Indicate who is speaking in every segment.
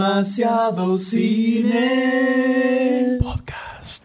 Speaker 1: Demasiado cine. Podcast.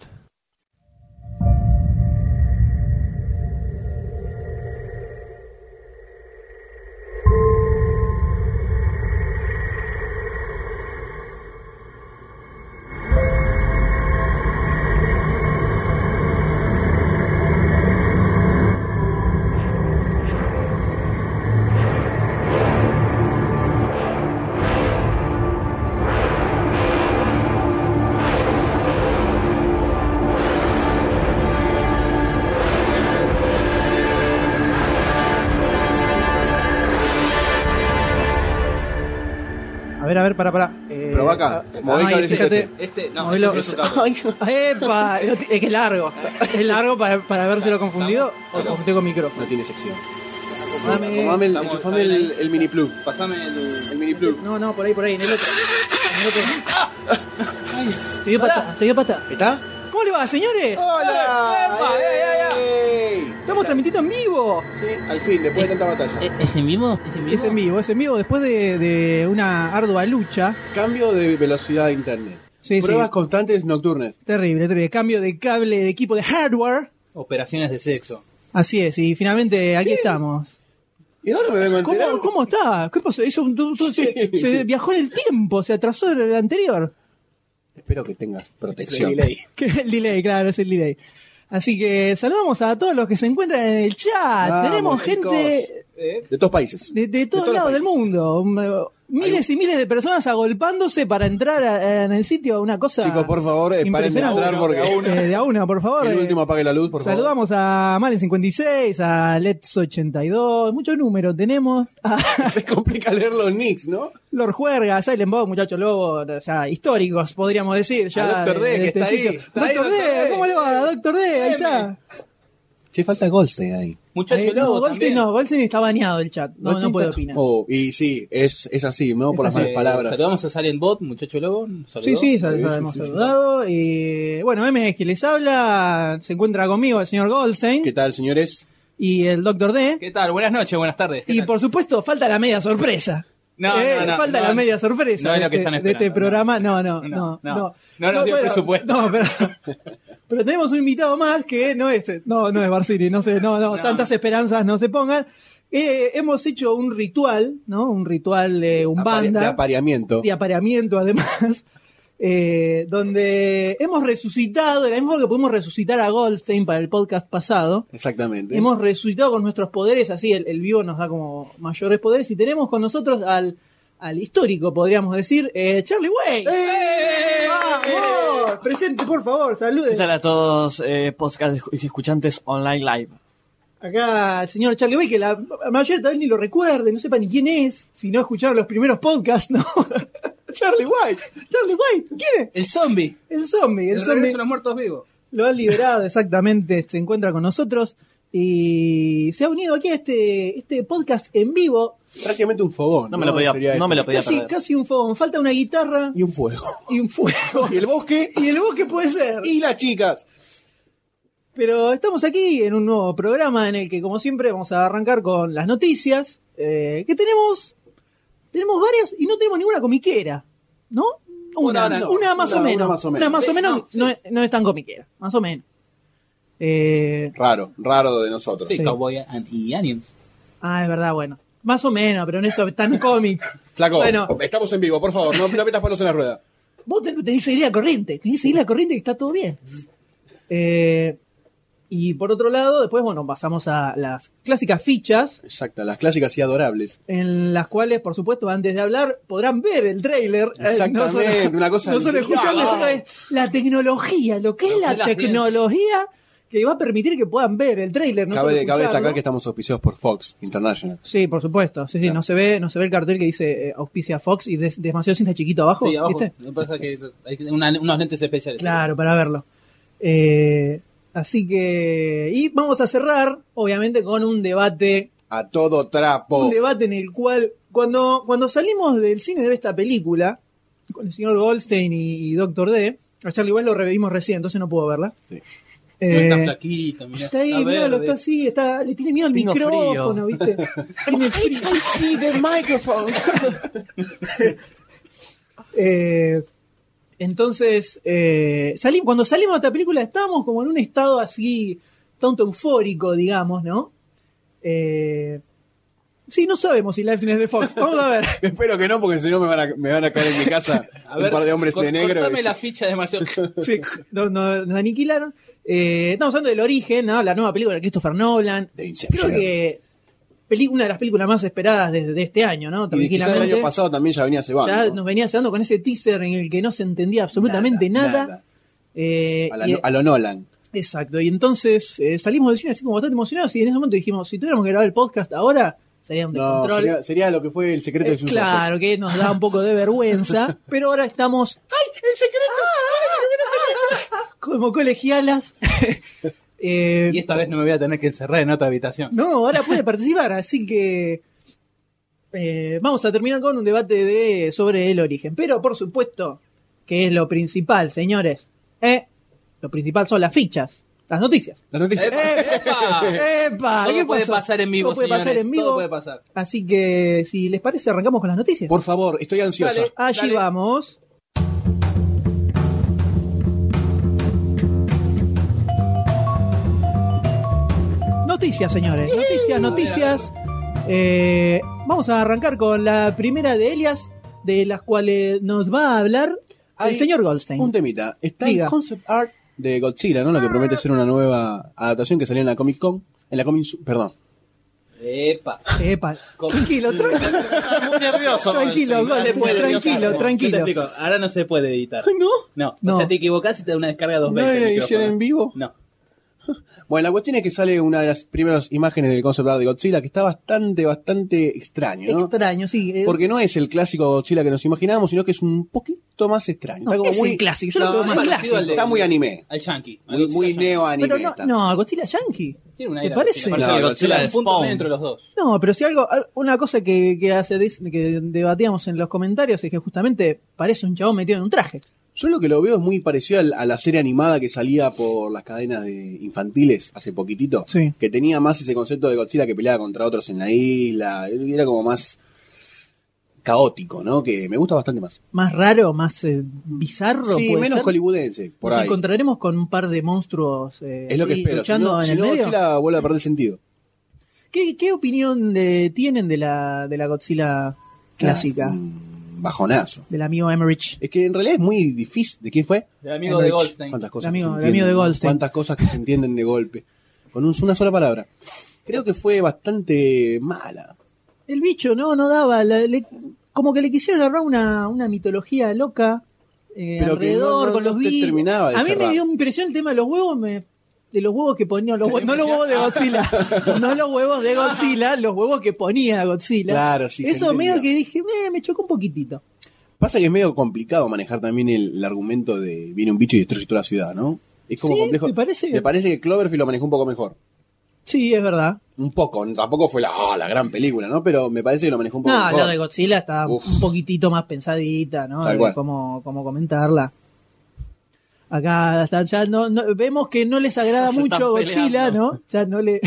Speaker 2: A ver, a ver, para, para. Eh,
Speaker 3: Pero acá,
Speaker 2: ah,
Speaker 3: moví
Speaker 2: ay,
Speaker 3: cablecito
Speaker 2: fíjate.
Speaker 4: Este, no,
Speaker 2: Modelo-
Speaker 4: ese es otro.
Speaker 2: ¡Epa! Es que es largo. Es largo para, para habérselo confundido o confundido con micro.
Speaker 3: No tiene sección.
Speaker 2: Eh, Acomodame.
Speaker 3: Acomodame el,
Speaker 4: Estamos-
Speaker 3: enchufame el,
Speaker 4: está bien
Speaker 3: el mini plug.
Speaker 4: Pasame el,
Speaker 3: El mini plug.
Speaker 2: No, no, por ahí, por ahí, en el otro. En el otro. Te dio pata, te dio pata.
Speaker 3: ¿Está?
Speaker 2: ¿Cómo le va, señores?
Speaker 3: ¡Hola!
Speaker 2: Estamos transmitiendo en vivo.
Speaker 3: Sí, al fin, después de tanta batalla.
Speaker 2: eh,
Speaker 5: ¿E- ¿Es en vivo? ¿Es en vivo?
Speaker 2: Es en vivo, es en vivo después de, de una ardua lucha.
Speaker 3: Cambio de velocidad de internet.
Speaker 2: Sí,
Speaker 3: Pruebas
Speaker 2: sí.
Speaker 3: constantes nocturnas.
Speaker 2: Terrible, terrible. Cambio de cable de equipo de hardware.
Speaker 4: Operaciones de sexo.
Speaker 2: Así es, y finalmente aquí estamos.
Speaker 3: Y ahora me vengo a enterar.
Speaker 2: ¿Cómo, ¿Cómo está? ¿Qué pasó? Hizo un- un- un- se, se viajó en el tiempo, se atrasó del anterior.
Speaker 3: Espero que tengas protección.
Speaker 2: Que el delay, claro, es el delay. Así que saludamos a todos los que se encuentran en el chat.
Speaker 3: Vamos,
Speaker 2: Tenemos
Speaker 3: chicos.
Speaker 2: gente
Speaker 4: ¿Eh?
Speaker 3: De todos países.
Speaker 2: de, de todos
Speaker 3: todos
Speaker 2: lados
Speaker 3: los
Speaker 2: del mundo. Um, Miles y miles de personas agolpándose para entrar a- en el sitio, una cosa.
Speaker 3: Chicos, por favor, eh, paren de
Speaker 2: impresionante.
Speaker 3: entrar porque
Speaker 4: a uno.
Speaker 2: Eh, de a una, por favor.
Speaker 3: el
Speaker 2: eh.
Speaker 3: último apague la luz, por favor.
Speaker 2: Saludamos a Malen56, a Let's82, muchos números tenemos. A-
Speaker 3: Se complica leer los nicks, ¿no?
Speaker 2: Lord Juerga, Silent Bob, Muchacho Lobo, o sea, históricos, podríamos decir. Ya
Speaker 4: A Dr. Ah, D,
Speaker 2: de- de
Speaker 4: que
Speaker 2: este
Speaker 4: está ahí,
Speaker 2: sitio.
Speaker 4: está ahí,
Speaker 2: Dr. D,
Speaker 4: Dr. D.
Speaker 2: ¿cómo le va? Doctor D, ahí
Speaker 4: M.
Speaker 2: está.
Speaker 3: Che, falta Goldstein ahí.
Speaker 4: Muchacho
Speaker 2: Ahí, no,
Speaker 4: lobo
Speaker 2: Goldstein
Speaker 4: también.
Speaker 2: no, Goldstein está baneado el chat. No, no puede opinar.
Speaker 3: Oh, y sí, es, es así, ¿no? Por
Speaker 2: Es
Speaker 3: las
Speaker 2: así.
Speaker 3: malas palabras.
Speaker 4: Saludamos a Silent Bot, muchacho lobo. ¿Saludó?
Speaker 2: Sí, sí, sal-
Speaker 3: Sí,
Speaker 2: sal-
Speaker 3: sí,
Speaker 2: hemos
Speaker 3: sí, sí.
Speaker 2: saludado. Y bueno, M es que les habla, se encuentra conmigo el señor Goldstein
Speaker 3: ¿Qué tal, señores?
Speaker 2: y el Doctor D.
Speaker 4: ¿Qué tal? Buenas noches, buenas tardes. ¿Qué
Speaker 2: Y
Speaker 4: tal?
Speaker 2: por supuesto, falta la media sorpresa.
Speaker 4: No,
Speaker 2: Eh,
Speaker 4: no, no,
Speaker 2: falta
Speaker 4: no,
Speaker 2: la
Speaker 4: no.
Speaker 2: media sorpresa
Speaker 4: No es
Speaker 2: de,
Speaker 4: lo que
Speaker 2: este-
Speaker 4: están
Speaker 2: de este
Speaker 4: esperando,
Speaker 2: programa. No, no, no.
Speaker 4: No,
Speaker 2: No,
Speaker 4: no. No nos dio presupuesto.
Speaker 2: No, pero, pero tenemos un invitado más que no es, no, no es Barcini, no sé, no, no,
Speaker 4: No.
Speaker 2: tantas esperanzas no se pongan. Eh, hemos hecho un ritual, ¿no? Un ritual, eh, un
Speaker 3: Apare-
Speaker 2: banda
Speaker 3: De apareamiento.
Speaker 2: de apareamiento además, eh, donde hemos resucitado, de la misma forma que pudimos resucitar a Goldstein para el podcast pasado,
Speaker 3: Exactamente.
Speaker 2: hemos resucitado con nuestros poderes, así el, el vivo nos da como mayores poderes, y tenemos con nosotros al, al histórico, podríamos decir, eh, Charlie Way. ¡Vamos! ¡Eh! Presente, por favor,
Speaker 6: ¿Qué
Speaker 2: saludes.
Speaker 6: tal a todos eh, podcast escu- escuchantes online live?
Speaker 2: Acá el señor Charlie Way, que la la mayoría tal vez ni lo recuerde, no sepa ni quién es, si no escucharon los primeros podcasts, ¿no?
Speaker 3: Charlie White.
Speaker 2: Charlie Way, ¿quién es?
Speaker 4: El zombie.
Speaker 2: El zombie, el,
Speaker 4: El,
Speaker 2: zombie.
Speaker 4: regreso de los muertos vivos.
Speaker 2: Lo han liberado, exactamente. Se encuentra con nosotros y se ha unido aquí a este, este podcast en vivo.
Speaker 3: Prácticamente un fogón.
Speaker 6: No me lo podía-
Speaker 3: Sería
Speaker 6: no
Speaker 3: esto.
Speaker 6: me lo podía-
Speaker 2: Casi,
Speaker 6: perder.
Speaker 2: casi un fogón. Falta una guitarra
Speaker 3: Y un fuego.
Speaker 2: y un fuego.
Speaker 3: Y el bosque
Speaker 2: Y el bosque puede ser.
Speaker 3: y las chicas.
Speaker 2: Pero estamos aquí en un nuevo programa en el que, como siempre, vamos a arrancar con las noticias. eh, que tenemos. Tenemos varias y no tenemos ninguna comiquera. ¿No? Una,
Speaker 4: ahora
Speaker 2: una,
Speaker 4: no.
Speaker 2: más,
Speaker 3: Una-
Speaker 2: o
Speaker 3: una
Speaker 2: menos.
Speaker 3: más o menos.
Speaker 2: Una más o
Speaker 3: Sí,
Speaker 2: menos
Speaker 3: no, sí.
Speaker 2: no, es, no es tan comiquera. Más o menos. Eh,
Speaker 3: Raro, raro de nosotros.
Speaker 4: Sí,
Speaker 2: Sí.
Speaker 4: Cowboy and- y Onions.
Speaker 2: Ah, es verdad, bueno. Más o menos, pero en eso tan cómic.
Speaker 3: Flaco,
Speaker 2: Bueno.
Speaker 3: estamos en vivo, por favor, no, no metas palos en la rueda.
Speaker 2: Vos ten- tenés que seguir la corriente, tenés que seguir la corriente que está todo bien. Eh, y por otro lado, después, bueno, pasamos a las clásicas fichas,
Speaker 3: Exacto, las clásicas y adorables.
Speaker 2: en las cuales, por supuesto, antes de hablar, podrán ver el trailer.
Speaker 3: Exactamente, una cosa
Speaker 2: No solo
Speaker 3: del
Speaker 2: escucharlo,
Speaker 3: diablo.
Speaker 2: sino es la tecnología, lo que es
Speaker 4: Lo que
Speaker 2: la
Speaker 4: es la ciencia.
Speaker 2: tecnología que va a permitir que puedan ver el trailer. No
Speaker 3: cabe,
Speaker 2: solo
Speaker 3: cabe
Speaker 2: escucharlo.
Speaker 3: destacar que estamos auspiciados por Fox International.
Speaker 2: Sí, por supuesto. Sí, sí,
Speaker 3: Claro.
Speaker 2: no se ve, no se ve el cartel que dice eh, auspicia Fox y des- demasiado cinta chiquito abajo,
Speaker 4: Sí, abajo.
Speaker 2: ¿viste?
Speaker 4: Me parece que hay que- una- unos lentes especiales.
Speaker 2: Claro, para verlo. Eh, así que y vamos a cerrar obviamente con un debate,
Speaker 3: A todo trapo.
Speaker 2: un debate en el cual cuando cuando salimos del cine de esta película con el señor Goldstein y, Doctor D, a Charlie West lo revivimos recién, entonces no puedo verla.
Speaker 3: Sí.
Speaker 2: Eh,
Speaker 4: No está flaquito, mirá.
Speaker 2: Está ahí, mirá, lo
Speaker 4: verde.
Speaker 2: está así, está, le tiene miedo al
Speaker 6: Tengo
Speaker 2: micrófono, ¿viste? Tiene frío.
Speaker 3: I see the microphone.
Speaker 2: Eh, entonces, eh, salim- cuando salimos de esta película estábamos como en un estado así, tanto eufórico, digamos, ¿no? Eh, sí, no sabemos si Life is de Fox. Vamos a ver.
Speaker 3: Espero que no, porque si no me van a, me van a caer en mi casa
Speaker 4: A
Speaker 3: un par de hombres
Speaker 4: cor-
Speaker 3: de negro.
Speaker 4: cortame
Speaker 3: y-
Speaker 4: la ficha de Marcelo.
Speaker 2: Sí, no- no- nos aniquilaron. Eh, estamos hablando del origen, ¿no? la nueva película de Christopher Nolan.
Speaker 3: De Inception.
Speaker 2: Creo que peli- una de las películas más esperadas desde de este año, ¿no?
Speaker 3: Y quizás el año pasado también ya venía cebando.
Speaker 2: ya
Speaker 3: ¿no?
Speaker 2: nos venía dando con ese teaser en el que no se entendía absolutamente nada. Eh,
Speaker 3: A, la-
Speaker 2: y-
Speaker 3: a lo Nolan.
Speaker 2: Exacto, y entonces eh, salimos del cine así como bastante emocionados y en ese momento dijimos, si tuviéramos que grabar el podcast ahora, sería un
Speaker 3: No,
Speaker 2: descontrol.
Speaker 3: sería, sería lo que fue el secreto
Speaker 2: Eh,
Speaker 3: de sus ojos.
Speaker 2: claro, que nos da un poco de vergüenza, pero ahora estamos... ¡Ay, el secreto! como colegialas. Eh,
Speaker 4: Y esta vez no me voy a tener que encerrar en otra habitación.
Speaker 2: no, ahora puede participar, así que eh, vamos a terminar con un debate de, sobre el origen. Pero por supuesto, que es lo principal, señores. ¿eh? Lo principal son las fichas, las noticias.
Speaker 3: Las noticias.
Speaker 2: Eh,
Speaker 4: ¡Epa!
Speaker 2: Ah. ¡Epa!
Speaker 4: Todo
Speaker 2: ¿Qué
Speaker 4: puede
Speaker 2: pasó?
Speaker 4: pasar en vivo,
Speaker 2: Todo puede pasar
Speaker 4: señores,
Speaker 2: en vivo.
Speaker 4: todo puede pasar.
Speaker 2: Así que, si les parece, arrancamos con las noticias.
Speaker 3: eh, Por favor, estoy ansiosa.
Speaker 4: Dale.
Speaker 2: Allí vamos. Noticias, señores. Noticias, noticias. Eh, vamos a arrancar con la primera de Elias, de las cuales nos va a hablar
Speaker 3: Hay
Speaker 2: el señor Goldstein.
Speaker 3: Un temita. Está el
Speaker 2: Diga.
Speaker 3: concept art de Godzilla, ¿no? Lo que promete ser una nueva adaptación que salió en la Comic Con. En la Comic. Perdón.
Speaker 4: ¡Epa!
Speaker 2: Epa,
Speaker 4: Con-
Speaker 2: tranquilo, tranquilo.
Speaker 4: muy nervioso.
Speaker 2: Tranquilo,
Speaker 4: No se
Speaker 2: Goldstein,
Speaker 4: puede,
Speaker 2: tranquilo,
Speaker 4: Dios,
Speaker 2: tranquilo.
Speaker 4: Yo te explico, ahora no se puede editar.
Speaker 2: ¿No?
Speaker 4: No,
Speaker 2: No.
Speaker 4: o sea, te equivocás y te da una descarga dos
Speaker 3: ¿No
Speaker 4: veces.
Speaker 3: hay una
Speaker 4: el
Speaker 3: edición
Speaker 4: micrófono.
Speaker 3: en vivo?
Speaker 4: No.
Speaker 3: Bueno, la cuestión es que sale una de las primeras imágenes del concept art de Godzilla que está bastante, bastante extraño, ¿no?
Speaker 2: Extraño, sí. eh,
Speaker 3: Porque no es el clásico Godzilla que nos imaginábamos, sino que es un poquito más extraño.
Speaker 2: No,
Speaker 3: está como
Speaker 2: es
Speaker 3: muy
Speaker 2: el clásico, yo lo veo más
Speaker 3: es
Speaker 2: clásico.
Speaker 3: parecido al de- Está muy anime.
Speaker 4: Al Yankee. al
Speaker 3: Muy,
Speaker 4: Godzilla
Speaker 3: muy
Speaker 4: Yankee.
Speaker 3: neo-anime.
Speaker 2: pero no,
Speaker 3: está.
Speaker 2: no, Godzilla Yankee.
Speaker 4: Tiene un
Speaker 2: ¿Te
Speaker 4: aire a
Speaker 2: parece?
Speaker 3: No,
Speaker 4: Godzilla. Parece el Godzilla
Speaker 3: Godzilla
Speaker 4: de
Speaker 3: de
Speaker 4: punto
Speaker 6: Spawn.
Speaker 4: medio entre los dos.
Speaker 2: No, pero si algo, al- una cosa que, que hace dis- que debatíamos en los comentarios es que justamente parece un chabón metido en un traje.
Speaker 3: Yo lo que lo veo es muy parecido al- a la serie animada que salía por las cadenas de infantiles hace poquitito.
Speaker 2: Sí.
Speaker 3: Que tenía más ese concepto de Godzilla que peleaba contra otros en la isla. Era como más caótico, ¿no? Que me gusta bastante más.
Speaker 2: Más raro, más eh, bizarro.
Speaker 3: Sí,
Speaker 2: puede
Speaker 3: menos
Speaker 2: ser.
Speaker 3: hollywoodense, por
Speaker 2: Nos
Speaker 3: ahí.
Speaker 2: encontraremos con un par de monstruos eh,
Speaker 3: Es lo que
Speaker 2: así,
Speaker 3: espero. Si
Speaker 2: luchando
Speaker 3: no,
Speaker 2: en
Speaker 3: si
Speaker 2: el
Speaker 3: no,
Speaker 2: medio.
Speaker 3: Godzilla vuelve a perder sentido.
Speaker 2: ¿Qué, qué opinión de- tienen de la, de la Godzilla clásica?
Speaker 3: Ah, mm, Bajonazo.
Speaker 2: Del amigo Emmerich.
Speaker 3: Es que en realidad es muy difícil. ¿De quién fue?
Speaker 4: Del amigo de
Speaker 2: Enrich.
Speaker 4: Goldstein.
Speaker 3: ¿Cuántas
Speaker 2: El
Speaker 3: cosas
Speaker 2: amigo-
Speaker 3: que
Speaker 2: el
Speaker 3: se
Speaker 2: amigo de
Speaker 3: entienden,
Speaker 2: Goldstein.
Speaker 3: ¿Cuántas cosas que se entienden de golpe? Con un- una sola palabra. Creo que fue bastante mala.
Speaker 2: El bicho no, no daba. la- le- como que le quisieron agarrar una, una mitología loca eh,
Speaker 3: Pero que
Speaker 2: alrededor,
Speaker 3: no- no-
Speaker 2: con
Speaker 3: no
Speaker 2: los
Speaker 3: te
Speaker 2: bichos.
Speaker 3: terminaba de
Speaker 2: A mí me
Speaker 3: cerrar.
Speaker 2: dio impresión el tema de los huevos. me- de los huevos que ponía. Los huevos, no los huevos de Godzilla. no los huevos de Godzilla, los huevos que ponía Godzilla.
Speaker 3: Claro, sí, se
Speaker 2: Eso medio
Speaker 3: entendió.
Speaker 2: que dije, "Eh, me chocó un poquitito.
Speaker 3: Pasa que es medio complicado manejar también el, el argumento de viene un bicho y destruye toda la ciudad, ¿no? Es como
Speaker 2: Sí,
Speaker 3: complejo.
Speaker 2: ¿te parece?
Speaker 3: Me parece que Cloverfield lo manejó un poco mejor.
Speaker 2: Sí, es verdad.
Speaker 3: Un poco, tampoco fue la, ah, la gran película, ¿no? Pero me parece que lo manejó un poco
Speaker 2: No,
Speaker 3: mejor.
Speaker 2: la de Godzilla está
Speaker 3: Uf.
Speaker 2: un poquitito más pensadita, ¿no?
Speaker 3: Tal
Speaker 2: De
Speaker 3: cual.
Speaker 2: cómo, cómo comentarla. Acá hasta ya no, no- vemos que no les agrada
Speaker 4: Se están
Speaker 2: mucho Godzilla,
Speaker 4: peleando.
Speaker 2: ¿no? Ya no le.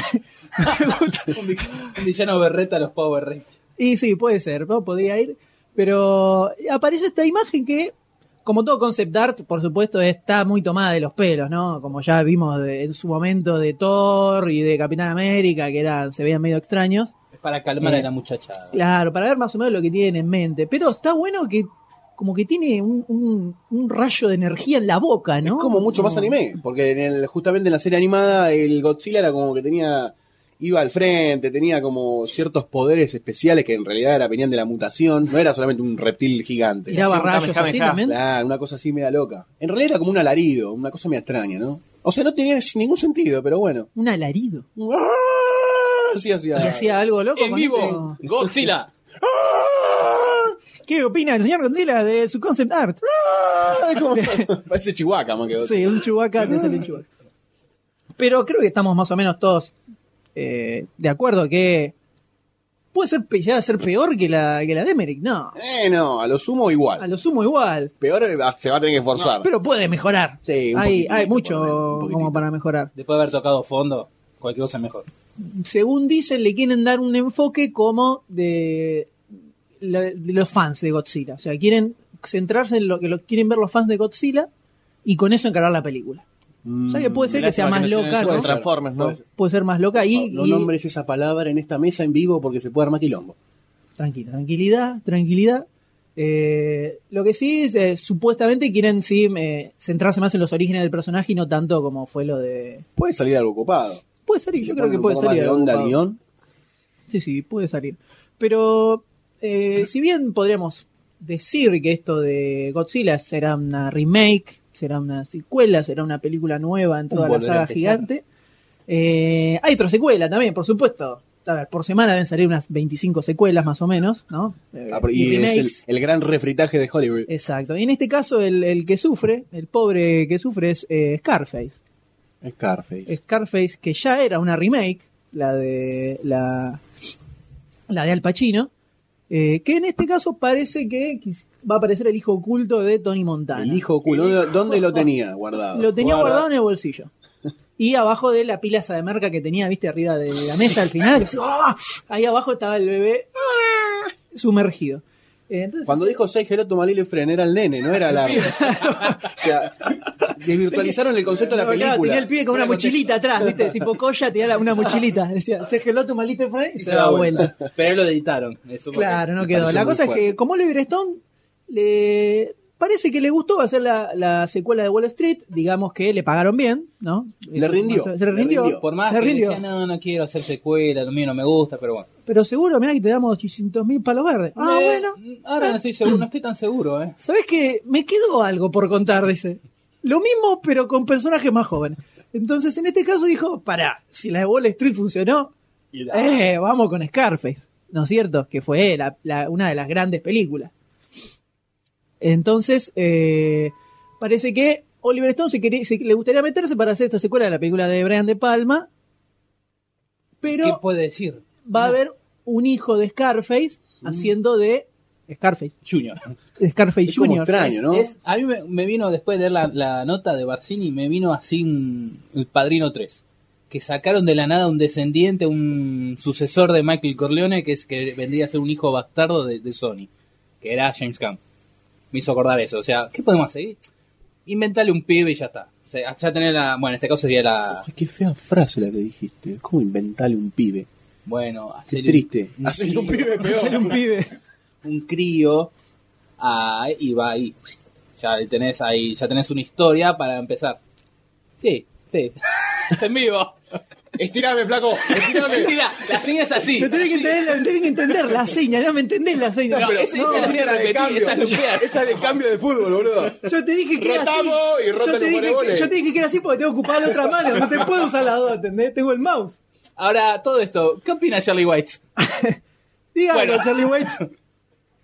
Speaker 4: Un vi- un villano berreta a los Power Rangers.
Speaker 2: y sí, puede ser, ¿no? Podría ir. Pero aparece esta imagen que, como todo concept art, por supuesto, está muy tomada de los pelos, ¿no? Como ya vimos de- en su momento de Thor y de Capitán América, que eran, se veían medio extraños.
Speaker 4: Es para calmar
Speaker 2: Eh,
Speaker 4: a la muchachada.
Speaker 2: Claro, para ver más o menos lo que tienen en mente. Pero está bueno que como que tiene un, un- un rayo de energía en la boca, ¿no?
Speaker 3: Es como mucho más
Speaker 2: Como-
Speaker 3: anime, porque en el- justamente en la serie animada el Godzilla era como que tenía iba al frente, tenía como ciertos poderes especiales que en realidad era venían de la mutación, no era solamente un reptil gigante.
Speaker 2: Tiraba
Speaker 6: Sí, un
Speaker 2: rayos
Speaker 6: Kamehameha.
Speaker 2: así también.
Speaker 3: Claro, una cosa así media loca. En realidad era como un alarido, una cosa media extraña, ¿no? O sea, no tenía ningún sentido, pero bueno.
Speaker 2: Un alarido.
Speaker 3: ¡Ah! Sí, hacía.
Speaker 2: Y hacía algo loco.
Speaker 4: En
Speaker 2: con
Speaker 4: vivo,
Speaker 2: eso.
Speaker 4: Godzilla.
Speaker 2: ¿Qué opina el señor Gondila de su concept art?
Speaker 3: Es como- Parece Chihuahua más que Godzilla.
Speaker 2: Sí, un chubaca te sale un Chewbacca. Pero creo que estamos más o menos todos eh, de acuerdo que puede ser pe- ya ser peor que la, que la de Emmerich. No,
Speaker 3: Eh, no, a lo sumo
Speaker 2: a
Speaker 3: igual.
Speaker 2: lo sumo igual.
Speaker 3: Peor eh, se va a tener que esforzar.
Speaker 2: Pero puede mejorar.
Speaker 3: Sí, un
Speaker 2: hay, hay
Speaker 3: poquitito, por lo menos,
Speaker 2: mucho
Speaker 3: un poquitito.
Speaker 2: como para mejorar.
Speaker 4: Después de haber tocado fondo, cualquier cosa es mejor.
Speaker 2: según dicen, le quieren dar un enfoque como de, la- de los fans de Godzilla. O sea, quieren centrarse en lo que lo quieren ver los fans de Godzilla y con eso encarar la película. O sea que Mm.
Speaker 3: Mm,
Speaker 2: puede ser que sea más loca,
Speaker 3: Puede
Speaker 2: ¿no?
Speaker 3: ser,
Speaker 6: Transformers, ¿no?
Speaker 3: puede ser.
Speaker 2: Puede ser más loca y,
Speaker 3: No
Speaker 2: y-
Speaker 3: nombres esa palabra en esta mesa en vivo porque se puede armar quilombo.
Speaker 2: tranquila, tranquilidad, tranquilidad. Eh, lo que sí es, eh, supuestamente quieren sí eh, centrarse más en los orígenes del personaje y no tanto como fue lo de.
Speaker 3: Puede salir algo copado.
Speaker 2: Puede salir, yo
Speaker 3: Le
Speaker 2: creo
Speaker 3: ponen
Speaker 2: que
Speaker 3: un
Speaker 2: puede
Speaker 3: poco más
Speaker 2: salir.
Speaker 3: de
Speaker 2: algo
Speaker 3: onda al
Speaker 2: copado.
Speaker 3: guión.
Speaker 2: Sí, sí, puede salir. Pero eh, si bien podríamos decir que esto de Godzilla será una remake, será una secuela, será una película nueva en toda la
Speaker 3: volver a
Speaker 2: saga
Speaker 3: empezar.
Speaker 2: gigante, eh, hay otra secuela también, por supuesto. A ver, por semana deben salir unas 25 secuelas más o menos, ¿no? Eh,
Speaker 3: Ah, pero- y es el,
Speaker 2: remakes.
Speaker 3: el gran refritaje de Hollywood.
Speaker 2: Exacto. Y en este caso el, el que sufre, el pobre que sufre es eh, Scarface.
Speaker 3: Scarface.
Speaker 2: Scarface, que ya era una remake, la de la, la de Al Pacino, eh, que en este caso parece que quis- va a aparecer el hijo oculto de Tony Montana.
Speaker 3: el hijo culo. ¿Dónde, dónde lo tenía guardado?
Speaker 2: Lo tenía
Speaker 4: Guarda.
Speaker 2: guardado en el bolsillo. Y abajo de la pila esa de merca que tenía, viste, arriba de la mesa al final. que se- ¡Ah! Ahí abajo estaba el bebé ¡ah! sumergido. Eh, entonces,
Speaker 3: Cuando dijo 6 Geroto Malile Fren, era el nene, no era la. o sea, desvirtualizaron el concepto de la
Speaker 2: No, claro, tenía
Speaker 3: película.
Speaker 2: el pibe con una mochilita atrás, viste, tipo colla, tenía la- una mochilita. Decía, se geló tu malito por ahí", y se daba vuelta.
Speaker 4: Pero lo editaron. eso porque-
Speaker 2: Claro, no
Speaker 3: Me
Speaker 2: quedó.
Speaker 3: parece
Speaker 2: La
Speaker 3: muy
Speaker 2: cosa es
Speaker 3: fuerte.
Speaker 2: que, como Oliver Stone, le parece que le gustó hacer la, la secuela de Wall Street. Digamos que le pagaron bien, ¿no?
Speaker 3: Le
Speaker 2: Eso,
Speaker 3: rindió,
Speaker 2: más o- Se le
Speaker 3: le
Speaker 2: rindió.
Speaker 3: rindió.
Speaker 4: Por más
Speaker 2: Le
Speaker 4: que
Speaker 2: rindió.
Speaker 4: decía, no, no quiero hacer secuela, lo mío no me gusta, pero bueno.
Speaker 2: Pero seguro, mirá que te damos 800 mil palos verdes. Ah,
Speaker 4: Eh,
Speaker 2: bueno.
Speaker 4: Ahora no estoy seguro, no estoy tan seguro, ¿eh?
Speaker 2: ¿Sabés qué? Me quedó algo por contar, dice. Lo mismo, pero con personajes más jóvenes. Entonces, en este caso dijo, pará, si la de Wall Street funcionó,
Speaker 4: Y la-
Speaker 2: Eh, vamos con Scarface, ¿no es cierto? Que fue la- la- una de las grandes películas. Entonces, eh, parece que Oliver Stone se quería- se- le gustaría meterse para hacer esta secuela de la película de Brian De Palma,
Speaker 4: ¿Qué
Speaker 2: pero
Speaker 4: puede decir?
Speaker 2: va a haber un hijo de Scarface haciendo de Scarface,
Speaker 4: Junior.
Speaker 2: de Scarface
Speaker 3: Es como
Speaker 2: Jr.
Speaker 3: extraño, ¿no?
Speaker 4: Es- a mí me, me vino, después de leer la, la nota de Barcini, me vino así un- el Padrino 3. Que sacaron de la nada un descendiente, un sucesor de Michael Corleone, que, es, que vendría a ser un hijo bastardo de, de Sony. Que era James Camp. Me hizo acordar eso. O sea, ¿qué podemos hacer? Inventale un pibe y ya está. O sea, ya tener la... Bueno, en este caso sería la...
Speaker 3: Ay, Qué fea frase la que dijiste. Es como inventarle un pibe.
Speaker 4: Bueno,
Speaker 3: Qué
Speaker 4: hacerle un-
Speaker 3: triste.
Speaker 4: un
Speaker 3: Hacerle un
Speaker 4: crío.
Speaker 3: pibe peor.
Speaker 2: Era un pibe.
Speaker 4: un crío ah, y va ahí. Ya tenés ahí, ya tenés una historia para empezar. Sí, sí. es en vivo.
Speaker 3: Estirame, flaco. Estirame.
Speaker 4: Mira, la seña es así.
Speaker 2: Me tenés que entender, me tenés que entender la seña, no me entendés la seña.
Speaker 4: No, esa- esa la seña
Speaker 3: esa de
Speaker 4: repetí,
Speaker 3: cambio.
Speaker 4: esa es lupear.
Speaker 3: Esa de cambio de fútbol, boludo.
Speaker 2: Yo te dije que era así.
Speaker 3: Rotamos y rotan
Speaker 2: yo, te
Speaker 3: los
Speaker 2: dije que,
Speaker 3: voleibole.
Speaker 2: yo te dije que era así porque tengo ocupada la otra mano. No te puedo usar las dos, ¿entendés? Tengo el mouse.
Speaker 4: Ahora, todo esto, ¿qué opina Charlie White?
Speaker 2: Dígalo,
Speaker 4: Bueno.
Speaker 2: Charlie Waits.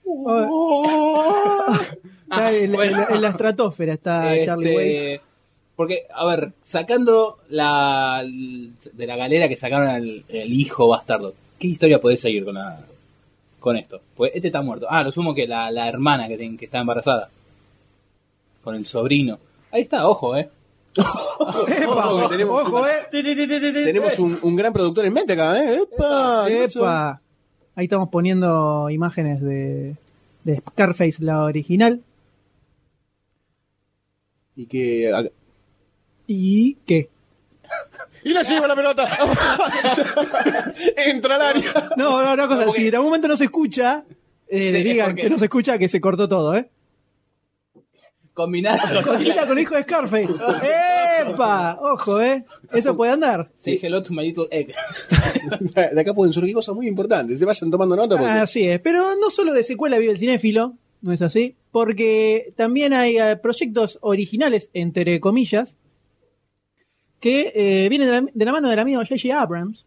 Speaker 3: Oh,
Speaker 2: Está en, la-
Speaker 4: bueno.
Speaker 2: en la- en la estratosfera está
Speaker 4: Este,
Speaker 2: Charlie Waits.
Speaker 4: Porque, a ver, sacando la de la galera que sacaron al el hijo bastardo, ¿qué historia podés seguir con la con esto? Pues este está muerto. Ah, lo sumo que la, la hermana que, ten- que está embarazada. Con el sobrino. Ahí está, ojo, eh.
Speaker 2: Epa,
Speaker 3: Ojo, que tenemos
Speaker 2: ojo,
Speaker 3: una-
Speaker 2: eh.
Speaker 3: Tenemos un, un gran productor en mente acá, ¿eh? ¡Epa! no sé.
Speaker 2: Epa. Ahí estamos poniendo imágenes de, de Scarface, la original.
Speaker 3: Y que.
Speaker 2: ¿Y qué?
Speaker 3: ¡Y la lleva la pelota! ¡Entra al área!
Speaker 2: No, no, no, cosa. Si en algún momento no se escucha, eh,
Speaker 4: Sí, es
Speaker 2: digan
Speaker 4: porque-
Speaker 2: que no se escucha, que se cortó todo, ¿eh?
Speaker 4: Combinado con
Speaker 2: Cosita con el hijo de Scarface. ¡Epa! Ojo, ¿eh? Eso puede andar.
Speaker 4: Say hello to my little egg.
Speaker 3: De acá pueden surgir cosas muy importantes. Se vayan tomando nota porque.
Speaker 2: Así es. Pero no solo de secuela vive el cinéfilo, ¿no es así? Porque también hay eh, proyectos originales, entre comillas, que eh, vienen de la, de la mano del amigo J.J. Abrams,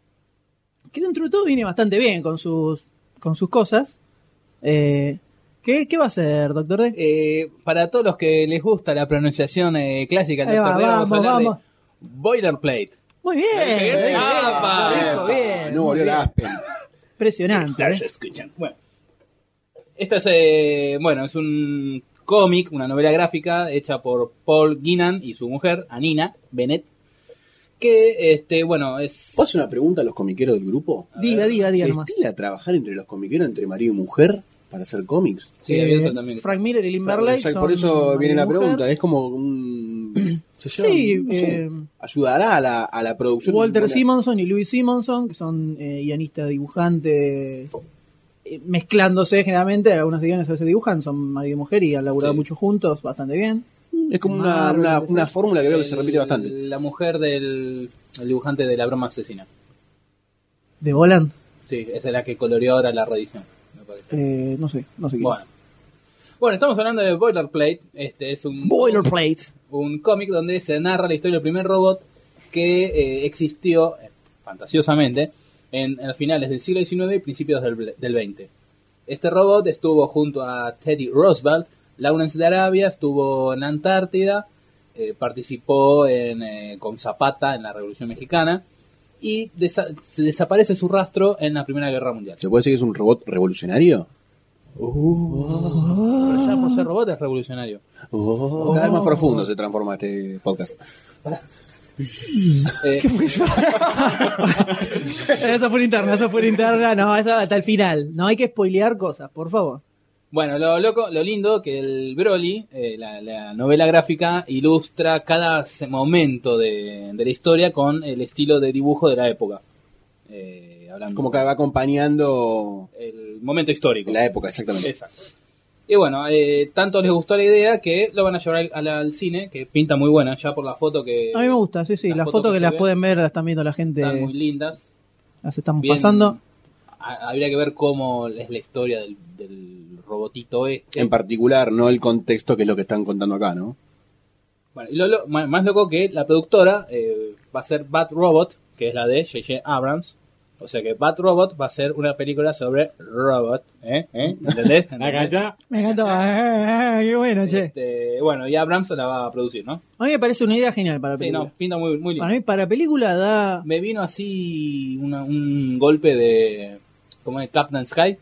Speaker 2: que dentro de todo viene bastante bien con sus, con sus cosas. Eh, ¿qué, qué va a hacer, doctor D?
Speaker 4: Eh, para todos los que les gusta la pronunciación eh, clásica,
Speaker 2: Ahí va,
Speaker 4: Dr. D, vamos,
Speaker 2: vamos,
Speaker 4: a hablar
Speaker 2: vamos.
Speaker 4: de boilerplate.
Speaker 2: Muy bien.
Speaker 4: bien, Ah,
Speaker 2: lo dijo bien, lo dijo
Speaker 4: apa.
Speaker 3: Epa,
Speaker 2: bien,
Speaker 3: Ah, no volvió
Speaker 2: muy
Speaker 3: la
Speaker 2: bien.
Speaker 3: Aspen.
Speaker 2: Impresionante.
Speaker 4: Claro,
Speaker 2: ¿eh?
Speaker 4: ya escuchan. Bueno. Esto es, eh, bueno, es un cómic, una novela gráfica hecha por Paul Guinan y su mujer, Anina Bennett, que, este, bueno, es...
Speaker 3: ¿Puedo hacer una pregunta a los comiqueros del grupo?
Speaker 2: Diga, diga, diga
Speaker 3: ¿Se
Speaker 2: nomás.
Speaker 3: estila trabajar entre los comiqueros, entre marido y mujer? para hacer cómics.
Speaker 4: Sí,
Speaker 2: Eh,
Speaker 4: había otro también.
Speaker 2: Frank Miller y Lynn Barley.
Speaker 3: Exacto,
Speaker 2: son
Speaker 3: por eso
Speaker 2: marido
Speaker 3: viene
Speaker 2: y
Speaker 3: la
Speaker 2: mujer.
Speaker 3: pregunta, es como un... se llevan,
Speaker 2: Sí,
Speaker 3: no sé,
Speaker 2: eh,
Speaker 3: ayudará a la, a la producción.
Speaker 2: Walter
Speaker 3: Una-
Speaker 2: Simonson y Louis Simonson, que son eh, guionistas, dibujantes, eh, mezclándose generalmente, algunos guiones a veces dibujan, son marido y mujer y han laburado
Speaker 4: Sí.
Speaker 2: mucho juntos, bastante bien.
Speaker 3: Es como una,
Speaker 2: Marvel,
Speaker 3: una,
Speaker 2: DC.
Speaker 3: una fórmula que veo que se
Speaker 4: El-
Speaker 3: repite bastante.
Speaker 4: La mujer del el dibujante de la broma asesina.
Speaker 2: De Volant,
Speaker 4: Sí, esa es la que coloreó ahora la reedición, me parece.
Speaker 2: eh, no sé, no sé quién.
Speaker 4: Bueno. Bueno, estamos hablando de Boilerplate. Este es un,
Speaker 2: Boilerplate.
Speaker 4: un cómic donde se narra la historia del primer robot que eh, existió eh, fantasiosamente en, en finales del siglo XIX y principios del, ble- del XX. Este robot estuvo junto a Teddy Roosevelt, Lawrence de Arabia, estuvo en Antártida, eh, participó en, eh, con Zapata en la Revolución Mexicana y desa- se desaparece su rastro en la Primera Guerra Mundial.
Speaker 3: ¿Se puede decir que es un robot revolucionario?
Speaker 4: Pero ya por ser robot es revolucionario.
Speaker 3: Oh, Cada vez más profundo se transforma este podcast.
Speaker 4: Eh,
Speaker 2: Eso fue interna, eso fue interna, no, eso hasta el final. No hay que spoilear cosas, por favor.
Speaker 4: Bueno, lo loco, lo lindo que el Broly, eh, la, la novela gráfica, ilustra cada se- momento de, de la historia con el estilo de dibujo de la época. Eh, hablando
Speaker 3: Como que va acompañando
Speaker 4: el momento histórico.
Speaker 3: la época, exactamente.
Speaker 4: Exacto. Y bueno, eh, tanto les gustó la idea que lo van a llevar al, al- al cine, que pinta muy buena ya por la foto que
Speaker 2: A mí me gusta, sí, sí,
Speaker 4: las
Speaker 2: las
Speaker 4: fotos
Speaker 2: fotos
Speaker 4: que
Speaker 2: que
Speaker 4: se
Speaker 2: las
Speaker 4: ven
Speaker 2: pueden ver, las están viendo la gente,
Speaker 4: están muy lindas.
Speaker 2: las estamos
Speaker 4: Bien-
Speaker 2: pasando.
Speaker 4: ha- habría que ver cómo es la historia del, del robotito este.
Speaker 3: En particular, no el contexto que es lo que están contando acá, ¿no?
Speaker 4: Bueno, y lo, lo- ma- más loco que la productora eh, va a ser Bat Robot, que es la de J.J. Abrams. O sea que Bat Robot va a ser una película sobre robot. ¿Eh? ¿Eh? ¿Entendés? ¿Entendés?
Speaker 2: Me encantó, eh, eh, qué bueno, che.
Speaker 4: Este, bueno, y Abrams la va a producir, ¿no?
Speaker 2: A mí me parece una idea genial para
Speaker 4: Sí,
Speaker 2: película.
Speaker 4: no, pinta muy, muy
Speaker 2: Para
Speaker 4: lindo.
Speaker 2: mí, para película da.
Speaker 4: Me vino así una- un golpe de. ¿Cómo es? Captain Sky.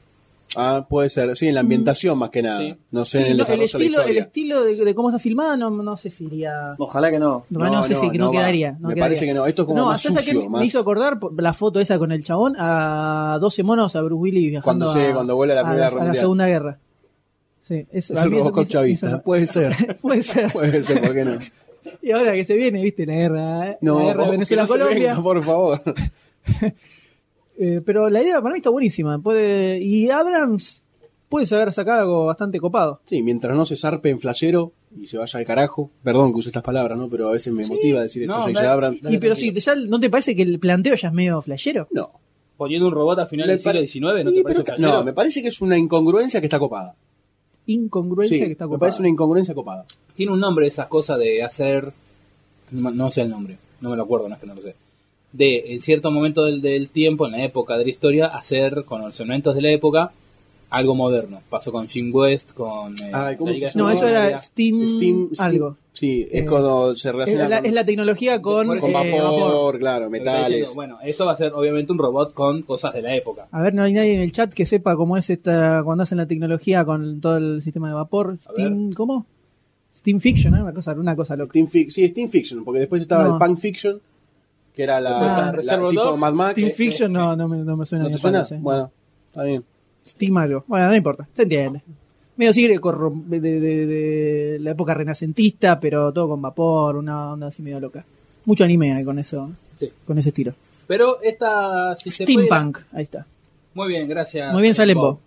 Speaker 3: Ah, puede ser. Sí, en la ambientación más que nada.
Speaker 4: Sí.
Speaker 3: No sé,
Speaker 2: Sí,
Speaker 3: en el
Speaker 2: no,
Speaker 3: desarrollo
Speaker 2: estilo,
Speaker 3: de la
Speaker 2: el
Speaker 3: historia.
Speaker 2: estilo de, de cómo está filmada no, no sé si iría.
Speaker 6: Ojalá que no.
Speaker 2: No, no sé si que no,
Speaker 3: va.
Speaker 2: quedaría. no
Speaker 3: me
Speaker 2: quedaría.
Speaker 3: parece que no. Esto es como
Speaker 2: No,
Speaker 3: más
Speaker 2: ¿sabes a qué
Speaker 3: sucio.
Speaker 2: me-
Speaker 3: más-
Speaker 2: Me hizo acordar por la foto esa con el chabón a 12 monos a Bruce Willis viajando
Speaker 3: Cuando se-
Speaker 2: a,
Speaker 3: cuando vuelve a la Primera
Speaker 2: a
Speaker 3: Guerra
Speaker 2: a la
Speaker 3: Mundial.
Speaker 2: Segunda Guerra. Sí, eso-
Speaker 3: Es
Speaker 2: a mí eso
Speaker 3: el
Speaker 2: me
Speaker 3: Robocop
Speaker 2: hizo-
Speaker 3: chavista.
Speaker 2: hizo-
Speaker 3: Puede ser.
Speaker 2: Puede ser.
Speaker 3: puede ser, ¿por qué no?
Speaker 2: Y ahora que se viene, viste, la guerra, eh,
Speaker 3: No,
Speaker 2: la guerra
Speaker 3: ojo,
Speaker 2: de
Speaker 3: que no se
Speaker 2: Venezuela-Colombia.
Speaker 3: venga, por favor.
Speaker 2: Eh, pero la idea para mí está buenísima. Puede, y Abrams puede saber sacar algo bastante copado.
Speaker 3: Sí, mientras no se zarpe en flashero y se vaya al carajo. Perdón que use estas palabras, ¿no? Pero a veces me motiva decir esto.
Speaker 4: No,
Speaker 3: J.J.
Speaker 4: dale.
Speaker 3: Abrams.
Speaker 2: Y pero si ya no te parece que el planteo ya es medio flashero.
Speaker 3: No.
Speaker 4: Poniendo un robot a final
Speaker 3: Me
Speaker 4: del siglo
Speaker 3: pare-
Speaker 4: XIX, ¿no te
Speaker 3: Sí,
Speaker 4: parece
Speaker 3: pero-
Speaker 4: flashero?
Speaker 3: no, me parece que es una incongruencia que está copada.
Speaker 2: Incongruencia
Speaker 3: Sí,
Speaker 2: que está
Speaker 3: me
Speaker 2: copada.
Speaker 3: parece una incongruencia copada.
Speaker 4: Tiene un nombre esas cosas de hacer. No, no sé el nombre, no me lo acuerdo, no es que no lo sé. De en cierto momento del, del tiempo, en la época de la historia, hacer con los elementos de la época algo moderno. Pasó con Jim West, con. eh,
Speaker 3: Ay, ¿cómo
Speaker 4: la
Speaker 3: se
Speaker 4: Liga de
Speaker 2: No,
Speaker 3: llama?
Speaker 4: la
Speaker 2: eso era
Speaker 4: Justicia.
Speaker 2: Steam,
Speaker 3: Steam, Steam-
Speaker 2: Mm, algo.
Speaker 3: Sí, es
Speaker 2: Eh,
Speaker 3: cuando se
Speaker 2: Es
Speaker 3: relaciona
Speaker 2: la,
Speaker 3: con,
Speaker 2: es la tecnología con,
Speaker 4: Por
Speaker 3: con
Speaker 2: eh,
Speaker 4: ejemplo,
Speaker 3: vapor,
Speaker 2: vapor.
Speaker 3: claro,
Speaker 4: Lo que está
Speaker 3: metales.
Speaker 4: diciendo, bueno, esto va a ser obviamente un robot con cosas de la época.
Speaker 2: A ver, no hay nadie en el chat que sepa cómo es esta cuando hacen la tecnología con todo el sistema de vapor.
Speaker 4: A ver.
Speaker 2: Steam, ¿cómo? Steam Fiction, ¿eh? una cosa, una cosa loca.
Speaker 3: Steam Fic- sí, Steam Fiction, porque después estaba
Speaker 2: No.
Speaker 3: el Punk Fiction, que era la,
Speaker 2: Ah.
Speaker 3: la-
Speaker 4: Reservoir
Speaker 3: tipo
Speaker 4: Dogs.
Speaker 3: Mad Max.
Speaker 2: Steam Fiction no, no, me, no me suena.
Speaker 3: eh, ¿No
Speaker 2: ni a
Speaker 3: te suena?
Speaker 2: palos, eh.
Speaker 3: Bueno, está bien.
Speaker 2: Steam algo. Bueno, no importa, se entiende. Medio sigue corrom- de, de- de la época renacentista, pero todo con vapor, una onda así medio loca. Mucho anime hay con eso,
Speaker 4: Sí.
Speaker 2: con ese estilo.
Speaker 4: Pero esta. Si se pudiera-
Speaker 2: Steampunk, ahí está.
Speaker 4: Muy bien, gracias.
Speaker 2: Muy bien, Salembo.
Speaker 4: Bob.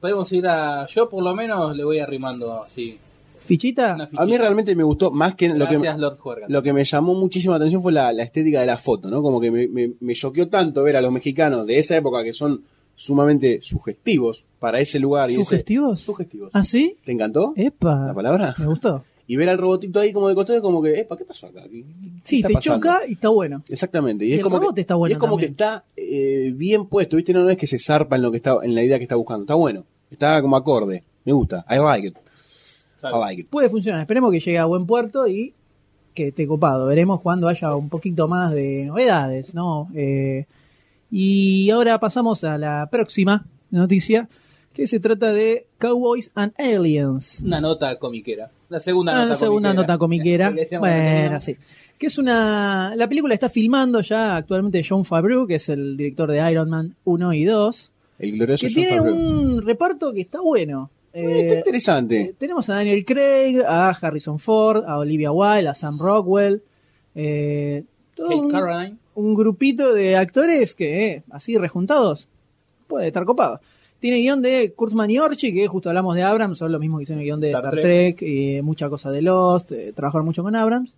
Speaker 4: Podemos ir a. Yo, por lo menos, le voy arrimando así.
Speaker 2: Fichita,
Speaker 4: una
Speaker 3: A mí
Speaker 4: fichita.
Speaker 3: realmente me gustó, más que lo que,
Speaker 4: Gracias, Lord Juergan.
Speaker 3: lo que me llamó muchísimo la atención fue la, la estética de la foto, ¿no? Como que me, me, me choqueó tanto ver a los mexicanos de esa época que son sumamente sugestivos para ese lugar. y ese-
Speaker 2: ¿sugestivos?
Speaker 3: Sugestivos.
Speaker 2: ¿Ah, sí?
Speaker 3: ¿Te encantó
Speaker 2: Epa,
Speaker 3: la palabra?
Speaker 2: me gustó.
Speaker 3: Y ver al robotito ahí como de costado, como que, epa, ¿qué pasó acá? ¿Qué- qué
Speaker 2: Sí,
Speaker 3: está
Speaker 2: te
Speaker 3: pasando?"
Speaker 2: choca y está bueno.
Speaker 3: Exactamente. Y,
Speaker 2: Y
Speaker 3: es
Speaker 2: el
Speaker 3: como
Speaker 2: robot
Speaker 3: que,
Speaker 2: está bueno
Speaker 3: y es como
Speaker 2: también.
Speaker 3: que está eh, bien puesto, ¿viste? No, no es que se zarpa en lo que está, en la idea que está buscando. Está bueno. Está como acorde. Me gusta. I like it. I
Speaker 4: Salve.
Speaker 3: like it.
Speaker 2: Puede funcionar, esperemos que llegue a buen puerto y que esté copado. Veremos cuando haya un poquito más de novedades, ¿no? Eh, y ahora pasamos a la próxima noticia, que se trata de Cowboys and Aliens.
Speaker 4: Una nota comiquera. La segunda
Speaker 2: Mm. Ah,
Speaker 4: nota
Speaker 2: la segunda
Speaker 4: comiquera.
Speaker 2: nota comiquera.
Speaker 4: Que decíamos que
Speaker 2: bueno,
Speaker 4: tenía.
Speaker 2: sí. Que es una. La película está filmando ya actualmente John Favreau, que es el director de Iron Man 1 y 2.
Speaker 3: El glorioso
Speaker 2: que
Speaker 3: John
Speaker 2: tiene
Speaker 3: Favreau.
Speaker 2: un reparto que está bueno.
Speaker 3: Eh, está
Speaker 2: Eh, eh,
Speaker 3: interesante.
Speaker 2: tenemos a Daniel Craig, a Harrison Ford, a Olivia Wilde, a Sam Rockwell. eh, todo
Speaker 4: Kate
Speaker 2: un-
Speaker 4: Carradine.
Speaker 2: un grupito de actores que, eh, así rejuntados, puede estar copado. Tiene guión de Kurtzman y Orchi, que justo hablamos de Abrams, son los mismos que hicieron el guión de
Speaker 4: Star
Speaker 2: Star, Trek, y mucha cosa de Lost, eh, trabajaron mucho con Abrams,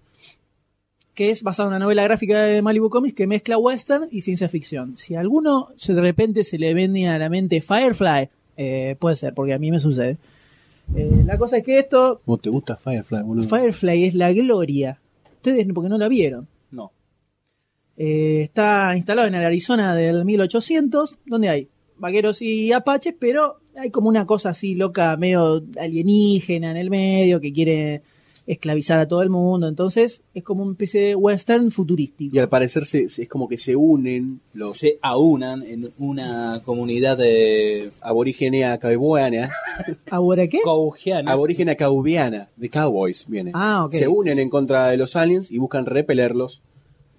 Speaker 2: que es basada en una novela gráfica de Malibu Comics que mezcla western y ciencia ficción. Si a alguno se- de repente se le venía a la mente Firefly, eh, puede ser, porque a mí me sucede. Eh, la cosa es que esto,
Speaker 3: ¿Cómo te gusta Firefly, boludo?
Speaker 2: Firefly es la gloria. Ustedes porque no la vieron.
Speaker 4: No.
Speaker 2: Eh, está instalado en el Arizona del 1800, donde hay vaqueros y apaches, pero hay como una cosa así loca, medio alienígena en el medio, que quiere esclavizar a todo el mundo. Entonces es como una especie de western futurístico.
Speaker 3: Y al parecer se- se- es como que se unen los
Speaker 4: Se aunan en una comunidad de
Speaker 3: aborígenes cowboyanas,
Speaker 2: ¿Ahora qué?
Speaker 4: caugiana.
Speaker 3: aborígenes cowboyanas, de cowboys, viene.
Speaker 2: Ah, ok.
Speaker 3: Se unen en contra de los aliens y buscan repelerlos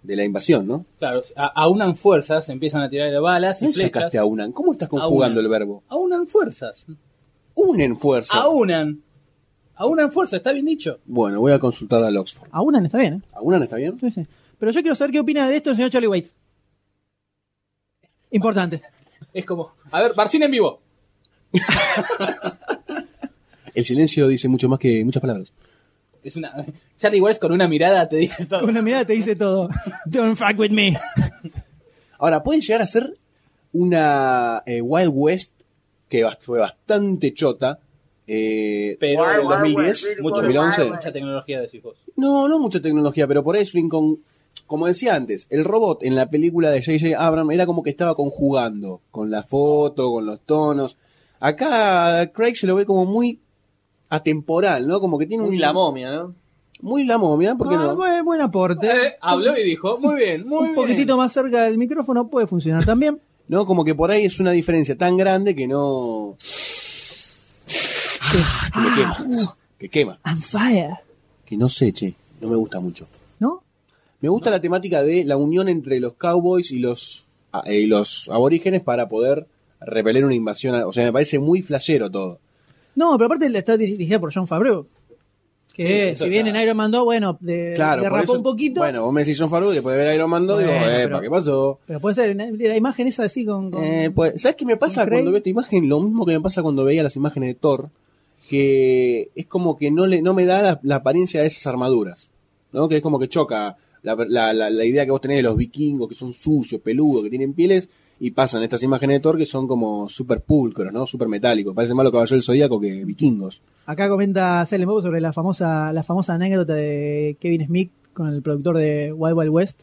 Speaker 3: de la invasión, ¿no?
Speaker 4: Claro, a- aunan fuerzas, empiezan a tirar balas y
Speaker 3: ¿Dónde
Speaker 4: flechas.
Speaker 3: sacaste a unan? ¿Cómo estás conjugando
Speaker 4: Aunan.
Speaker 3: el verbo?
Speaker 4: Aunan fuerzas.
Speaker 3: Unen fuerza.
Speaker 4: Aunan. Aunan fuerzas, está bien dicho.
Speaker 3: Bueno, voy a consultar al Oxford.
Speaker 2: A una está bien, ¿eh?
Speaker 3: ¿A unan está bien?
Speaker 2: Sí, sí. Pero yo quiero saber qué opina de esto el señor Charlie White. Importante.
Speaker 4: Es como, a ver, Barcín en vivo.
Speaker 3: El silencio dice mucho más que muchas palabras.
Speaker 4: Es una Charlie Wells con una mirada te dice todo.
Speaker 2: Una mirada te dice todo. Don't fuck with me.
Speaker 3: Ahora, pueden llegar a ser una eh, Wild West que bas- fue bastante chota. eh,
Speaker 4: Pero
Speaker 3: en el
Speaker 4: Wild
Speaker 3: 2010,
Speaker 1: West,
Speaker 4: Mucho,
Speaker 3: 2011.
Speaker 4: mucha tecnología decís vos.
Speaker 3: No, no mucha tecnología, pero por ahí es Lincoln, como decía antes, el robot en la película de J.J. Abrams era como que estaba conjugando con la foto, con los tonos. Acá a Craig se lo ve como muy atemporal, ¿no? Como que tiene
Speaker 6: Muy
Speaker 3: un
Speaker 6: la momia, ¿no?
Speaker 3: Muy la momia, ¿por qué
Speaker 2: Ah,
Speaker 3: no?
Speaker 2: buen, buen aporte.
Speaker 4: Eh, habló y dijo, muy bien, muy
Speaker 2: un
Speaker 4: bien.
Speaker 2: poquitito más cerca del micrófono puede funcionar también.
Speaker 3: No, como que por ahí es una diferencia tan grande que no. que me quema. Que quema.
Speaker 2: I'm fire,
Speaker 3: Que no sé, che. No me gusta mucho.
Speaker 2: ¿no?
Speaker 3: Me gusta la temática de la unión entre los cowboys y los, ah, eh, y los aborígenes para poder repeler una invasión. a- O sea, me parece muy flashero todo.
Speaker 2: No, pero aparte está dir- dirigida por John Favreau.
Speaker 4: Sí,
Speaker 2: Que
Speaker 4: eso
Speaker 2: si bien
Speaker 4: ya.
Speaker 2: en Iron Man 2, bueno, de,
Speaker 3: Claro, por
Speaker 2: derrapó
Speaker 3: eso-
Speaker 2: Eh, un poquito.
Speaker 3: Bueno, vos me decís John Favreau, después de ver Iron Man 2, digo,
Speaker 2: Bueno,
Speaker 3: "Epa,
Speaker 2: pero-
Speaker 3: ¿qué pasó?
Speaker 2: Pero puede ser, una- la imagen esa así con. con-
Speaker 3: Eh, pues, ¿Sabes qué me pasa
Speaker 2: con
Speaker 3: cuando
Speaker 2: Craig?
Speaker 3: veo esta imagen? Lo mismo que me pasa cuando veía las imágenes de Thor, que es como que no, le, no me da la, la apariencia de esas armaduras, ¿no? Que es como que choca la, la- la- la idea que vos tenés de los vikingos, que son sucios, peludos, que tienen pieles, y pasan estas imágenes de Thor que son como super pulcros, ¿no? Super metálicos. Parecen más los caballeros del zodíaco que vikingos.
Speaker 2: Acá comenta Salem Bob sobre la famosa, la famosa anécdota de Kevin Smith con el productor de Wild Wild West,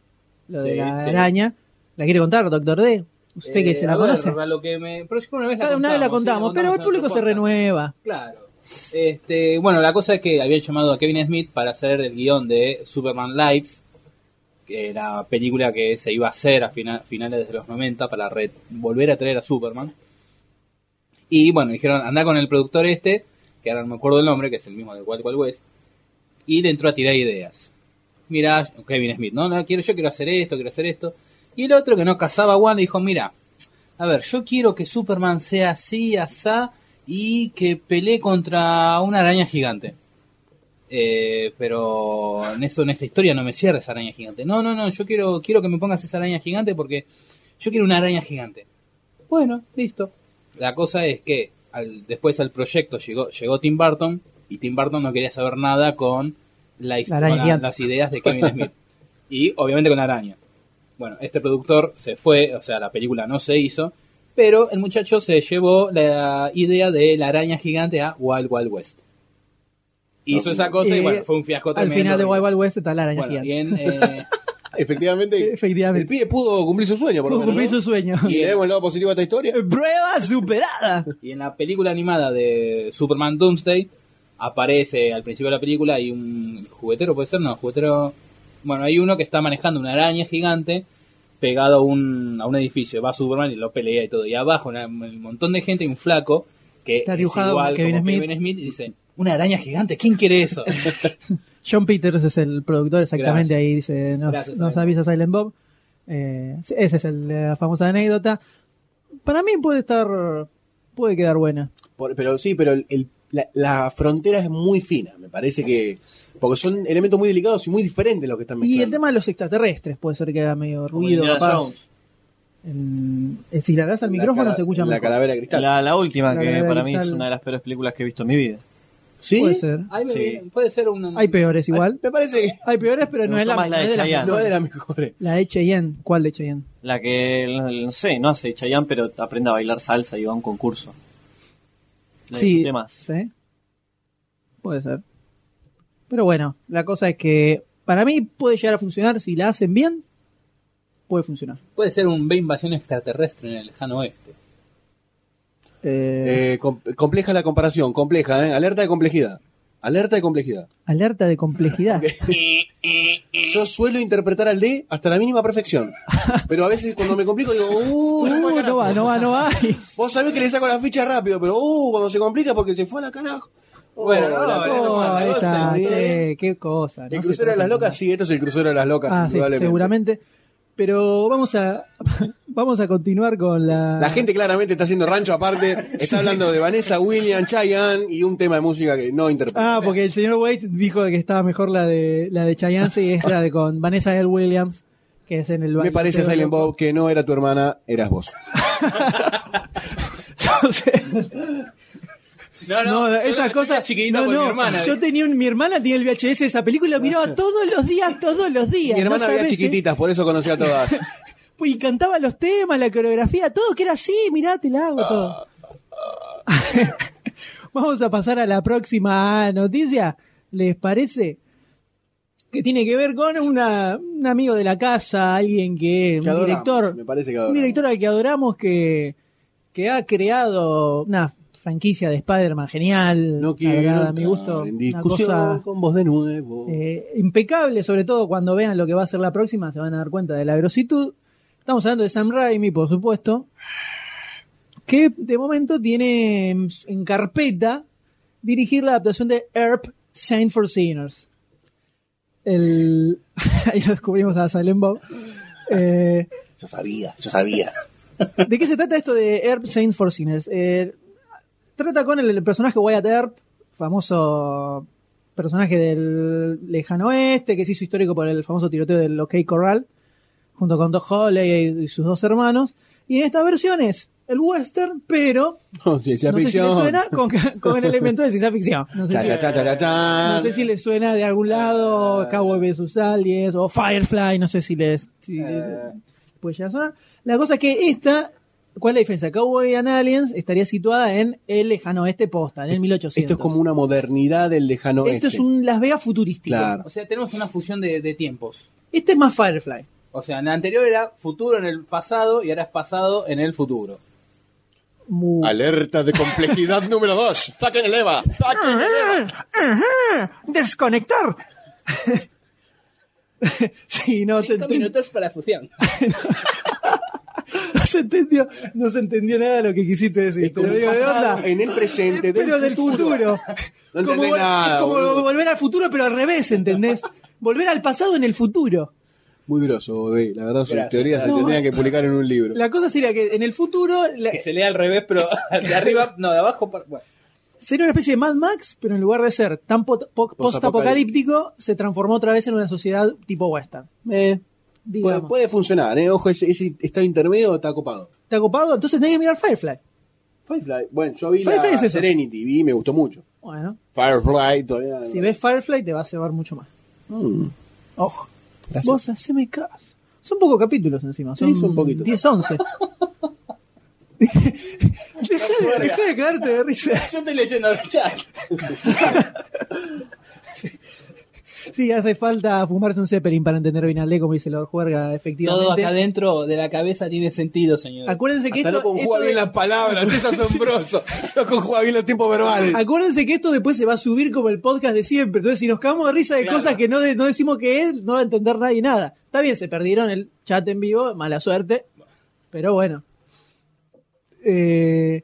Speaker 2: lo de
Speaker 4: Sí,
Speaker 2: la
Speaker 4: sí.
Speaker 2: araña. ¿La quiere contar, doctor D? Usted que
Speaker 4: Eh,
Speaker 2: se la
Speaker 4: a ver,
Speaker 2: conoce.
Speaker 4: a lo que me... Pero yo una vez
Speaker 2: Ya una vez la
Speaker 4: sí,
Speaker 2: contamos, pero el
Speaker 4: en
Speaker 2: público
Speaker 4: otro
Speaker 2: se
Speaker 4: podcast.
Speaker 2: renueva.
Speaker 4: Claro. Este, bueno, la cosa es que habían llamado a Kevin Smith para hacer el guión de Superman Lives, que era película que se iba a hacer a fina- finales de los 90 para re- volver a traer a Superman. Y bueno, dijeron, anda con el productor este, que ahora no me acuerdo el nombre, que es el mismo de Wild Wild West, y le entró a tirar ideas. Mira, Kevin Smith, no, no quiero, yo quiero hacer esto, quiero hacer esto. Y el otro que no cazaba a Juan dijo, mira, a ver, yo quiero que Superman sea así, asá, y que pelee contra una araña gigante. Eh, pero en, eso, en esta historia no me cierra esa araña gigante. No, no, no, yo quiero, quiero que me pongas esa araña gigante porque yo quiero una araña gigante. Bueno, listo. La cosa es que al- después al proyecto llegó, llegó Tim Burton y Tim Burton no quería saber nada con, la, hist-
Speaker 2: La araña
Speaker 4: con la-
Speaker 2: gigante.
Speaker 4: las ideas de Kevin Smith. y obviamente con la araña. Bueno, este productor se fue, o sea, la película no se hizo, pero el muchacho se llevó la idea de la araña gigante a Wild Wild West. Hizo
Speaker 3: Ok.
Speaker 4: esa cosa y
Speaker 2: Eh,
Speaker 4: bueno, fue un fiasco
Speaker 2: Al
Speaker 4: tremendo.
Speaker 2: final de Wild Wild West está la araña
Speaker 4: Bueno,
Speaker 2: gigante.
Speaker 4: y en, eh,
Speaker 3: Efectivamente, el
Speaker 2: Efectivamente.
Speaker 3: pibe pudo cumplir su sueño, por lo
Speaker 2: Pudo
Speaker 3: menos.
Speaker 2: cumplir
Speaker 3: ¿no?
Speaker 2: su sueño.
Speaker 3: Y le vemos el lado positivo a esta historia.
Speaker 2: Prueba superada.
Speaker 4: y en la película animada de Superman Doomsday aparece al principio de la película hay un juguetero, puede ser, no, juguetero. Bueno, hay uno que está manejando una araña gigante pegado a un, a un edificio. Va Superman y lo pelea y todo. Y abajo, una- un montón de gente y un flaco que
Speaker 2: Está
Speaker 4: es
Speaker 2: dibujado
Speaker 4: igual
Speaker 2: por Kevin
Speaker 4: como
Speaker 2: Smith.
Speaker 4: Kevin Smith y dice: Una araña gigante, ¿quién quiere eso?
Speaker 2: John Peters es el productor, exactamente.
Speaker 4: Gracias.
Speaker 2: Ahí dice, nos,
Speaker 4: Gracias,
Speaker 2: nos
Speaker 4: Silent
Speaker 2: avisa Silent Bob. Eh, esa es el- la famosa anécdota. para mí puede estar, puede quedar buena.
Speaker 3: Por- pero sí, pero el- el- la, la frontera es muy fina, me parece que. Porque son elementos muy delicados y muy diferentes los que están
Speaker 2: Y
Speaker 3: mezclando.
Speaker 2: el tema de los extraterrestres puede ser que haga medio
Speaker 6: Como
Speaker 2: ruido,
Speaker 6: Indiana
Speaker 2: capaz.
Speaker 6: Jones.
Speaker 2: El- el- si la das al
Speaker 3: La
Speaker 2: micrófono
Speaker 3: cara-
Speaker 2: se escucha
Speaker 3: La
Speaker 2: mejor.
Speaker 3: calavera de cristal.
Speaker 6: La, la última,
Speaker 2: La
Speaker 6: que
Speaker 2: Granada
Speaker 6: para
Speaker 2: de
Speaker 6: mí es
Speaker 2: Cristal.
Speaker 6: una de las peores películas que he visto en mi vida.
Speaker 3: ¿Sí? Ah,
Speaker 2: Puede ser.
Speaker 4: Ahí me
Speaker 6: Sí.
Speaker 4: viene- Puede ser una.
Speaker 2: Hay peores igual.
Speaker 3: Me parece que
Speaker 2: Hay peores, pero
Speaker 6: Me
Speaker 2: no es
Speaker 6: gustó
Speaker 2: la,
Speaker 6: más la
Speaker 2: no
Speaker 6: de
Speaker 2: es
Speaker 6: Chayanne.
Speaker 2: mejor.
Speaker 3: no es de las mejores.
Speaker 2: La de Cheyenne. ¿Cuál de Cheyenne?
Speaker 6: La que, no sé, no hace Chayanne, pero aprende a bailar salsa y va a un concurso. La
Speaker 2: Sí.
Speaker 6: disfruté más.
Speaker 2: ¿Sí? Puede ser. Pero bueno, la cosa es que para mí puede llegar a funcionar. Si la hacen bien, puede funcionar.
Speaker 4: Puede ser un B invasión extraterrestre en el lejano oeste.
Speaker 2: Eh,
Speaker 3: Eh, com- compleja la comparación, compleja, ¿eh? Alerta de complejidad. Alerta de complejidad.
Speaker 2: Alerta de complejidad.
Speaker 3: Yo suelo interpretar al D hasta la mínima perfección. Pero a veces cuando me complico digo, uh,
Speaker 2: Uh,
Speaker 3: se fue al
Speaker 2: no
Speaker 3: carajo".
Speaker 2: va, no va, no va.
Speaker 3: Vos sabés que le saco la ficha rápido, pero uh, cuando se complica porque se fue a la carajo.
Speaker 4: Bueno, no,
Speaker 3: la-
Speaker 4: no,
Speaker 2: Oh,
Speaker 4: la
Speaker 2: ahí
Speaker 4: cosa,
Speaker 2: está,
Speaker 3: ¿eh?
Speaker 2: che, qué cosa.
Speaker 3: El
Speaker 2: no se
Speaker 3: crucero de las
Speaker 2: trata
Speaker 3: locas, sí, esto es el crucero de las locas,
Speaker 2: Ah, sí,
Speaker 3: indudablemente.
Speaker 2: seguramente. Pero vamos a vamos a continuar con la,
Speaker 3: La gente claramente está haciendo rancho aparte, está hablando de Vanessa Williams, Chayanne y un tema de música que no interpreta.
Speaker 2: Ah, porque el señor Wade dijo que estaba mejor la de la de Chayanne y es la de con Vanessa L. Williams, que es en el
Speaker 3: Me parece,
Speaker 2: bailoteo
Speaker 3: Silent
Speaker 2: loco.
Speaker 3: Bob, que no era tu hermana, eras vos.
Speaker 2: Entonces,
Speaker 4: No,
Speaker 2: no,
Speaker 4: yo
Speaker 2: esas
Speaker 4: era
Speaker 2: cosas.
Speaker 4: chiquitito
Speaker 2: no,
Speaker 4: con
Speaker 2: no,
Speaker 4: mi hermana.
Speaker 2: Yo tenía un- mi hermana tenía el VHS de esa película y la miraba todos los días, todos los días.
Speaker 3: Mi
Speaker 2: ¿no
Speaker 3: hermana había
Speaker 2: sabés, eh?
Speaker 3: chiquititas, por eso conocía a todas.
Speaker 2: Y cantaba los temas, la coreografía, todo, que era así, mirá, te la hago todo. Vamos a pasar a la próxima noticia, ¿les parece? Que tiene que ver con una, un amigo de la casa, alguien que, un
Speaker 3: Que adoramos,
Speaker 2: director,
Speaker 3: me parece que
Speaker 2: un
Speaker 3: adoramos.
Speaker 2: director al que adoramos que, que ha creado una franquicia de Spider-Man genial,
Speaker 3: No
Speaker 2: la
Speaker 3: quiero
Speaker 2: verdad, a
Speaker 3: entrar
Speaker 2: mi gusto,
Speaker 3: en
Speaker 2: una
Speaker 3: discusión
Speaker 2: cosa
Speaker 3: con vos de nuevo.
Speaker 2: eh, impecable, sobre todo cuando vean lo que va a ser la próxima, se van a dar cuenta de la grositud. Estamos hablando de Sam Raimi, por supuesto, que de momento tiene en, en carpeta dirigir la adaptación de Herb Saint for Sinners. El... Ahí lo descubrimos a Silent Bob. Eh,
Speaker 3: Yo sabía, yo sabía.
Speaker 2: ¿De qué se trata esto de Herb Saint for Sinners? Eh, trata con el, el personaje Wyatt Earp, famoso personaje del lejano oeste, que se hizo histórico por el famoso tiroteo del OK Corral, junto con Doc Holley y, y sus dos hermanos. Y en esta versión es el western, pero
Speaker 3: No, ciencia
Speaker 2: no sé si
Speaker 3: ficción.
Speaker 2: le suena con, con elementos de ciencia ficción. No sé,
Speaker 3: Cha,
Speaker 2: si,
Speaker 3: cha, cha, cha, cha, cha.
Speaker 2: no sé si les suena de algún lado Cowboy vs. Aliens o Firefly, no sé si les... si- pues ya suena. La cosa es que esta, ¿cuál es la diferencia? Cowboy and Aliens estaría situada en el lejano oeste posta, en el 1800.
Speaker 3: Esto es como una modernidad del lejano
Speaker 2: Esto es
Speaker 3: oeste.
Speaker 2: un Las Vegas futurístico.
Speaker 3: Claro.
Speaker 4: O sea, tenemos una fusión de, de tiempos.
Speaker 2: Este es más Firefly.
Speaker 4: O sea, en la anterior era futuro en el pasado y ahora es pasado en el futuro.
Speaker 2: Mu-
Speaker 3: Alerta de complejidad número 2. Saquen el EVA. saquen el EVA.
Speaker 2: ¡Desconectar! sí, no, te
Speaker 4: Cinco minutos para fusión.
Speaker 2: no se entendió, no se entendió nada de lo que quisiste decir.
Speaker 3: Es
Speaker 2: Te
Speaker 3: como
Speaker 2: lo digo de
Speaker 3: pasado
Speaker 2: onda.
Speaker 3: en el presente, del
Speaker 2: pero del futuro.
Speaker 3: No
Speaker 2: como,
Speaker 3: entendés
Speaker 2: vol-
Speaker 3: nada,
Speaker 2: es como
Speaker 3: boludo.
Speaker 2: volver al futuro, pero al revés, ¿entendés? volver al pasado en el futuro.
Speaker 3: Muy groso, Bey. La verdad, sus
Speaker 4: Gracias.
Speaker 3: teorías se
Speaker 2: No.
Speaker 3: tendrían que publicar en un libro.
Speaker 2: La cosa sería que en el futuro la-
Speaker 4: Que se lea al revés, pero de arriba, no, de abajo. para- bueno.
Speaker 2: sería una especie de Mad Max, pero en lugar de ser tan po- po- post-apocalíptico, se transformó otra vez en una sociedad tipo western.
Speaker 3: Eh, puede,
Speaker 2: Digamos.
Speaker 3: puede funcionar, ¿eh? Ojo, ese, ese estado intermedio está copado.
Speaker 2: ¿Está copado? Entonces tenés que mirar Firefly.
Speaker 3: Firefly, bueno, yo vi
Speaker 2: Firefly
Speaker 3: la
Speaker 2: es eso.
Speaker 3: Serenity, vi y me gustó mucho.
Speaker 2: Bueno,
Speaker 3: Firefly todavía.
Speaker 2: si ves Firefly te va a cebar mucho más.
Speaker 3: Mm,
Speaker 2: Ojo.
Speaker 3: gracias.
Speaker 2: Vos haceme caso. Son pocos capítulos encima.
Speaker 3: Sí,
Speaker 2: Son,
Speaker 3: son poquitos.
Speaker 2: 10, 11. Dejá de, dejá de cagarte de risa.
Speaker 4: Yo estoy leyendo el chat.
Speaker 2: Sí, hace falta fumarse un Zeppelin para entender bien al D, como dice Lord Juerga, efectivamente.
Speaker 4: Todo acá adentro de la cabeza tiene sentido, señor.
Speaker 2: Acuérdense que
Speaker 3: Hasta no
Speaker 2: esto,
Speaker 3: conjuga
Speaker 2: esto
Speaker 3: bien
Speaker 2: de-
Speaker 3: las palabras, es asombroso. No conjuga bien los tiempos verbales.
Speaker 2: acuérdense que esto después se va a subir como el podcast de siempre. Entonces, si nos cagamos de risa de
Speaker 4: Claro.
Speaker 2: cosas que no, de- no decimos que es, no va a entender nadie nada. Está bien, se perdieron el chat en vivo, mala suerte. Pero bueno. Eh,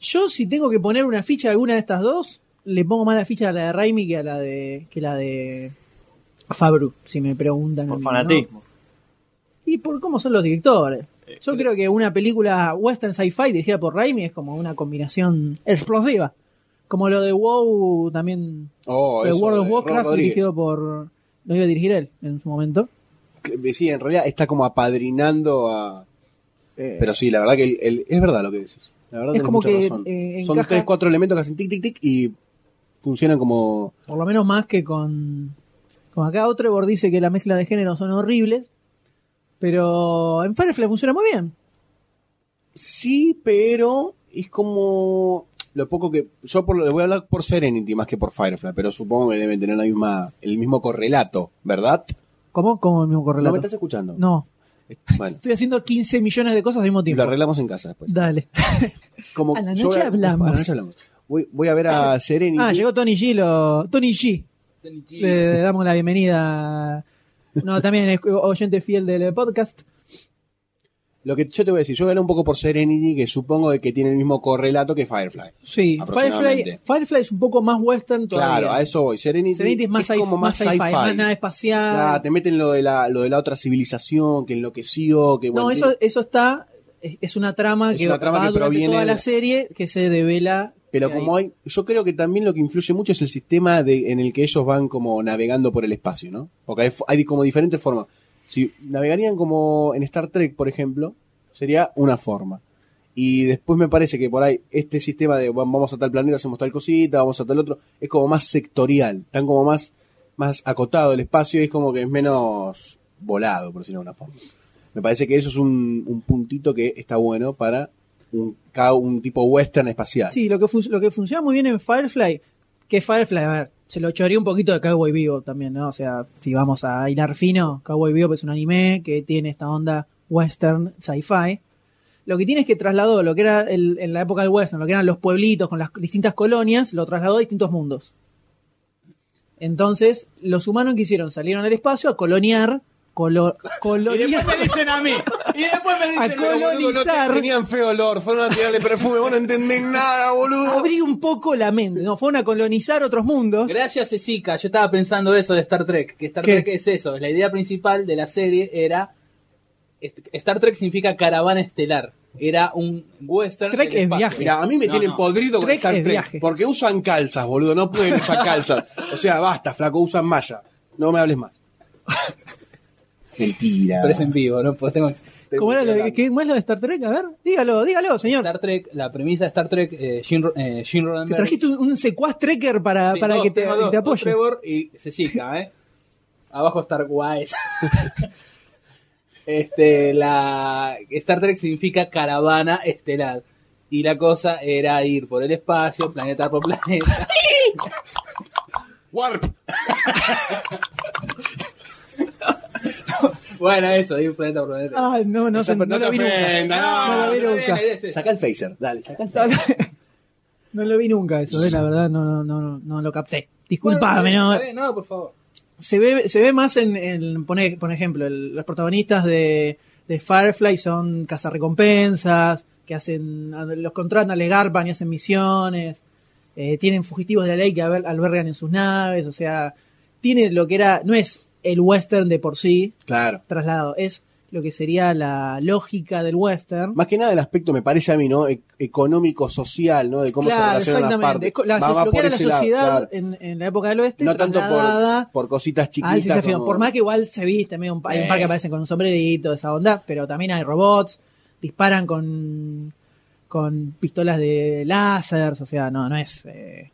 Speaker 2: yo, si tengo que poner una ficha a alguna de estas dos, le pongo más la ficha a la de Raimi que a la de, que la de Fabru, si me preguntan. a
Speaker 6: Por
Speaker 2: mí, ¿no?
Speaker 6: fanatismo.
Speaker 2: Y por cómo son los directores.
Speaker 3: Eh,
Speaker 2: Yo creo que una película western sci-fi dirigida por Raimi es como una combinación explosiva. Como lo de WoW también.
Speaker 3: Oh,
Speaker 2: de
Speaker 3: eso,
Speaker 2: World of
Speaker 3: de
Speaker 2: Warcraft,
Speaker 3: Rob Rodríguez.
Speaker 2: dirigido por. Lo iba a dirigir él en su momento.
Speaker 3: Que- Sí, en realidad está como apadrinando a.
Speaker 2: Eh,
Speaker 3: Pero sí, la verdad que el- el- es verdad lo que decís. La verdad
Speaker 2: Es
Speaker 3: tenés
Speaker 2: como
Speaker 3: mucha
Speaker 2: que,
Speaker 3: razón.
Speaker 2: eh,
Speaker 3: Son
Speaker 2: encaja-
Speaker 3: tres, cuatro elementos que hacen tic, tic, tic y funcionan como.
Speaker 2: por lo menos más que con. Como acá Otrebor dice que la mezcla de género son horribles. Pero en Firefly funciona muy bien.
Speaker 3: Sí, pero es como. Lo poco que. Yo por, lo- voy a hablar por Serenity más que por Firefly, pero supongo que deben tener la misma, el mismo correlato, ¿verdad?
Speaker 2: ¿Cómo? ¿Cómo el mismo
Speaker 3: ¿No me
Speaker 2: correlato?
Speaker 3: estás escuchando?
Speaker 2: No,
Speaker 3: Eh, Bueno,
Speaker 2: estoy haciendo 15 millones de cosas al mismo
Speaker 3: lo
Speaker 2: tiempo.
Speaker 3: arreglamos en casa después.
Speaker 2: Dale.
Speaker 3: Como
Speaker 2: A la
Speaker 3: yo
Speaker 2: noche
Speaker 3: voy
Speaker 2: hablamos.
Speaker 3: a la noche hablamos. Voy, voy a ver a Serenity.
Speaker 2: Ah, llegó Tony G. Lo... Tony G. Le damos la bienvenida. No, también es oyente fiel del podcast.
Speaker 3: Lo que yo te voy a decir, yo voy a hablar un poco por Serenity, que supongo de que tiene el mismo correlato que Firefly.
Speaker 2: Sí,
Speaker 3: Aproximadamente.
Speaker 2: Firefly, Firefly es un poco más western todavía.
Speaker 3: Claro, a eso voy. Serenity,
Speaker 2: Serenity es más sci-
Speaker 3: como
Speaker 2: más
Speaker 3: más
Speaker 2: sci-fi,
Speaker 3: sci-fi.
Speaker 2: más nada espacial.
Speaker 3: Claro, te meten lo de, la, lo de la otra civilización que enloqueció, que
Speaker 2: no,
Speaker 3: bueno,
Speaker 2: eso,
Speaker 3: tiene-
Speaker 2: eso está. Es es una trama
Speaker 3: Es
Speaker 2: que
Speaker 3: una trama
Speaker 2: va
Speaker 3: que
Speaker 2: durante
Speaker 3: proviene
Speaker 2: toda
Speaker 3: de-
Speaker 2: la serie que se devela.
Speaker 3: pero
Speaker 2: que
Speaker 3: como
Speaker 2: hay-
Speaker 3: hay, yo creo que también lo que influye mucho es el sistema de, en el que ellos van como navegando por el espacio, ¿no? Porque hay, fo- hay como diferentes formas. Si navegarían como en Star Trek, por ejemplo, sería una forma. Y después me parece que por ahí este sistema de bueno, vamos a tal planeta, hacemos tal cosita, vamos a tal otro, es como más sectorial, tan como más, más acotado el espacio y es como que es menos volado, por decirlo de alguna forma. Me parece que eso es un, un puntito que está bueno para un, ca- un tipo western espacial.
Speaker 2: Sí, lo que, fun- lo que funciona muy bien en Firefly, que Firefly, a ver, se lo choría un poquito de Cowboy Vivo también, ¿no? O sea, si vamos a hilar fino, Cowboy Vivo es un anime que tiene esta onda western sci-fi. Lo que tiene es que trasladó lo que era el- en la época del western, lo que eran los pueblitos con las distintas colonias, lo trasladó a distintos mundos. Entonces, los humanos que hicieron salieron al espacio a coloniar, colo-
Speaker 4: Y después
Speaker 2: coloniar,
Speaker 4: me dicen a mí. Y después me
Speaker 2: a
Speaker 4: dicen
Speaker 2: colonizar.
Speaker 3: Tenían feo olor, fueron a tirarle perfume, vos no entendés nada, boludo.
Speaker 2: Abrí un poco la mente, no, fueron a colonizar otros mundos.
Speaker 4: Gracias, Esica. Yo estaba pensando eso de Star Trek. Que Star
Speaker 2: ¿Qué?
Speaker 4: Trek es eso. La idea principal de la serie era. est- Star Trek significa caravana estelar. Era un western.
Speaker 2: Trek
Speaker 4: del
Speaker 2: es
Speaker 4: espacio.
Speaker 2: viaje.
Speaker 3: Mira, a mí me
Speaker 4: No,
Speaker 3: tienen
Speaker 4: no.
Speaker 3: podrido con
Speaker 2: Trek
Speaker 3: Star
Speaker 2: es
Speaker 3: Trek.
Speaker 2: viaje.
Speaker 3: Porque usan calzas, boludo, no pueden usar calzas. O sea, basta, flaco, usan malla. No me hables más. Mentira.
Speaker 4: Pero es en vivo, ¿no? Porque tengo-
Speaker 3: Te
Speaker 2: ¿Cómo, era lo,
Speaker 3: estoy
Speaker 2: de- qué- cómo es lo de Star Trek? A ver, dígalo, dígalo, señor.
Speaker 4: Star Trek, la premisa de Star Trek, eh, Gene Ro- eh, Gene Roddenberry.
Speaker 2: Te trajiste un, un secuaz Trekker para,
Speaker 4: Sí,
Speaker 2: para
Speaker 4: dos,
Speaker 2: que te,
Speaker 4: tengo dos,
Speaker 2: te
Speaker 4: dos
Speaker 2: apoye.
Speaker 4: Trevor y Cecica, ¿eh? Abajo Star Wise. este, la Star Trek significa caravana estelar. Y la cosa era ir por el espacio, planeta por planeta.
Speaker 3: Warp.
Speaker 4: bueno, eso, ir planeta por planeta.
Speaker 2: Ah, no, no, se,
Speaker 3: No
Speaker 2: no,
Speaker 3: te
Speaker 2: lo vi
Speaker 3: ofendas,
Speaker 2: nunca. No,
Speaker 3: no,
Speaker 2: lo vi
Speaker 4: Pero bien,
Speaker 2: nunca.
Speaker 4: la idea es esa.
Speaker 3: Saca el phaser, dale, saca el phaser.
Speaker 2: Dale. No lo vi nunca eso, eh, la verdad, no, no, no, no, no lo capté.
Speaker 4: Bueno,
Speaker 2: Disculpame,
Speaker 4: está
Speaker 2: no.
Speaker 4: bien, No, por favor.
Speaker 2: Se ve, se ve más en, en poner- por ejemplo, el- los protagonistas de, de Firefly son cazarrecompensas, que hacen, los contratan, les garpan y hacen misiones, eh, tienen fugitivos de la ley que alber- albergan en sus naves, o sea, tiene lo que era, no es el western de por sí
Speaker 3: Claro.
Speaker 2: trasladado, es lo que sería la lógica del western.
Speaker 3: Más que nada el aspecto, me parece a mí, ¿no? E- económico, social, ¿no? De cómo se
Speaker 2: Claro,
Speaker 3: relacionan las partes.
Speaker 2: exactamente. La,
Speaker 3: Va- va
Speaker 2: lo que
Speaker 3: por
Speaker 2: era la
Speaker 3: ese lado,
Speaker 2: sociedad
Speaker 3: claro.
Speaker 2: en, en la época del oeste,
Speaker 3: No tanto
Speaker 2: trasladada
Speaker 3: por, por cositas
Speaker 2: al
Speaker 3: chiquitas.
Speaker 2: ciencia ficción.
Speaker 3: como-
Speaker 2: Por más que igual se viste, medio un, pa- hay un par que
Speaker 3: Eh.
Speaker 2: aparecen con un sombrerito, esa onda, pero también hay robots, disparan con, con pistolas de láser, o sea, no, no es eh,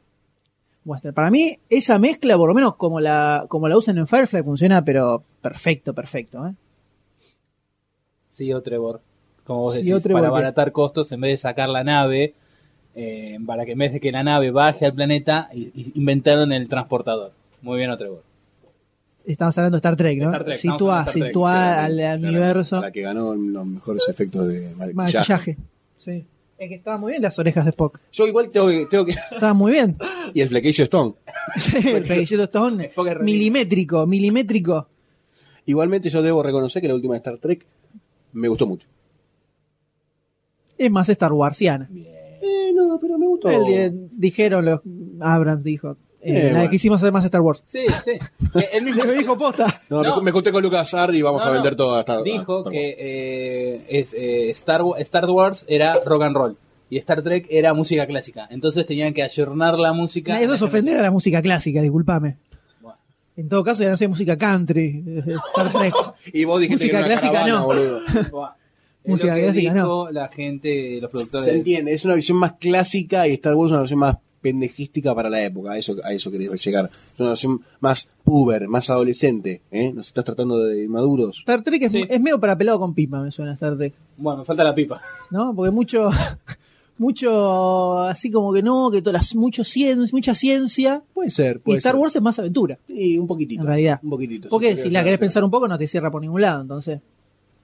Speaker 2: western. Para mí, esa mezcla, por lo menos como la, como la usan en Firefly, funciona, pero perfecto, perfecto. ¿eh?
Speaker 4: Sí, o Trevor. Como vos
Speaker 2: Sí,
Speaker 4: decís,
Speaker 2: o Trevor,
Speaker 4: para
Speaker 2: ¿qué?
Speaker 4: abaratar costos, en vez de sacar la nave, eh, para que en vez de que la nave baje al planeta, i- i- inventaron el transportador. Muy bien, oh, Otrevor.
Speaker 2: Estamos hablando de Star Trek, ¿no?
Speaker 4: Star Trek, estamos
Speaker 2: Situá-
Speaker 4: hablando de Star Trek,
Speaker 2: situá al,
Speaker 3: claramente,
Speaker 2: al
Speaker 3: claramente.
Speaker 2: universo.
Speaker 3: La que ganó los mejores efectos de maquillaje.
Speaker 2: Maquillaje. Sí. Es que estaban muy bien las orejas de Spock.
Speaker 3: Yo igual tengo que, tengo que...
Speaker 2: Estaban muy bien.
Speaker 3: Y el flequillo Stone.
Speaker 2: Sí, el Fellito Stone.
Speaker 4: Spock es re
Speaker 2: Milimétrico, milimétrico.
Speaker 3: Igualmente yo debo reconocer que la última de Star Trek me gustó mucho.
Speaker 2: Es más Star Warsiana.
Speaker 3: Eh, no, pero me gustó.
Speaker 2: El- dijeron los Abrams dijo, Eh,
Speaker 3: Eh,
Speaker 2: la
Speaker 3: bueno.
Speaker 2: que hicimos además Star Wars.
Speaker 4: Sí, sí. Eh, Él mismo
Speaker 2: Me dijo posta.
Speaker 3: No,
Speaker 4: No.
Speaker 3: Me, me junté con Lucas Ardi y vamos
Speaker 4: No,
Speaker 3: a
Speaker 4: no.
Speaker 3: vender todo
Speaker 2: Ah,
Speaker 3: hasta.
Speaker 4: dijo que eh, es, eh, Star, Wa- Star Wars era rock and roll y Star Trek era música clásica. Entonces tenían que ayornar la música.
Speaker 2: Eso es ofender a la música clásica, discúlpame.
Speaker 4: Bueno.
Speaker 2: En todo caso, ya no sé música country, eh, Star Trek.
Speaker 3: Y vos dijiste
Speaker 2: Música
Speaker 3: que era una
Speaker 2: clásica,
Speaker 3: caravana,
Speaker 2: no.
Speaker 3: boludo.
Speaker 4: Buah. Es
Speaker 2: Música
Speaker 4: lo que
Speaker 2: clásica,
Speaker 4: dijo la gente, los productores.
Speaker 3: Se
Speaker 4: de-
Speaker 3: entiende, es una visión más clásica y Star Wars es una versión más pendejística para la época, a eso, a eso quería llegar. Es una versión más puber, más adolescente, ¿eh? Nos estás tratando de maduros.
Speaker 2: Star Trek es,
Speaker 4: Sí.
Speaker 2: es medio para pelado con pipa, me suena Star Trek.
Speaker 4: Bueno, me falta la pipa.
Speaker 2: ¿no? Porque mucho, mucho, así como que no, que todas las, mucho cien, mucha ciencia.
Speaker 3: Puede ser,
Speaker 2: Y
Speaker 3: puede
Speaker 2: Star
Speaker 3: ser.
Speaker 2: Wars es más aventura,
Speaker 3: Sí, un poquitito.
Speaker 2: en realidad.
Speaker 3: Un poquitito.
Speaker 2: Porque
Speaker 3: sí,
Speaker 2: si la
Speaker 3: sí,
Speaker 2: querés
Speaker 3: sí.
Speaker 2: pensar un poco, no te cierra por ningún lado, entonces.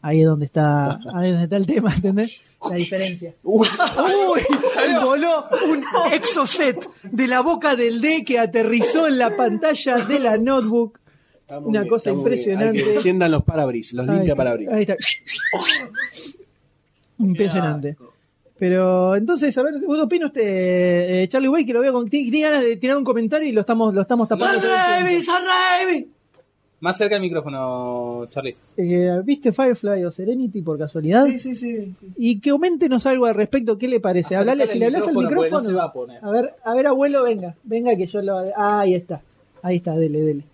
Speaker 2: Ahí es donde está, ahí es donde está el tema, ¿entendés? La diferencia.
Speaker 3: Uy,
Speaker 2: ¡Uy! Voló un exoset de la boca del D que aterrizó en la pantalla de la notebook.
Speaker 3: estamos
Speaker 2: Una cosa
Speaker 3: estamos bien.
Speaker 2: impresionante.
Speaker 3: Hay que enciendan los parabrisas, los
Speaker 2: Ahí
Speaker 3: limpia
Speaker 2: está,
Speaker 3: parabrisas.
Speaker 2: Ahí está. Impresionante. Pero entonces, a ver, ¿qué opina usted, eh, Charlie Way? Que lo veo con. Tiene, tiene ganas de tirar un comentario y lo estamos, lo estamos tapando. todo el tiempo.
Speaker 4: Más cerca del micrófono, Charlie.
Speaker 2: Eh, ¿Viste Firefly o Serenity por casualidad?
Speaker 6: Sí, sí, sí. sí.
Speaker 2: Y que aumentenos algo al respecto, ¿qué le parece? Hablale,
Speaker 4: Acercale
Speaker 2: si le hablas al
Speaker 4: porque
Speaker 2: micrófono.
Speaker 4: no se va a poner.
Speaker 2: A ver, a ver, abuelo, venga, venga que yo lo. ah, ahí está, ahí está, dele, dele.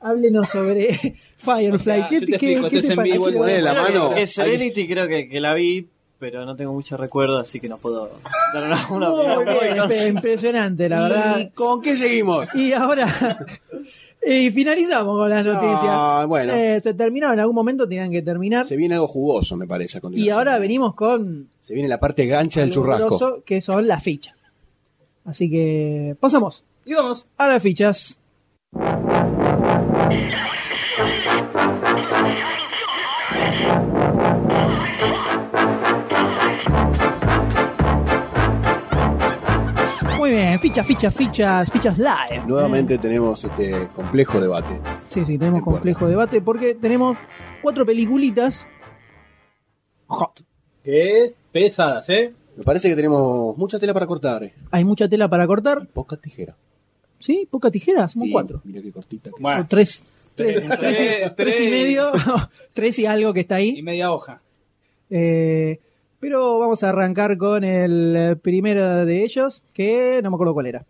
Speaker 2: Háblenos sobre Firefly.
Speaker 4: O sea,
Speaker 2: ¿Qué,
Speaker 4: yo
Speaker 2: te-
Speaker 4: te
Speaker 2: qué-
Speaker 4: explico,
Speaker 2: qué
Speaker 4: esto
Speaker 2: te
Speaker 4: es en vivo,
Speaker 2: pareció?
Speaker 3: ponele la
Speaker 6: Creo
Speaker 3: mano.
Speaker 6: que- que Eh, Serenity creo que, que la vi, pero no tengo mucho recuerdo, así que no puedo dar una, una opinión
Speaker 2: Muy
Speaker 6: muy
Speaker 2: bien,
Speaker 6: concisa.
Speaker 2: imp- impresionante, la
Speaker 3: ¿Y
Speaker 2: verdad.
Speaker 3: con qué seguimos?
Speaker 2: Y ahora, y finalizamos con las noticias.
Speaker 3: Ah, bueno.
Speaker 2: Eh, se terminaron, en algún momento tenían que terminar.
Speaker 3: Se viene algo jugoso, me parece. a
Speaker 2: y
Speaker 3: continuación.
Speaker 2: ahora venimos con
Speaker 3: Se viene la parte gancha del
Speaker 2: algo
Speaker 3: churrasco.
Speaker 2: grosso, que son las fichas. Así que pasamos
Speaker 4: Y vamos.
Speaker 2: a las fichas. Muy bien, fichas, fichas, fichas, fichas live.
Speaker 3: Nuevamente tenemos este complejo debate.
Speaker 2: Sí, sí, tenemos
Speaker 3: De
Speaker 2: complejo debate porque tenemos cuatro peliculitas. Hot.
Speaker 4: Que pesadas, ¿eh?
Speaker 3: Me parece que tenemos mucha tela para cortar. eh.
Speaker 2: Hay mucha tela para cortar.
Speaker 3: Poca tijera.
Speaker 2: ¿Sí? ¿Pocas tijeras? Somos
Speaker 3: Y
Speaker 2: cuatro.
Speaker 3: Mira qué cortita. que-
Speaker 4: Bueno,
Speaker 2: O tres. Tres,
Speaker 4: Tres,
Speaker 2: tres y-
Speaker 4: tres,
Speaker 2: tres y
Speaker 4: tres.
Speaker 2: medio. tres y algo que está
Speaker 4: y
Speaker 2: ahí.
Speaker 4: media hoja.
Speaker 2: Eh, pero vamos a arrancar con el eh, primero de ellos, que no me acuerdo cuál era.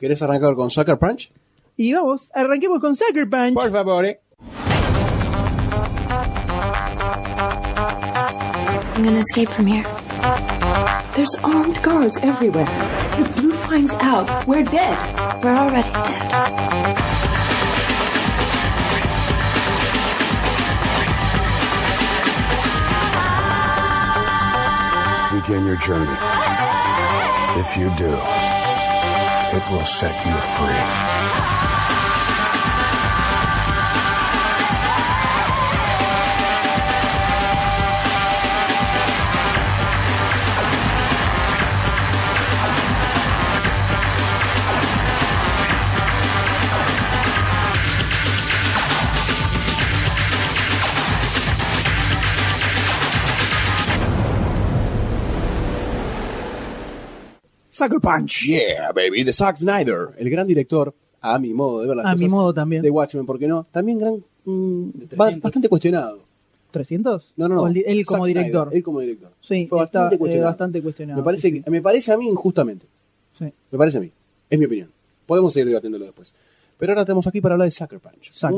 Speaker 3: ¿Querés arrancar con Sucker Punch?
Speaker 2: Y vamos, arranquemos con Sucker Punch.
Speaker 3: Por favor. eh.
Speaker 1: I'm gonna escape from here.
Speaker 5: There's armed guards everywhere. If Blue finds out, we're dead.
Speaker 1: We're already dead.
Speaker 7: Begin your journey. If you do, it will set you free.
Speaker 2: Sucker Punch.
Speaker 3: Yeah, baby. The Zack Snyder. El gran director, a mi modo de ver las
Speaker 2: A
Speaker 3: cosas,
Speaker 2: mi modo también.
Speaker 3: De Watchmen, ¿por qué no? También gran, mm, ba- bastante cuestionado.
Speaker 2: ¿300?
Speaker 3: No, no,
Speaker 2: O
Speaker 3: no.
Speaker 2: el di- Él
Speaker 3: Zack
Speaker 2: como
Speaker 3: Snyder,
Speaker 2: director.
Speaker 3: él como director.
Speaker 2: Sí,
Speaker 3: Fue
Speaker 2: está,
Speaker 3: bastante
Speaker 2: eh,
Speaker 3: cuestionado.
Speaker 2: bastante cuestionado,
Speaker 3: Me parece,
Speaker 2: sí, sí.
Speaker 3: que- me parece a mí injustamente.
Speaker 2: Sí.
Speaker 3: Me parece a mí. Es mi opinión. Podemos seguir debatiéndolo después. Pero ahora tenemos aquí para hablar de Sucker Punch.
Speaker 2: Sucker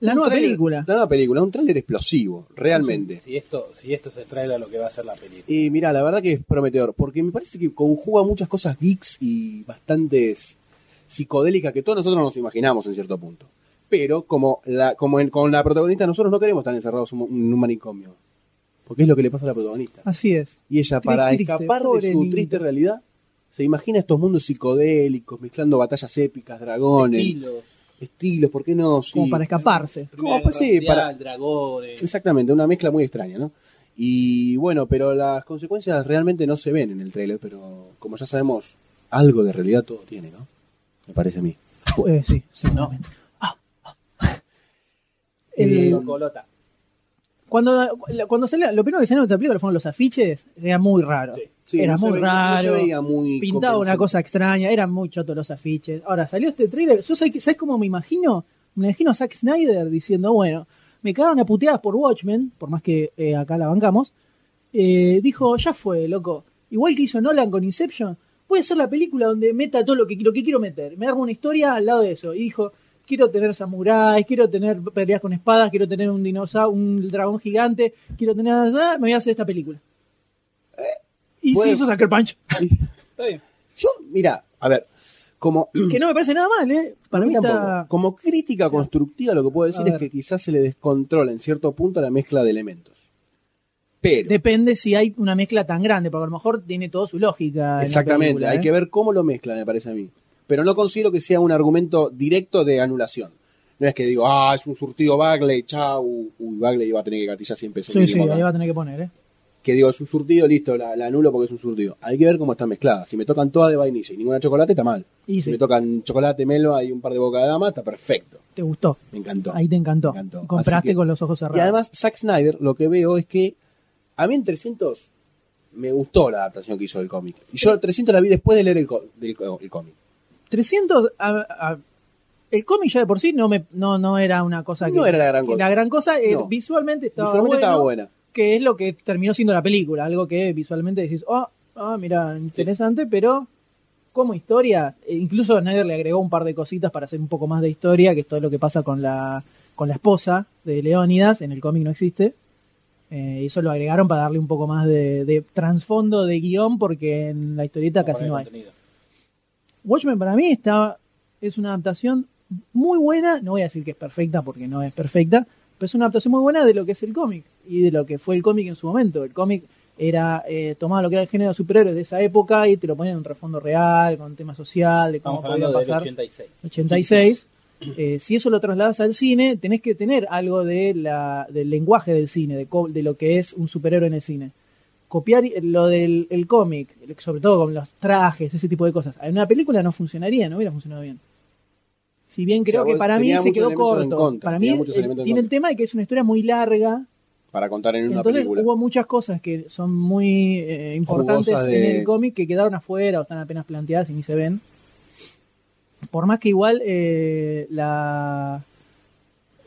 Speaker 2: La
Speaker 3: un
Speaker 2: nueva
Speaker 3: tráiler-
Speaker 2: película.
Speaker 3: La nueva película. Un tráiler explosivo, realmente.
Speaker 4: Si esto, si esto se trae a lo que va a ser la película.
Speaker 3: Y mira, la verdad que es prometedor, porque me parece que conjuga muchas cosas geeks y bastantes psicodélicas que todos nosotros nos imaginamos en cierto punto. Pero como la, como en- con la protagonista, nosotros no queremos estar encerrados en un- en un manicomio. Porque es lo que le pasa a la protagonista.
Speaker 2: Así es.
Speaker 3: Y ella, para
Speaker 2: Triste,
Speaker 3: escapar
Speaker 2: pobre
Speaker 3: de su
Speaker 2: niño.
Speaker 3: triste realidad, se imagina estos mundos psicodélicos, mezclando batallas épicas, dragones, estilos,
Speaker 4: Estilos.
Speaker 3: ¿por qué no? Sí.
Speaker 2: Como para escaparse.
Speaker 4: Primera
Speaker 3: pues
Speaker 4: Guerra
Speaker 3: sí,
Speaker 4: Mundial,
Speaker 3: para-
Speaker 4: dragones.
Speaker 3: Exactamente, una mezcla muy extraña, ¿no? Y bueno, pero las consecuencias realmente no se ven en el trailer, pero como ya sabemos, algo de realidad todo tiene, ¿no? Me parece a mí.
Speaker 2: Eh, sí,
Speaker 3: Eh,
Speaker 4: eh,
Speaker 2: seguramente. Ah, ah. El-
Speaker 4: Colota.
Speaker 2: Cuando, cuando salió, lo primero que salieron de esta película fueron los afiches, era muy raro.
Speaker 3: Sí,
Speaker 2: era
Speaker 3: no se
Speaker 2: muy
Speaker 3: veía- no se
Speaker 2: raro.
Speaker 3: veía muy
Speaker 2: pintaba una
Speaker 3: convencido.
Speaker 2: cosa extraña, eran muy chotos los afiches. Ahora salió este trailer, yo sé que- ¿sabes cómo me imagino? Me imagino a Zack Snyder diciendo, bueno, me cagaron a puteadas por Watchmen, por más que eh, acá la bancamos. Eh, dijo, ya fue, loco. Igual que hizo Nolan con Inception, voy a hacer la película donde meta todo lo que, lo que quiero meter. Me armo una historia al lado de eso. Y dijo, quiero tener samuráis, quiero tener peleas con espadas, quiero tener un dinosaurio, un dragón gigante, quiero tener... ah, Me voy a hacer esta película. Y
Speaker 3: Eh, puede-
Speaker 2: se hizo Sucker Punch.
Speaker 4: Está bien.
Speaker 3: Yo, mira, a ver, como
Speaker 2: Que no me parece nada mal, ¿eh? Para mí está...
Speaker 3: tampoco. como crítica constructiva lo que puedo decir
Speaker 2: A
Speaker 3: es
Speaker 2: ver.
Speaker 3: que quizás se le descontrola en cierto punto la mezcla de elementos. Pero
Speaker 2: Depende si hay una mezcla tan grande, porque a lo mejor tiene toda su lógica.
Speaker 3: Exactamente,
Speaker 2: ¿eh?
Speaker 3: hay que ver cómo lo mezclan, me parece a mí. Pero no considero que sea un argumento directo de anulación. No es que digo, ah, es un surtido Bagley, chau, uy, Bagley iba a tener que gatillar 100 pesos.
Speaker 2: Sí, sí,
Speaker 3: mínimo acá.
Speaker 2: ahí va a tener que poner, ¿eh?
Speaker 3: Que digo, es un surtido, listo, la, la anulo porque es un surtido. Hay que ver cómo están mezcladas. Si me tocan todas de vainilla y ninguna de chocolate, está mal.
Speaker 2: Y
Speaker 3: Si
Speaker 2: sí.
Speaker 3: me tocan chocolate, melva y un par de boca de dama, está perfecto.
Speaker 2: Te gustó.
Speaker 3: Me encantó.
Speaker 2: Ahí te encantó.
Speaker 3: Me encantó. Así
Speaker 2: Compraste
Speaker 3: que-
Speaker 2: con los ojos cerrados.
Speaker 3: Y además, Zack Snyder, lo que veo es que a mí en 300 me gustó la adaptación que hizo del cómic. Y yo 300 la vi después de leer el, có- del có- el cómic.
Speaker 2: 300... a- a- el cómic ya de por sí no, me, no, no era una cosa que...
Speaker 3: No era la gran
Speaker 2: que
Speaker 3: cosa.
Speaker 2: La gran cosa, eh,
Speaker 3: No.
Speaker 2: visualmente estaba
Speaker 3: Visualmente
Speaker 2: bueno,
Speaker 3: estaba buena.
Speaker 2: Que es lo que terminó siendo la película. Algo que visualmente decís, oh, ah, mira, interesante, pero como historia, e incluso Snyder le agregó un par de cositas para hacer un poco más de historia, que es todo lo que pasa con la, con la esposa de Leónidas, en el cómic no existe. Eh, eso lo agregaron para darle un poco más de, de trasfondo de guión, porque en la historieta casi
Speaker 4: Poner
Speaker 2: no hay.
Speaker 4: contenido.
Speaker 2: Watchmen para mí está, es una adaptación muy buena, no voy a decir que es perfecta porque no es perfecta, pero es una adaptación muy buena de lo que es el cómic y de lo que fue el cómic en su momento. El cómic era eh, tomaba lo que era el género de superhéroes de esa época y te lo ponían en un trasfondo real, con tema social, de cómo
Speaker 4: Estamos
Speaker 2: podía
Speaker 4: hablando del
Speaker 2: pasar.
Speaker 4: 86.
Speaker 2: 86. Eh, si eso lo trasladas al cine, tenés que tener algo de la, del lenguaje del cine, de, co- de lo que es un superhéroe en el cine. Copiar i- lo del el cómic, el- sobre todo con los trajes, ese tipo de cosas. En una película no funcionaría, no hubiera funcionado bien. Si bien
Speaker 3: O sea,
Speaker 2: creo que
Speaker 3: vos
Speaker 2: para mí
Speaker 3: tenía
Speaker 2: se
Speaker 3: muchos
Speaker 2: quedó
Speaker 3: elementos en
Speaker 2: corto.
Speaker 3: contra,
Speaker 2: para mí
Speaker 3: tenía
Speaker 2: eh,
Speaker 3: muchos
Speaker 2: tiene
Speaker 3: elementos en
Speaker 2: el
Speaker 3: contra.
Speaker 2: tema de que es una historia muy larga.
Speaker 3: Para contar en una
Speaker 2: Entonces
Speaker 3: película.
Speaker 2: hubo muchas cosas que son muy eh, importantes
Speaker 3: Jugosas de-
Speaker 2: en el cómic que quedaron afuera o están apenas planteadas y ni se ven. Por más que igual eh, la,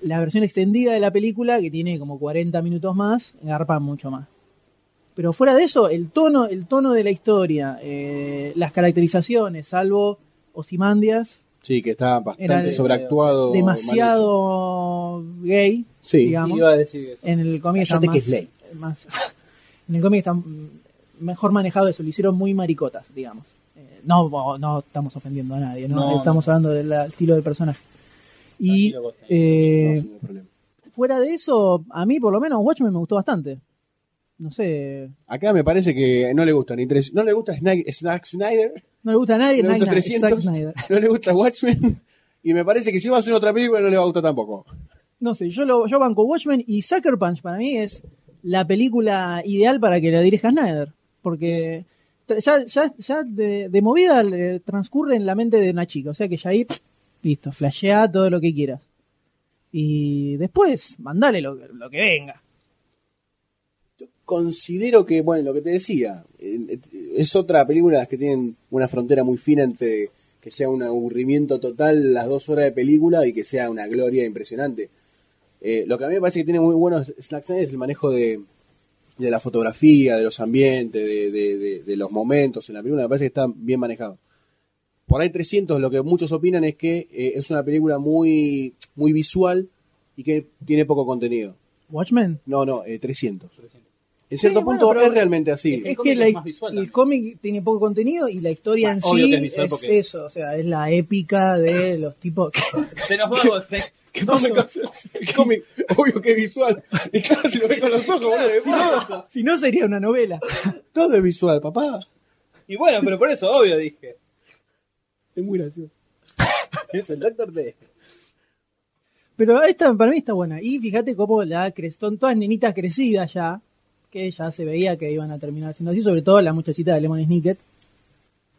Speaker 2: la versión extendida de la película, que tiene como 40 minutos más, garpa mucho más. Pero fuera de eso, el tono, el tono de la historia, eh, las caracterizaciones, salvo Osimandias,
Speaker 3: Sí, que está bastante
Speaker 2: Era de-
Speaker 3: sobreactuado.
Speaker 2: demasiado gay,
Speaker 3: mal hecho. Sí.
Speaker 2: digamos.
Speaker 4: Iba a decir eso.
Speaker 2: En el cómic está
Speaker 3: Cállate
Speaker 2: más,
Speaker 3: que es ley.
Speaker 2: más- en el cómic está mm, mejor manejado eso, lo hicieron muy maricotas, digamos. Eh, no, bo- no estamos ofendiendo a nadie, no,
Speaker 4: No,
Speaker 2: estamos hablando del estilo del personaje. Y
Speaker 4: Tranquilo, vos tenés.
Speaker 2: eh,
Speaker 3: No, sin ningún problema.
Speaker 2: fuera de eso, a mí por lo menos Watchmen me gustó bastante. No sé,
Speaker 3: Acá me parece que no le gusta ni tres, no le gusta Snyder, Snack Snyder,
Speaker 2: no le gusta a nadie,
Speaker 3: no
Speaker 2: Zack
Speaker 3: le gusta
Speaker 2: Snyder,
Speaker 3: 300,
Speaker 2: Zack Snyder.
Speaker 3: no le gusta Watchmen y me parece que si va a hacer otra película no le va a gustar tampoco.
Speaker 2: No sé, yo, lo, yo banco Watchmen y Sucker Punch para mí es la película ideal para que la dirija Snyder. Porque tra- ya, ya, ya de, de movida le transcurre en la mente de una chica. O sea que ya ahí, pff, listo, flashea todo lo que quieras. Y después, mandale lo, lo que venga.
Speaker 3: Considero que, bueno, lo que te decía, eh, eh, es otra película de las que tienen una frontera muy fina entre que sea un aburrimiento total las dos horas de película y que sea una gloria impresionante. Eh, lo que a mí me parece que tiene muy bueno Snack Snyder es el manejo de, de la fotografía, de los ambientes, de, de- de- de los momentos en la película. Me parece que está bien manejado. Por ahí 300, lo que muchos opinan es que eh, es una película muy, muy visual y que tiene poco contenido.
Speaker 2: Watchmen.
Speaker 3: No, no, eh, 300.
Speaker 4: 300.
Speaker 3: En cierto
Speaker 2: Sí, bueno,
Speaker 3: punto
Speaker 2: pero-
Speaker 3: es realmente así.
Speaker 2: Es
Speaker 4: cómic
Speaker 2: que
Speaker 4: es
Speaker 2: la-
Speaker 4: más visual
Speaker 2: el
Speaker 4: también.
Speaker 2: cómic tiene poco contenido y la historia
Speaker 4: Bueno,
Speaker 2: en
Speaker 4: obvio
Speaker 2: sí
Speaker 4: que es visual
Speaker 2: es
Speaker 4: porque-
Speaker 2: eso. O sea, es la épica de los tipos.
Speaker 4: Se nos va a gozar.
Speaker 3: ¿Qué pasa? Cómic, obvio que es visual. Y claro, si lo ves con los ojos, boludo, es visual.
Speaker 2: si no, sería una novela.
Speaker 3: Todo es visual, papá.
Speaker 4: Y bueno, pero por eso, obvio, dije.
Speaker 3: Es muy gracioso.
Speaker 4: Es el Doctor D.
Speaker 2: este. Pero esta para mí está buena. Y fíjate cómo la crestón, todas nenitas crecidas ya, que ya se veía que iban a terminar siendo así, sobre todo la muchachita de Lemon Snicket,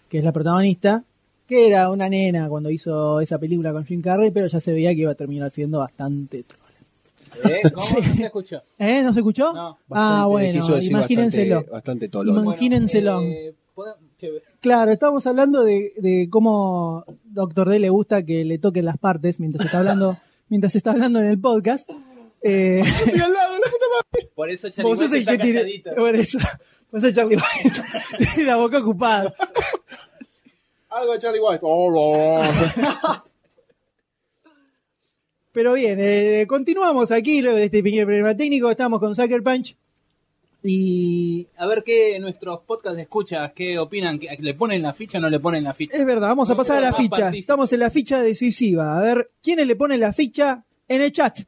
Speaker 2: que es la protagonista, que era una nena cuando hizo esa película con Jim Carrey, pero ya se veía que iba a terminar siendo bastante troll.
Speaker 4: ¿Eh? ¿Cómo no se escuchó?
Speaker 2: ¿Eh? ¿No se escuchó?
Speaker 4: No.
Speaker 2: ah,
Speaker 3: Bastante- quiso
Speaker 2: bueno,
Speaker 3: decir
Speaker 2: imagínenselo.
Speaker 3: Bastante, bastante tolo.
Speaker 2: Imag- Imagínenselo.
Speaker 4: eh, ¿puedo- che,
Speaker 2: Claro, estábamos hablando de, de cómo Doctor D le gusta que le toquen las partes mientras está hablando, mientras está hablando en el podcast. Eh,
Speaker 4: Por eso Charlie
Speaker 2: vos
Speaker 4: White
Speaker 2: sos el
Speaker 4: está
Speaker 2: que tiene.
Speaker 4: calladito.
Speaker 2: Por eso, por eso Charlie White tiene la boca ocupada.
Speaker 3: Algo de Charlie White. Oh, no.
Speaker 2: Pero bien, eh, continuamos aquí luego de este pequeño problema técnico. Estamos con Sucker Punch. Y
Speaker 4: A ver qué nuestros podcast escuchas, qué opinan, ¿Qué- le ponen la ficha o no le ponen la ficha.
Speaker 2: es verdad, vamos a
Speaker 4: No,
Speaker 2: pasar a la
Speaker 4: más
Speaker 2: ficha.
Speaker 4: partícipe.
Speaker 2: Estamos en la ficha decisiva. A ver, ¿quiénes le ponen la ficha en el chat?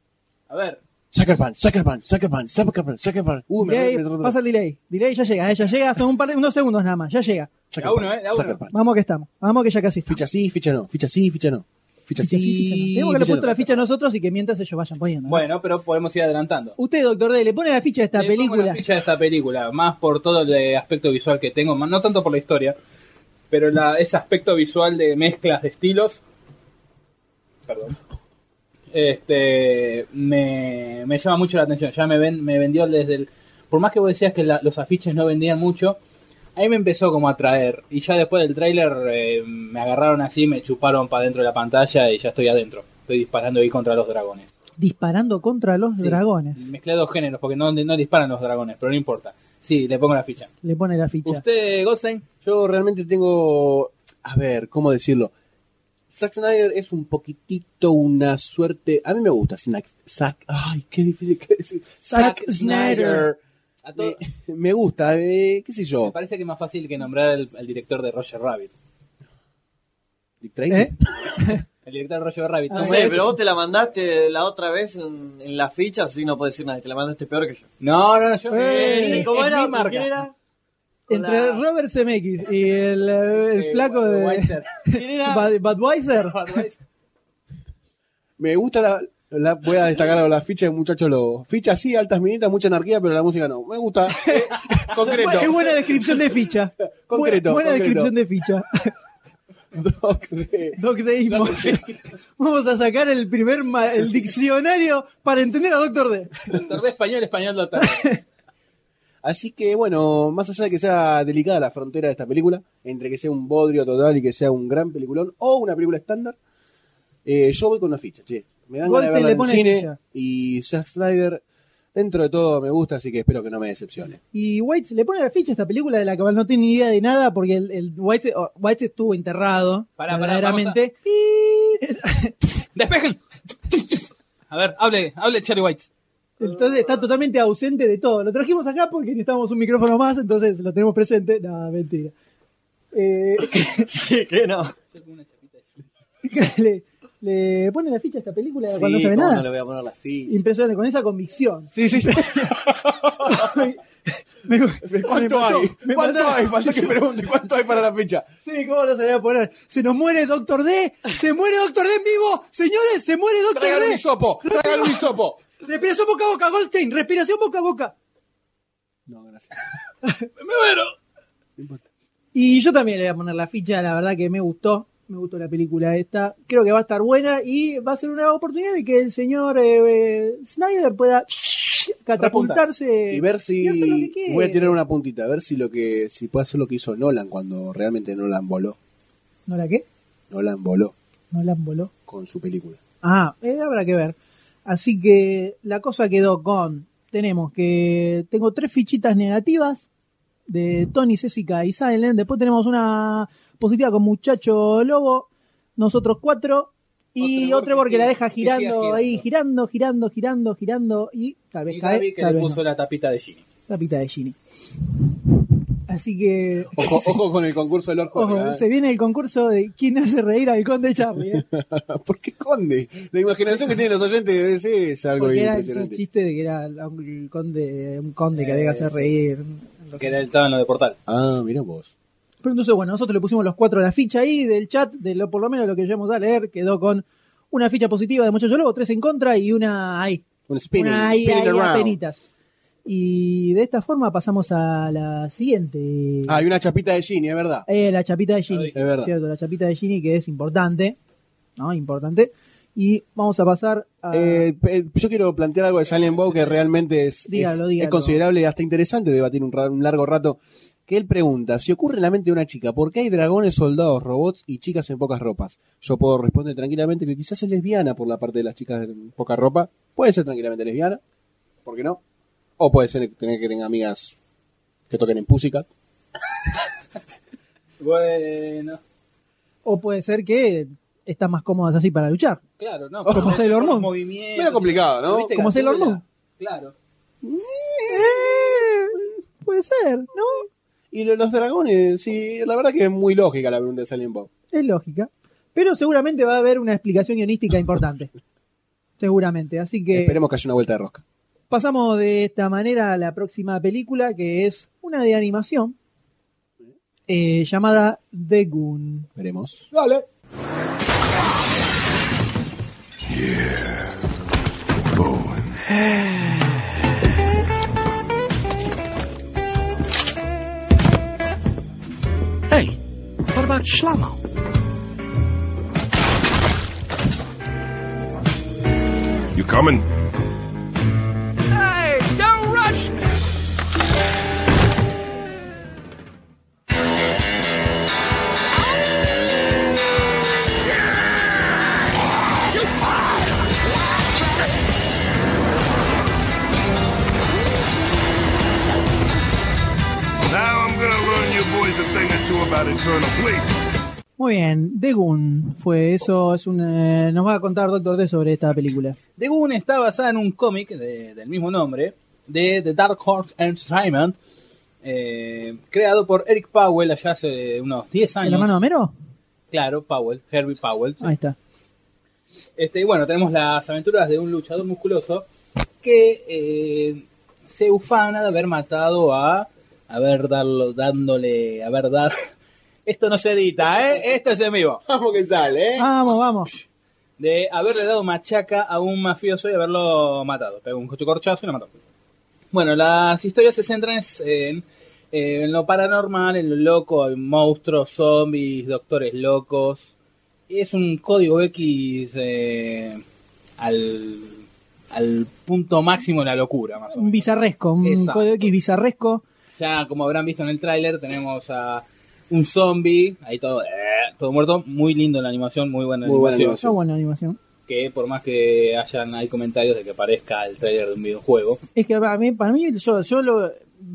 Speaker 4: A ver,
Speaker 3: Zuckerman, Zuckerman, Zuckerman, Zuckerman, Zuckerman. Uh, me
Speaker 2: Delay,
Speaker 3: me- me-
Speaker 2: pasa el delay. Delay ya llega, eh, ya llega. Son un par de unos segundos nada más, ya llega.
Speaker 4: De a uno, eh, de a uno.
Speaker 3: Zuckerman.
Speaker 2: Vamos que estamos. Vamos que ya casi estamos.
Speaker 3: Ficha sí, ficha no. Ficha sí, ficha no. Ficha,
Speaker 2: Ficha
Speaker 3: sí,
Speaker 2: sí, ficha no. Tenemos que le
Speaker 3: le
Speaker 2: puesto la ficha a nosotros y que mientras ellos vayan poniendo. ¿no?
Speaker 4: bueno, pero podemos ir adelantando.
Speaker 2: Usted, doctor D, le pone la ficha a esta
Speaker 4: Le pongo
Speaker 2: película.
Speaker 4: la ficha de esta película, más por todo el eh, aspecto visual que tengo, más- no tanto por la historia, pero la- ese aspecto visual de mezclas de estilos. Perdón. Este me, me llama mucho la atención. Ya me ven, me vendió desde el. Por más que vos decías que la- los afiches no vendían mucho, ahí me empezó como a atraer. Y ya después del tráiler eh, me agarraron así, me chuparon para dentro de la pantalla y ya estoy adentro. Estoy disparando ahí contra los dragones.
Speaker 2: Disparando contra los
Speaker 4: Sí.
Speaker 2: dragones.
Speaker 4: Mezclé dos géneros porque no, no disparan los dragones, pero no importa. Sí, le pongo la ficha.
Speaker 2: Le pone la ficha.
Speaker 4: ¿Usted, Goldstein?
Speaker 3: Yo realmente tengo. A ver, ¿cómo decirlo? Zack Snyder es un poquitito una suerte. A mí me gusta Snack- Zack. Ay, qué difícil que decir.
Speaker 2: Zack Snyder.
Speaker 4: A todo-
Speaker 3: Me, me gusta, eh, qué sé
Speaker 4: me
Speaker 3: yo.
Speaker 4: parece que es más fácil que nombrar al, al director de Roger Rabbit.
Speaker 3: Dick Tracy.
Speaker 2: ¿Eh?
Speaker 4: El director de Roger
Speaker 2: Ah,
Speaker 4: Rabbit.
Speaker 6: No
Speaker 4: ¿no?
Speaker 6: sé, pero vos te la mandaste la otra vez en, en la ficha, así no puedes decir nada. Te la mandaste peor que yo.
Speaker 4: No, no, no, yo
Speaker 2: Ey,
Speaker 4: es
Speaker 6: ¿Cómo era?
Speaker 4: mi marca.
Speaker 6: ¿Quién era? Con
Speaker 2: Entre
Speaker 6: la-
Speaker 2: Robert Zemeckis y el, eh, el
Speaker 4: Eh,
Speaker 2: flaco de
Speaker 4: Weiser.
Speaker 6: ¿Quién era?
Speaker 2: Bud- Budweiser.
Speaker 3: Me gusta la, la- voy a destacar la, la ficha de Muchacho Lobo. Ficha sí, altas minitas, mucha anarquía, pero la música no. Me gusta. Eh, concreto.
Speaker 2: Qué buena descripción de ficha.
Speaker 3: Concreto,
Speaker 2: Buena, buena
Speaker 3: concreto.
Speaker 2: descripción de ficha.
Speaker 3: Doc de-
Speaker 2: Doc Deismo. Vamos a sacar el primer ma- el diccionario para entender a Doctor D.
Speaker 4: Doctor de español, español lo tardé.
Speaker 3: Así que bueno, más allá de que sea delicada la frontera de esta película, entre que sea un bodrio total y que sea un gran peliculón o una película estándar, eh, yo voy con una ficha, che. Me dan ganas de
Speaker 2: Goldstein
Speaker 3: verla
Speaker 2: le
Speaker 3: en el
Speaker 2: pone
Speaker 3: cine
Speaker 2: ficha.
Speaker 3: y Zack Snyder dentro de todo me gusta, así que espero que no me decepcione.
Speaker 2: Y White le pone la ficha a esta película de la que no tiene ni idea de nada porque el, el White, oh, White estuvo enterrado
Speaker 4: Pará, pará,
Speaker 2: verdaderamente.
Speaker 4: ¡Despejen! A ver, hable, hable Charlie White.
Speaker 2: Entonces está totalmente ausente de todo. Lo trajimos acá porque necesitamos un micrófono más, entonces lo tenemos presente. No, mentira. Eh,
Speaker 6: Sí, que no.
Speaker 2: que le, le pone la ficha a esta película
Speaker 6: Sí,
Speaker 2: cuando no se ve
Speaker 6: cómo
Speaker 2: nada.
Speaker 6: no le voy a poner la ficha.
Speaker 2: Impresionante, con esa convicción.
Speaker 3: Sí, sí.
Speaker 2: Me-
Speaker 3: ¿Cuánto
Speaker 2: me mató,
Speaker 3: hay?
Speaker 2: me
Speaker 3: ¿Cuánto
Speaker 2: mató.
Speaker 3: hay? Falta que pregunte, ¿cuánto hay para la ficha?
Speaker 2: Sí, ¿cómo no se le va a poner? Se nos muere Doctor D, se muere Doctor D en vivo, señores, se muere Doctor
Speaker 3: Traigan un
Speaker 2: D.
Speaker 3: hisopo, traigan un hisopo.
Speaker 2: Respiración boca a boca, Goldstein, respiración boca a boca.
Speaker 3: No, gracias.
Speaker 4: ¡Me muero!
Speaker 2: Y yo también le voy a poner la ficha, la verdad que me gustó. Me gustó la película esta. Creo que va a estar buena y va a ser una oportunidad de que el señor eh, eh, Snyder pueda catapultarse.
Speaker 3: y ver
Speaker 2: Eh, y hacer lo que
Speaker 3: si
Speaker 2: quiere.
Speaker 3: voy a tirar una puntita, a ver si lo que si puede hacer lo que hizo Nolan cuando realmente Nolan voló,
Speaker 2: ¿No la qué?
Speaker 3: Nolan voló
Speaker 2: No la voló.
Speaker 3: con su película.
Speaker 2: Ah, eh, habrá que ver. Así que la cosa quedó con. Tenemos que. Tengo tres fichitas negativas de Tony, Césica y Silent. Después tenemos una positiva con Muchacho Lobo. Nosotros cuatro. Y
Speaker 4: Otro
Speaker 2: otro porque
Speaker 4: que
Speaker 2: la
Speaker 4: siga-
Speaker 2: deja
Speaker 4: que siga
Speaker 2: girando ahí, girando, girando, girando, girando. Y tal vez
Speaker 4: Y
Speaker 2: cae.
Speaker 4: Gaby que
Speaker 2: tal
Speaker 4: le
Speaker 2: vez
Speaker 4: puso
Speaker 2: no.
Speaker 4: la tapita de Ginny.
Speaker 2: La pita de Gini. Así que.
Speaker 3: Ojo, ojo con el concurso de Lord
Speaker 2: ojo,
Speaker 3: Jorge, ¿eh?
Speaker 2: se viene el concurso de quién hace reír al conde Charlie. ¿eh?
Speaker 3: ¿Por qué conde? La imaginación que tienen los oyentes de DC es algo
Speaker 2: Porque era el
Speaker 3: impresionante. Eh,
Speaker 2: chiste de que era un conde, un conde que había que hacer reír.
Speaker 4: Que era el estaba en lo de portal.
Speaker 3: Ah, mira vos.
Speaker 2: Pero entonces, bueno, nosotros le pusimos los cuatro a la ficha ahí del chat, de lo, por lo menos lo que llegamos a leer, quedó con una ficha positiva de Muchacho Lobo, tres en contra y una ahí.
Speaker 3: Un spinning,
Speaker 2: una ahí,
Speaker 3: spinning
Speaker 2: ahí,
Speaker 3: around.
Speaker 2: apenitas. Y de esta forma pasamos a la siguiente.
Speaker 3: Ah, y una chapita de Ginny, es verdad.
Speaker 2: Eh, la chapita de Ginny.
Speaker 3: Es verdad.
Speaker 2: Cierto, la chapita de Ginny que es importante. ¿No? Importante. Y vamos a pasar a.
Speaker 3: Eh, pe- yo quiero plantear algo de Silent Bob que realmente es,
Speaker 2: Dígalo,
Speaker 3: es-
Speaker 2: dígalo.
Speaker 3: es considerable y hasta interesante debatir un, ra- un largo rato. Que él pregunta, si ocurre en la mente de una chica, ¿por qué hay dragones, soldados, robots y chicas en pocas ropas? Yo puedo responder tranquilamente que quizás es lesbiana por la parte de las chicas en poca ropa. Puede ser tranquilamente lesbiana, ¿por qué no? O puede ser tener que tener amigas que toquen en música.
Speaker 4: Bueno.
Speaker 2: O puede ser que están más cómodas así para luchar.
Speaker 4: Claro, no.
Speaker 2: Como Sailor Moon.
Speaker 4: Movimiento.
Speaker 3: Medio complicado, ¿no?
Speaker 4: ¿Viste,
Speaker 2: Como
Speaker 4: Gatúbela?
Speaker 2: Sailor Moon.
Speaker 4: Claro.
Speaker 2: Eh, puede ser, ¿no?
Speaker 3: Y lo- los dragones, sí, la verdad que es muy lógica la pregunta de Silent Bob.
Speaker 2: Es lógica. Pero seguramente va a haber una explicación guionística importante. seguramente. Así que
Speaker 3: Esperemos que haya una vuelta de rosca.
Speaker 2: pasamos de esta manera a la próxima película, que es una de animación eh, llamada The Goon.
Speaker 3: Veremos.
Speaker 4: Dale.
Speaker 8: Hey, what about Shlomo?
Speaker 7: You coming?
Speaker 8: Hey, don't rush
Speaker 7: Now I'm gonna learn you boys a thing or two about eternal bleed.
Speaker 2: Muy bien, The Goon fue eso. Es un, eh, nos va a contar Doctor D sobre esta película.
Speaker 4: The Goon está basada en un cómic de- del mismo nombre de The Dark Horse Entertainment, eh, creado por Eric Powell allá hace unos 10
Speaker 2: ¿En la
Speaker 4: años.
Speaker 2: mano de Homero?
Speaker 4: Claro, Powell, Herbie Powell. sí.
Speaker 2: Ahí está.
Speaker 4: Este, y bueno, tenemos las aventuras de un luchador musculoso que eh, se ufana de haber matado a. A ver, darlo, dándole. A ver, dar. Esto no se edita, ¿eh? Esto es en vivo.
Speaker 3: Vamos que sale, ¿eh?
Speaker 2: Vamos, vamos.
Speaker 4: De haberle dado machaca a un mafioso y haberlo matado. Pegó un coche corchazo y lo mató. Bueno, las historias se centran es- en, eh, en lo paranormal, en lo loco, hay monstruos, zombies, doctores locos. Es un código X eh, al, al punto máximo de la locura, más o
Speaker 2: Un
Speaker 4: menos.
Speaker 2: bizarresco, un
Speaker 4: Exacto.
Speaker 2: código X bizarresco.
Speaker 4: Ya, como habrán visto en el tráiler, tenemos a un zombie, ahí todo, eh, todo muerto. Muy lindo la animación, muy buena
Speaker 3: Muy buena
Speaker 4: animación
Speaker 3: animación.
Speaker 2: Está buena animación.
Speaker 4: que por más que hayan hay comentarios de que parezca el trailer de un videojuego.
Speaker 2: Es que para mí, para mí yo, yo lo,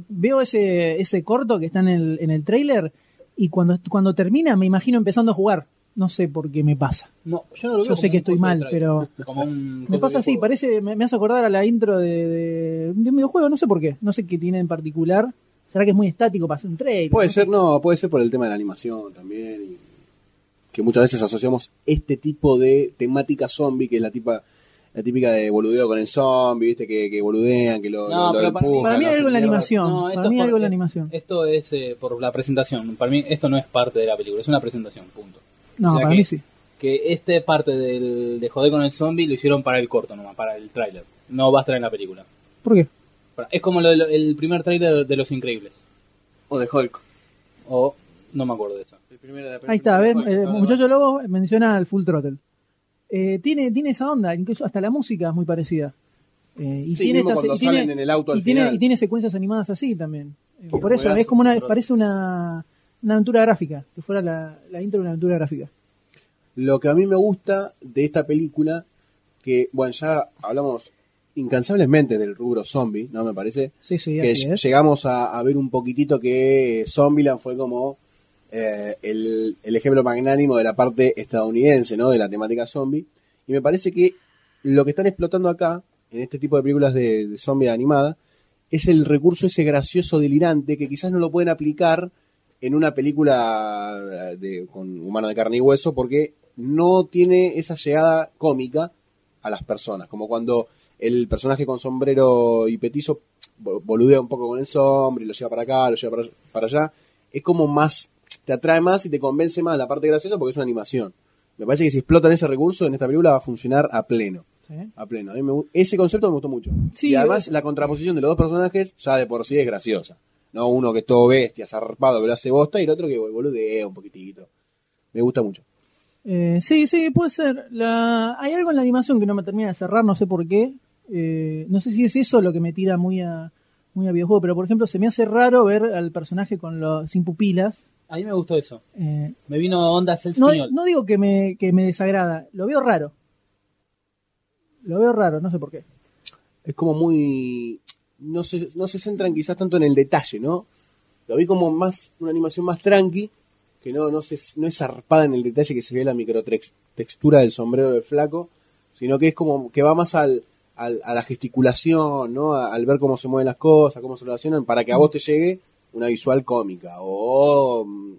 Speaker 2: veo ese, ese corto que está en el, en el trailer y cuando, cuando termina me imagino empezando a jugar. No sé por qué me pasa.
Speaker 4: No, yo
Speaker 2: Yo sé que estoy mal, pero-
Speaker 4: como un coso
Speaker 2: Me
Speaker 4: de
Speaker 2: pasa así,
Speaker 4: videojuego.
Speaker 2: parece, me, me hace acordar a la intro de, de- de un videojuego, no sé por qué, no sé qué tiene en particular. ¿Será que es muy estático para hacer un trailer?
Speaker 3: Puede ser, no, puede ser por el tema de la animación también. y que muchas veces asociamos este tipo de temática zombie, que es la tipa la típica de boludeo con el zombie, viste, que, que boludean, que lo,
Speaker 4: No,
Speaker 3: lo- lo
Speaker 4: pero para mí-
Speaker 2: Para mí hay
Speaker 3: hacen
Speaker 2: algo en la
Speaker 3: mierda.
Speaker 2: animación.
Speaker 4: No, esto
Speaker 2: para mí
Speaker 4: es
Speaker 2: hay algo en
Speaker 4: porque-
Speaker 2: la animación.
Speaker 4: Esto es eh, por la presentación. Para mí esto no es parte de la película, es una presentación, punto.
Speaker 2: No,
Speaker 4: o sea
Speaker 2: para
Speaker 4: que-
Speaker 2: mí sí.
Speaker 4: Que este parte del, de joder con el zombie lo hicieron para el corto nomás, para el tráiler. No va a estar en la película.
Speaker 2: ¿Por qué?
Speaker 4: Para- Es como lo de lo- el primer tráiler de Los Increíbles.
Speaker 6: O de Hulk.
Speaker 4: O no me acuerdo de eso.
Speaker 6: El primero de la
Speaker 2: Ahí está, a ver,
Speaker 6: Hulk,
Speaker 2: eh,
Speaker 6: todo lo
Speaker 2: muchacho lobo menciona al Full Throttle. Eh, tiene, tiene esa onda, incluso hasta la música es muy parecida. Eh, y
Speaker 3: Sí,
Speaker 2: tiene
Speaker 3: mismo
Speaker 2: estas-
Speaker 3: cuando
Speaker 2: y tiene-
Speaker 3: salen en el auto al
Speaker 2: y tiene,
Speaker 3: final.
Speaker 2: y tiene secuencias animadas así también. Eh, por eso
Speaker 6: juegazo,
Speaker 2: es como una,
Speaker 6: Full Throttle.
Speaker 2: parece una, una aventura gráfica, que fuera la, la intro de una aventura gráfica.
Speaker 3: Lo que a mí me gusta de esta película, que, bueno, ya hablamos incansablemente del rubro zombie, ¿no? Me parece.
Speaker 2: Sí, sí,
Speaker 3: que
Speaker 2: así
Speaker 3: ll-
Speaker 2: es.
Speaker 3: llegamos a, a ver un poquitito que Zombieland fue como eh, el, el ejemplo magnánimo de la parte estadounidense, ¿no? De la temática zombie. Y me parece que lo que están explotando acá, en este tipo de películas de, de zombie animada, es el recurso ese gracioso delirante que quizás no lo pueden aplicar en una película eh, de- con humano de carne y hueso porque no tiene esa llegada cómica a las personas. Como cuando el personaje con sombrero y petizo bo- boludea un poco con el sombra y lo lleva para acá, lo lleva para, para allá. Es como más, te atrae más y te convence más la parte graciosa porque es una animación. Me parece que si explotan ese recurso en esta película va a funcionar a pleno.
Speaker 2: Sí.
Speaker 3: A pleno. A mí me gu- ese concepto me gustó mucho.
Speaker 2: Sí,
Speaker 3: y además
Speaker 2: es-
Speaker 3: la contraposición de los dos personajes ya de por sí es graciosa. No uno que es todo bestia, zarpado, que lo hace bosta, y el otro que boludea un poquitito. Me gusta mucho.
Speaker 2: Eh, sí, sí, puede ser. La... Hay algo en la animación que no me termina de cerrar, no sé por qué. Eh, no sé si es eso lo que me tira muy a, muy a videojuego, pero por ejemplo, se me hace raro ver al personaje con los, sin pupilas.
Speaker 4: A mí me gustó eso.
Speaker 2: Eh,
Speaker 4: Me vino onda Cell
Speaker 2: no,
Speaker 4: Spagnol.
Speaker 2: no digo que me, que me desagrada, lo veo raro. Lo veo raro, no sé por qué.
Speaker 3: es como muy. No se, no se centran quizás tanto en el detalle, ¿no? Lo vi como más una animación más tranqui, que no, no, se, no es zarpada en el detalle que se ve la microtextura del sombrero del flaco, sino que es como que va más al, al- a la gesticulación, ¿no? A- al ver cómo se mueven las cosas, cómo se relacionan, para que a vos te llegue una visual cómica o mm,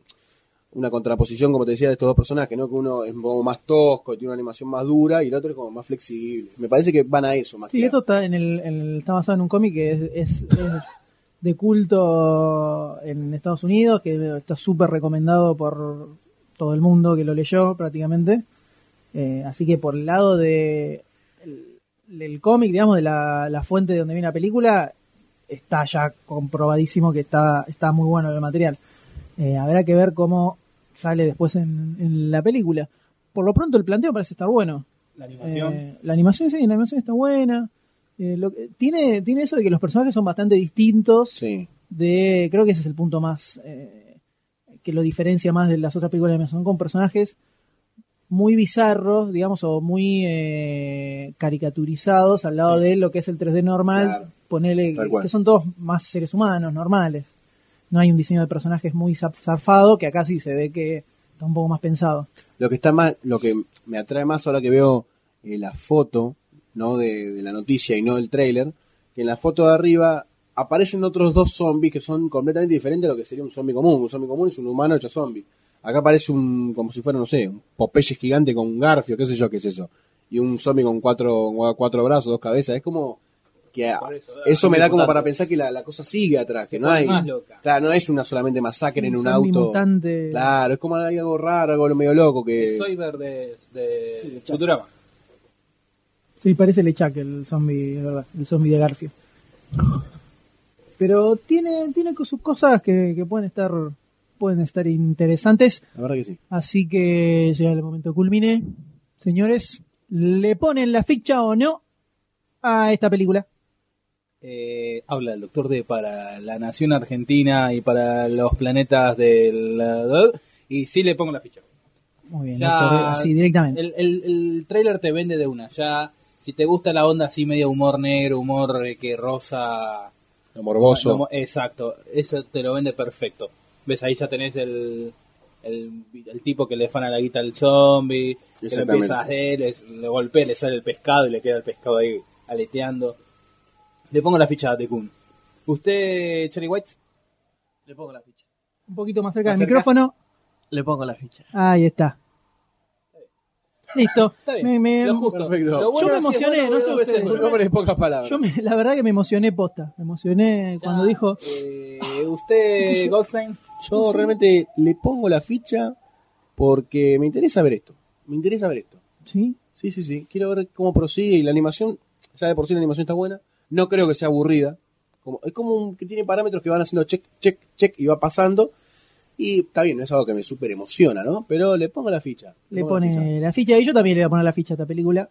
Speaker 3: una contraposición, como te decía, de estos dos personajes, ¿no? Que uno es como más tosco, tiene una animación más dura y el otro es como más flexible. Me parece que van a eso más
Speaker 2: Sí,
Speaker 3: que a-
Speaker 2: esto está, en el, en el- está basado en un cómic que es, es- es de culto en Estados Unidos, que está súper recomendado por todo el mundo que lo leyó prácticamente. Eh, así que por el lado de el- del cómic, digamos, de la, la fuente de donde viene la película, está ya comprobadísimo que está, está muy bueno el material. Eh, habrá que ver cómo sale después en, en la película. Por lo pronto el planteo parece estar bueno.
Speaker 4: La animación.
Speaker 2: Eh, la animación, sí, la animación está buena. Eh, lo que- tiene, tiene eso de que los personajes son bastante distintos.
Speaker 3: Sí.
Speaker 2: De, creo que ese es el punto más eh, que lo diferencia más de las otras películas de animación. Con personajes muy bizarros, digamos, o muy eh, caricaturizados al lado de lo que es el 3D normal.
Speaker 3: Claro.
Speaker 2: Ponele
Speaker 3: Tal cual.
Speaker 2: que son todos más seres humanos, normales. No hay un diseño de personajes muy zaf- zarfado, que acá sí se ve que está un poco más pensado.
Speaker 3: Lo que está más, lo que me atrae más ahora que veo eh, la foto, ¿no? De, de la noticia y no el tráiler, que en la foto de arriba aparecen otros dos zombies que son completamente diferentes a lo que sería un zombie común. Un zombie común es un humano hecho zombie. Acá aparece un, como si fuera, no sé, un Popeye gigante con un garfio, qué sé yo, qué es eso. Y un zombie con cuatro, cuatro brazos, dos cabezas. Es como que a- eso, me da como para pensar que la, la cosa sigue atrás, que no
Speaker 4: pone
Speaker 3: hay...
Speaker 4: más loca.
Speaker 3: Claro, no es una solamente masacre en un
Speaker 2: zombie
Speaker 3: auto.
Speaker 2: mutante.
Speaker 3: Claro, es como hay algo raro, algo medio loco que...
Speaker 4: El Soyber de, de Futurama.
Speaker 2: Sí, parece Lechak el zombie, es verdad, el zombie de Garfio. Pero tiene, tiene co- sus cosas que, que pueden estar pueden estar interesantes.
Speaker 3: La verdad que sí.
Speaker 2: Así que llega el momento culmine. Señores, ¿le ponen la ficha o no a esta película?
Speaker 4: Eh, habla el doctor D para la nación argentina y para los planetas del... Y sí le pongo la ficha.
Speaker 2: Muy bien,
Speaker 4: Ya-
Speaker 2: doctor, así directamente.
Speaker 4: El, el, el trailer te vende de una. Ya, si te gusta la onda así medio humor negro, humor eh, que rosa...
Speaker 3: Lo morboso.
Speaker 4: No, exacto, eso te lo vende perfecto. Ves, ahí ya tenés el, el, el tipo que le fana la guita al zombie, que lo
Speaker 3: Exactamente.
Speaker 4: empieza a hacer, le, le golpea, le sale el pescado y le queda el pescado ahí aleteando. Le pongo la ficha a Tekun. ¿Usted, Cherry White?
Speaker 6: Le pongo la ficha.
Speaker 2: Un poquito más cerca del
Speaker 6: acerca?
Speaker 2: micrófono.
Speaker 6: Le pongo la ficha.
Speaker 2: Ahí está. Listo.
Speaker 4: Está bien,
Speaker 2: Me- me-
Speaker 4: lo justo.
Speaker 3: Perfecto.
Speaker 4: Lo bueno
Speaker 2: Yo me
Speaker 4: es que es
Speaker 2: emocioné,
Speaker 4: bueno,
Speaker 2: no
Speaker 4: dos
Speaker 2: sé
Speaker 4: veces
Speaker 2: ustedes.
Speaker 4: bueno.
Speaker 3: No pones pocas palabras.
Speaker 2: Yo me- la verdad que me emocioné posta. Me emocioné cuando
Speaker 4: Ya,
Speaker 2: dijo...
Speaker 4: eh, ¿Usted, Goldstein?
Speaker 3: Yo realmente le pongo la ficha porque me interesa ver esto. Me interesa ver esto.
Speaker 2: ¿Sí?
Speaker 3: Sí, sí, sí. Quiero ver cómo prosigue y la animación. Ya de por sí la animación está buena. No creo que sea aburrida. Como, es como un- que tiene parámetros que van haciendo check, check, check y va pasando. Y está bien, no es algo que me super emociona, ¿no? Pero le pongo la ficha.
Speaker 2: le
Speaker 3: pongo la
Speaker 2: pone la ficha y yo también le voy a poner la ficha a esta película.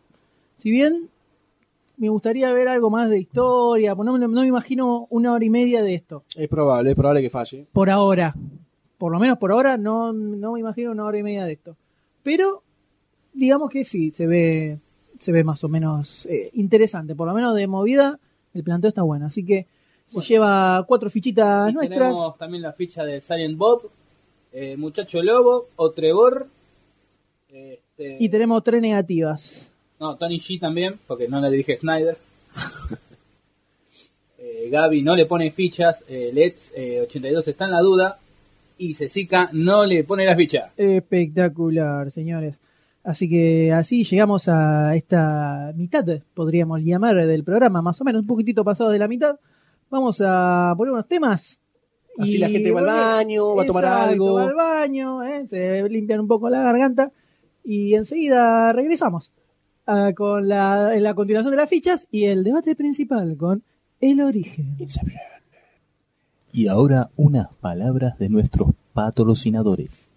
Speaker 2: Si bien me gustaría ver algo más de historia, pues no, me- no me imagino una hora y media de esto.
Speaker 3: ficha. Es probable, es probable que falle.
Speaker 2: Por ahora. Por lo menos por ahora no, no me imagino una hora y media de esto. Pero digamos que sí, se ve, se ve más o menos eh, interesante. Por lo menos de movida, el planteo está bueno. Así que se lleva cuatro fichitas
Speaker 4: Y
Speaker 2: Ah, nuestras.
Speaker 4: Tenemos también la ficha de Silent Bob, eh, Muchacho Lobo, Otrebor. Este,
Speaker 2: Y tenemos tres negativas.
Speaker 4: No, Tony G también, porque no la dirige Snyder. eh, Gaby no le pone fichas, eh, Let's eh, 82 está en la duda. Y Cecica no le pone la ficha.
Speaker 2: Espectacular, señores. Así que así llegamos a esta mitad, podríamos llamar, del programa, más o menos, un poquitito pasado de la mitad. Vamos a poner unos temas.
Speaker 3: Así la gente va al
Speaker 2: volver-
Speaker 3: baño, va a tomar
Speaker 2: Exacto,
Speaker 3: algo.
Speaker 2: Va al baño, eh, se limpian un poco la garganta. Y enseguida regresamos ah, con la, la continuación de las fichas y el debate principal con el origen.
Speaker 9: Y ahora unas palabras de nuestros patrocinadores.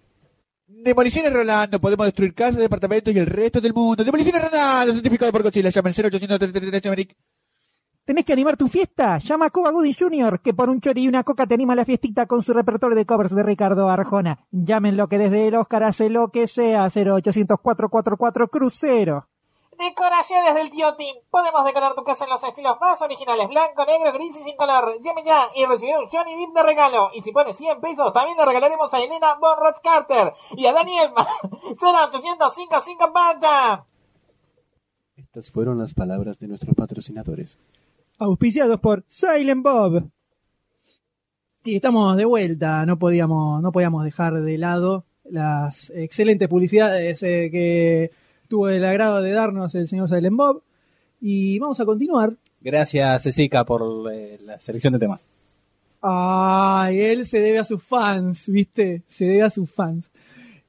Speaker 9: Demoliciones Rolando, podemos destruir casas, departamentos y el resto del mundo. Demoliciones Rolando, certificado por Godzilla, llama al 0833 Americ.
Speaker 10: ¿Tenés que animar tu fiesta? Llama a Cuba Gooding Jr., que por un chori y una coca te anima a la fiestita con su repertorio de covers de Ricardo Arjona. Llámenlo que desde el Oscar hace lo que sea, 08444 Crucero.
Speaker 11: Decoraciones del tío Tim. Podemos decorar tu casa en los estilos más originales, blanco, negro, gris y sin color. Llame ya y recibirá un Johnny Depp de regalo. Y si pones 100 pesos, también le regalaremos a Elena Bonrod Carter y a Daniel 08555 Barta.
Speaker 3: Estas fueron las palabras de nuestros patrocinadores.
Speaker 2: auspiciados por Silent Bob. Y estamos de vuelta, no podíamos, no podíamos dejar de lado las excelentes publicidades eh, que tuvo el agrado de darnos el señor Silent Bob. Y vamos a continuar.
Speaker 4: Gracias, Cecica, por eh, la selección de temas.
Speaker 2: Ay, él se debe a sus fans, ¿viste? Se debe a sus fans.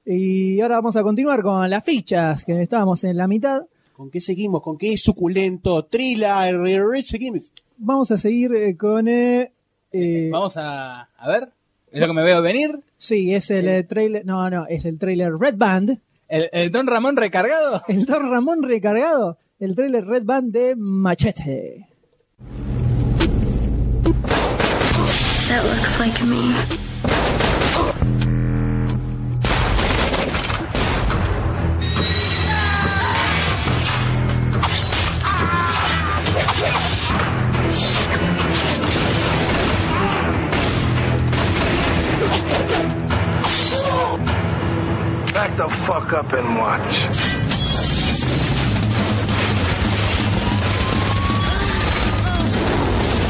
Speaker 2: Y ahora vamos a continuar con las fichas, que estábamos en la mitad.
Speaker 3: ¿Con qué seguimos? ¿Con qué suculento? Trila, Rich, seguimos.
Speaker 2: Vamos a seguir eh, con... eh, eh,
Speaker 4: Vamos a, a ver. Es lo que me veo venir.
Speaker 2: Sí, es el eh, trailer. No, no, es el trailer Red Band.
Speaker 4: El, el Don Ramón recargado.
Speaker 2: El Don Ramón recargado. El trailer Red Band de Machete.
Speaker 1: That looks like me.
Speaker 7: Back the fuck up and watch.